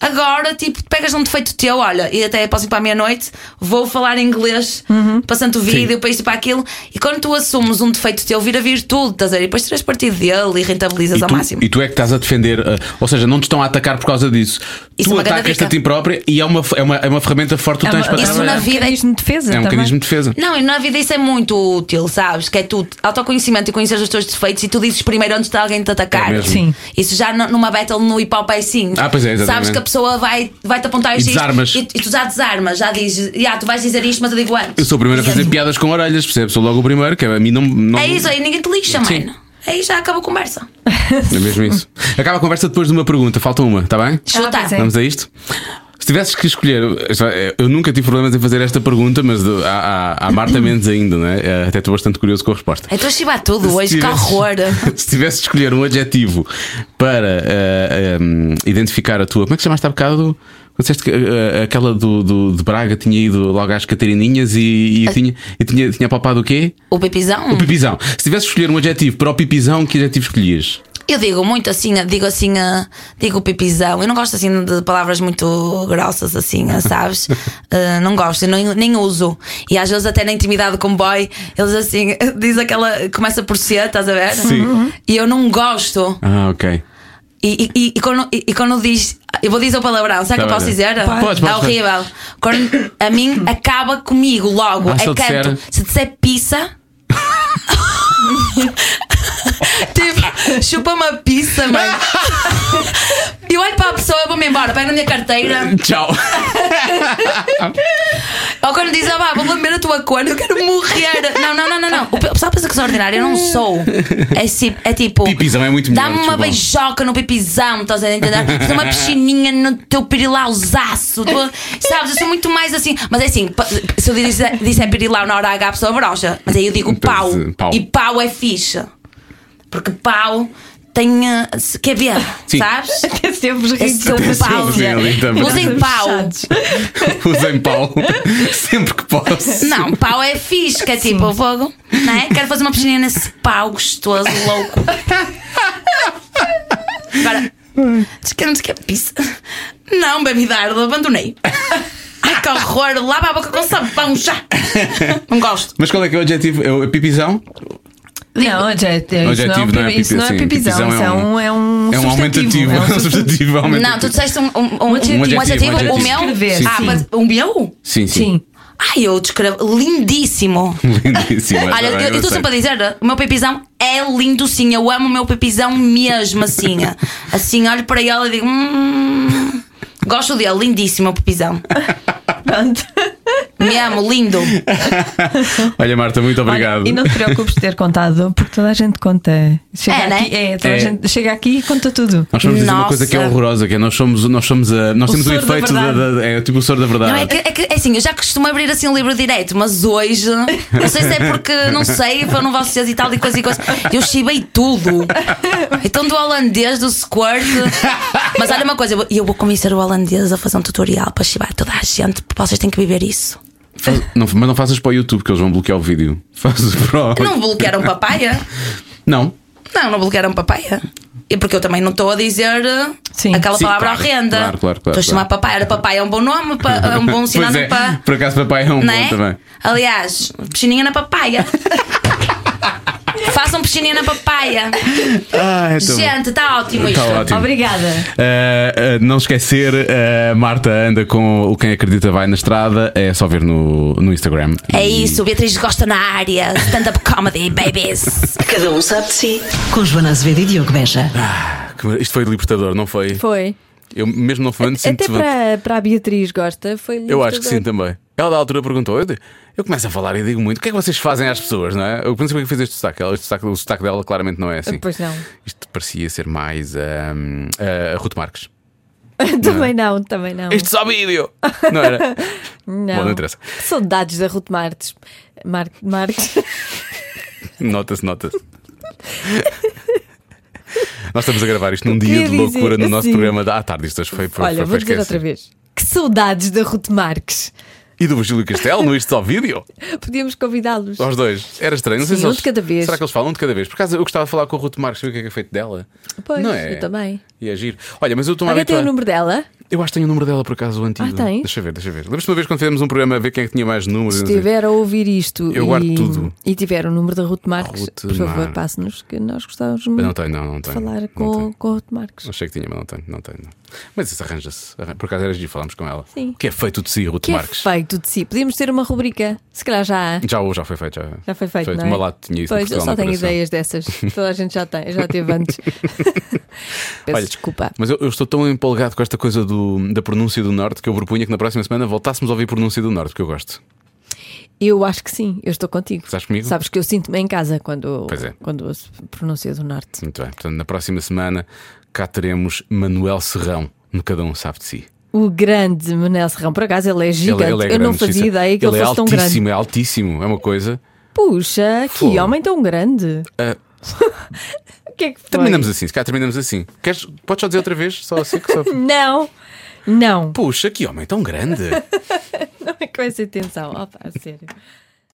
Speaker 5: Agora, tipo, pegas um defeito teu, olha, e até posso ir para a meia-noite, vou falar inglês,
Speaker 2: Uhum.
Speaker 5: passando o vídeo, para isto e para aquilo. E quando tu assumes um defeito teu, vira virtude, estás a ver? E depois tiras partido dele e rentabilizas
Speaker 2: E
Speaker 5: ao
Speaker 2: tu,
Speaker 5: máximo.
Speaker 2: e tu é que estás a defender, eh, ou seja, não te estão a atacar por causa disso.
Speaker 5: Isso é
Speaker 2: tu
Speaker 5: uma grande
Speaker 2: atacas-te a
Speaker 5: dica.
Speaker 2: ti própria e é uma, é uma, é uma ferramenta forte que tu tens para
Speaker 5: isso
Speaker 2: trabalhar.
Speaker 5: na vida-
Speaker 3: É um mecanismo de defesa
Speaker 2: É um
Speaker 3: também.
Speaker 2: mecanismo de defesa.
Speaker 5: Não, e na vida isso é muito útil, sabes? Que é tu autoconhecimento e conhecer os teus defeitos e tu dizes primeiro antes de alguém te atacar.
Speaker 2: É mesmo.
Speaker 3: Sim.
Speaker 5: Isso já n- numa battle no hip hop é assim.
Speaker 2: Ah, pois é, exatamente.
Speaker 5: Sabes que a pessoa vai, vai te apontar
Speaker 2: E
Speaker 5: isto
Speaker 2: desarmas.
Speaker 5: E, e tu já desarmas, já dizes, "Ya, tu vais dizer isto, mas eu digo antes.
Speaker 2: Eu sou o primeiro a
Speaker 5: E é
Speaker 2: fazer
Speaker 5: assim.
Speaker 2: piadas com orelhas, percebes? Sou logo o primeiro, que a mim não. não
Speaker 5: É isso aí, ninguém te lixa,
Speaker 2: Sim.
Speaker 5: mano. Aí já acaba a conversa.
Speaker 3: Ah,
Speaker 2: É mesmo isso. Acaba a conversa depois de uma pergunta, falta uma, está bem?
Speaker 5: Chuta.
Speaker 3: pois é.
Speaker 2: Vamos a isto? Se tivesses que escolher, é, eu nunca tive problemas em fazer esta pergunta, mas há, há, há Marta menos ainda, não é? Eh, Até estou bastante curioso com a resposta.
Speaker 5: Então chiva tudo
Speaker 2: Se
Speaker 5: hoje, que
Speaker 2: tivesses-
Speaker 5: horror.
Speaker 2: Se tivesse de escolher um adjetivo para eh, em, identificar a tua. Como é que chamaste há bocado? Quando Disseste que eh, aquela do, do- de Braga tinha ido logo às Catarininhas e,
Speaker 5: Ah.
Speaker 2: e tinha, e tinha, tinha palpado o quê?
Speaker 5: O pepizão?
Speaker 2: O pipizão. Se tivesse de escolher um adjetivo para o pipizão, que adjetivo escolhias?
Speaker 5: Eu digo muito assim, ah, digo assim, ah, digo pipizão. Eu não gosto assim de palavras muito grossas, assim, ah, sabes? Ah, não gosto, eu nem, nem uso. E às vezes, até na intimidade com o boy, eles assim, diz aquela, começa por ser, estás a ver?
Speaker 2: Sim. Uhum.
Speaker 5: E eu não gosto.
Speaker 2: Ah, ok.
Speaker 5: E, e, e quando, e, e quando diz. Eu vou dizer o palavrão, sabe o que eu
Speaker 2: Tá
Speaker 5: posso
Speaker 2: bem.
Speaker 5: dizer?
Speaker 2: Pode, pode,
Speaker 5: é
Speaker 2: pode.
Speaker 5: horrível. Quando a mim acaba comigo logo.
Speaker 2: Ah, se
Speaker 5: é
Speaker 2: eu disser-
Speaker 5: canto. Se disser pizza. tipo, chupa uma pizza, mano. Eu olho para a pessoa, eu vou-me embora, pego na minha carteira.
Speaker 2: Tchau.
Speaker 5: Ou quando diz, ah, vá, vou lamber a tua cor, eu quero morrer. Não, não, não, não, não. O pessoal pensa que sou ordinária, eu não sou. É, si- é tipo.
Speaker 2: Pipizão é muito melhor,
Speaker 5: Dá-me uma
Speaker 2: desculpa.
Speaker 5: beijoca no pipizão, estás a entender? Dá uma piscininha no teu pirilauzaço. Tu, sabes, eu sou muito mais assim. Mas é assim, pa- se eu disser, disser pirilau na hora H, a pessoa brocha. Mas aí eu digo pau.
Speaker 2: Pois, Então, pau.
Speaker 5: E pau é fixe. Porque pau tem. eh, se- Quer ver?
Speaker 2: Sim.
Speaker 5: Sabes?
Speaker 3: Até sempre rir
Speaker 5: Esse teu
Speaker 3: sobre
Speaker 5: pau.
Speaker 2: Sim, ali então. também.
Speaker 5: Usem pau.
Speaker 3: Fechados.
Speaker 2: Usem pau sempre que posso.
Speaker 5: Não, pau é fixe, que é tipo fogo, não é? Quero fazer uma piscininha nesse pau gostoso, louco. Agora, descanto que é pizza. Não, baby dardo, abandonei. Ai, que horror, lava a boca com sabão já. Não gosto.
Speaker 2: Mas qual é que é o adjetivo? É o pipizão?
Speaker 3: Não, adjetivo,
Speaker 2: Um
Speaker 3: isso não é, um
Speaker 2: adjetivo,
Speaker 3: pipi- isso não é
Speaker 2: sim.
Speaker 3: pipizão, isso é um, é um,
Speaker 2: é um aumentativo.
Speaker 3: substantivo, é um
Speaker 2: É um
Speaker 3: substantivo.
Speaker 2: substantivo. é um
Speaker 5: Não, tu
Speaker 2: aumentativo.
Speaker 5: disseste um, um, um,
Speaker 2: adjetivo, um adjetivo.
Speaker 5: O meu?
Speaker 3: Escrever,
Speaker 5: Ah,
Speaker 3: sim.
Speaker 5: mas o meu?
Speaker 2: Sim, sim.
Speaker 3: Sim.
Speaker 5: Ai, eu descrevo. Lindíssimo.
Speaker 2: Lindíssimo.
Speaker 5: Olha,
Speaker 2: adorei,
Speaker 5: eu estou
Speaker 2: gostei.
Speaker 5: sempre a dizer, o meu pipizão é lindo sim, eu amo o meu pipizão mesmo assim. Assim, olho para ele e digo, hum, gosto dele, lindíssimo o pipizão.
Speaker 3: Pronto.
Speaker 5: Me amo, lindo.
Speaker 2: Olha, Marta, muito obrigado.
Speaker 3: Olha, e não te preocupes de ter contado, porque toda a gente conta. Chega
Speaker 5: É, né?
Speaker 3: aqui, é, toda
Speaker 2: É.
Speaker 3: A gente chega aqui e conta tudo.
Speaker 2: Nós vamos dizer uma coisa que é
Speaker 5: Nossa.
Speaker 2: horrorosa, que é nós somos, nós somos a, nós
Speaker 3: O
Speaker 2: temos o
Speaker 3: soro da
Speaker 2: efeito da,
Speaker 3: verdade.
Speaker 2: da- é tipo o soro da verdade.
Speaker 5: Não, é, que, é que- é assim, eu já costumo abrir assim o livro direito, mas hoje, não sei se é porque não sei, foram vocês e tal e coisa e coisa. Eu chibei tudo. Então do holandês, do squirt. Mas olha uma coisa, eu vou- eu vou convencer o holandês a fazer um tutorial para chibar toda a gente, porque vocês têm que viver isso.
Speaker 2: Faz- não, mas não faças para o YouTube que eles vão bloquear o vídeo. Fazes para o...
Speaker 5: Não bloquearam papaya?
Speaker 2: Não.
Speaker 5: Não, não bloquearam papaya. E porque eu também não estou a dizer eh,
Speaker 3: Sim.
Speaker 5: aquela
Speaker 2: Sim,
Speaker 5: palavra
Speaker 2: claro,
Speaker 5: horrenda.
Speaker 2: claro, claro, claro,
Speaker 5: Estou a chamar papaya. Era papaya é um bom nome, pa- é um bom
Speaker 2: Pois
Speaker 5: sinónimo
Speaker 2: é,
Speaker 5: para.
Speaker 2: por acaso papai é um
Speaker 5: Né?
Speaker 2: bom também.
Speaker 5: Aliás, piscininha na papaya. Façam piscininha na papaya.
Speaker 2: Ah, é
Speaker 5: Gente, está ótimo isto.
Speaker 2: Está ótimo.
Speaker 3: Obrigada.
Speaker 2: Uh, uh, não esquecer, uh, Marta anda com o Quem Acredita Vai na Estrada, é só ver no, no Instagram.
Speaker 5: É
Speaker 2: E-
Speaker 5: isso, Beatriz gosta na área. Stand-up comedy, babies.
Speaker 1: Cada um sabe de si. Com Joana Azevedo e Diogo Beja.
Speaker 2: Ah, Que mar- Isto foi libertador, não foi?
Speaker 8: Foi.
Speaker 2: Eu mesmo não falando,
Speaker 8: Até
Speaker 2: sinto
Speaker 8: para, para a Beatriz gosta, foi
Speaker 2: Eu acho que sim
Speaker 8: libertador.
Speaker 2: também. Ela da altura perguntou: eu, eu começo a falar e digo muito, o que é que vocês fazem às pessoas, não é? Eu pensei que fiz este sotaque. Ela- Este sotaque- o sotaque dela claramente não é assim.
Speaker 8: Ah, Pois não.
Speaker 2: Isto parecia ser mais ahm, a Ruth Marques.
Speaker 8: também não, também não.
Speaker 2: Isto só vídeo! Não era?
Speaker 8: não.
Speaker 2: Bom, não interessa.
Speaker 8: Saudades da Ruth Martes. Mar Marques.
Speaker 2: Nota-se, nota-se. Nós estamos a gravar isto num
Speaker 8: queria
Speaker 2: dia de loucura
Speaker 8: dizer
Speaker 2: no nosso
Speaker 8: assim-
Speaker 2: programa da à tarde. Isto hoje foi, foi,
Speaker 8: Olha,
Speaker 2: foi,
Speaker 8: vou
Speaker 2: foi
Speaker 8: dizer outra
Speaker 2: esquecer.
Speaker 8: vez. Que saudades da Ruth Marques.
Speaker 2: E do Júlio Castelo no Isto Só Vídeo?
Speaker 8: Podíamos convidá-los.
Speaker 2: Aos dois. Era estranho. Não sei
Speaker 8: Sim,
Speaker 2: se
Speaker 8: um
Speaker 2: eles-
Speaker 8: de cada vez.
Speaker 2: Será que eles falam um de cada vez? Por acaso eu gostava de falar com o Ruth Marques, ver o que é que é feito dela.
Speaker 8: Pois,
Speaker 2: não é?
Speaker 8: eu também.
Speaker 2: E agir. Olha, mas eu estou a
Speaker 8: Alguém tem o
Speaker 2: habituar-
Speaker 8: número dela?
Speaker 2: Eu acho que tenho o número dela por acaso, o antigo.
Speaker 8: Ah, tem?
Speaker 2: Deixa eu ver, deixa eu ver. Lembras-te uma vez quando fizemos um programa a ver quem é que tinha mais números?
Speaker 8: Se estiver a ouvir isto
Speaker 2: Eu
Speaker 8: e,
Speaker 2: guardo tudo.
Speaker 8: e tiver o número da Ruth Marques,
Speaker 2: Ruth
Speaker 8: por favor,
Speaker 2: Marques.
Speaker 8: passe-nos que nós gostávamos
Speaker 2: Mas
Speaker 8: muito
Speaker 2: não tenho, não, não
Speaker 8: de
Speaker 2: tenho.
Speaker 8: falar
Speaker 2: Não tá.
Speaker 8: com,
Speaker 2: tenho.
Speaker 8: com a Ruth Marques.
Speaker 2: Achei que tinha, mas não tenho, não tenho. não. Mas isso arranja-se. Arran- Por acaso era de falarmos com ela.
Speaker 8: Sim.
Speaker 2: O que é feito de si, Ruth
Speaker 8: Que é
Speaker 2: Marques?
Speaker 8: feito de si. Podíamos ter uma rubrica, se calhar já há.
Speaker 2: Já, ou já foi feito, já.
Speaker 8: Já foi feito, não é?
Speaker 2: Uma lata tinha isso. em
Speaker 8: Pois, eu
Speaker 2: Portugal
Speaker 8: só
Speaker 2: na
Speaker 8: tenho
Speaker 2: operação.
Speaker 8: ideias dessas. Toda a gente já tem, já teve antes. Peço
Speaker 2: Olha,
Speaker 8: desculpa.
Speaker 2: Mas eu, eu estou tão empolgado com esta coisa do- da pronúncia do Norte que eu propunha que na próxima semana voltássemos a ouvir pronúncia do Norte, porque eu gosto.
Speaker 8: Eu acho que sim, eu estou contigo.
Speaker 2: Estás comigo?
Speaker 8: Sabes que eu sinto-me em casa quando,
Speaker 2: Pois é.
Speaker 8: quando ouço pronúncia do norte.
Speaker 2: Muito bem. Portanto, na próxima semana cá teremos Manuel Serrão no Cada Um Sabe de Si.
Speaker 8: O grande Manel Serrão, por acaso ele é gigante.
Speaker 2: Ele, ele é
Speaker 8: eu não
Speaker 2: grande,
Speaker 8: fazia
Speaker 2: justiça.
Speaker 8: ideia que ele,
Speaker 2: é
Speaker 8: fosse tão
Speaker 2: altíssimo,
Speaker 8: grande.
Speaker 2: é altíssimo. É uma coisa.
Speaker 8: Puxa, que
Speaker 2: Fogo.
Speaker 8: homem tão grande.
Speaker 2: Ah.
Speaker 8: o que é que foi?
Speaker 2: Terminamos assim, se cá terminamos assim. Queres, podes só dizer outra vez? Só assim que só.
Speaker 8: Não, não.
Speaker 2: Puxa, que homem tão grande!
Speaker 8: Não é com essa intenção. Opa, a sério.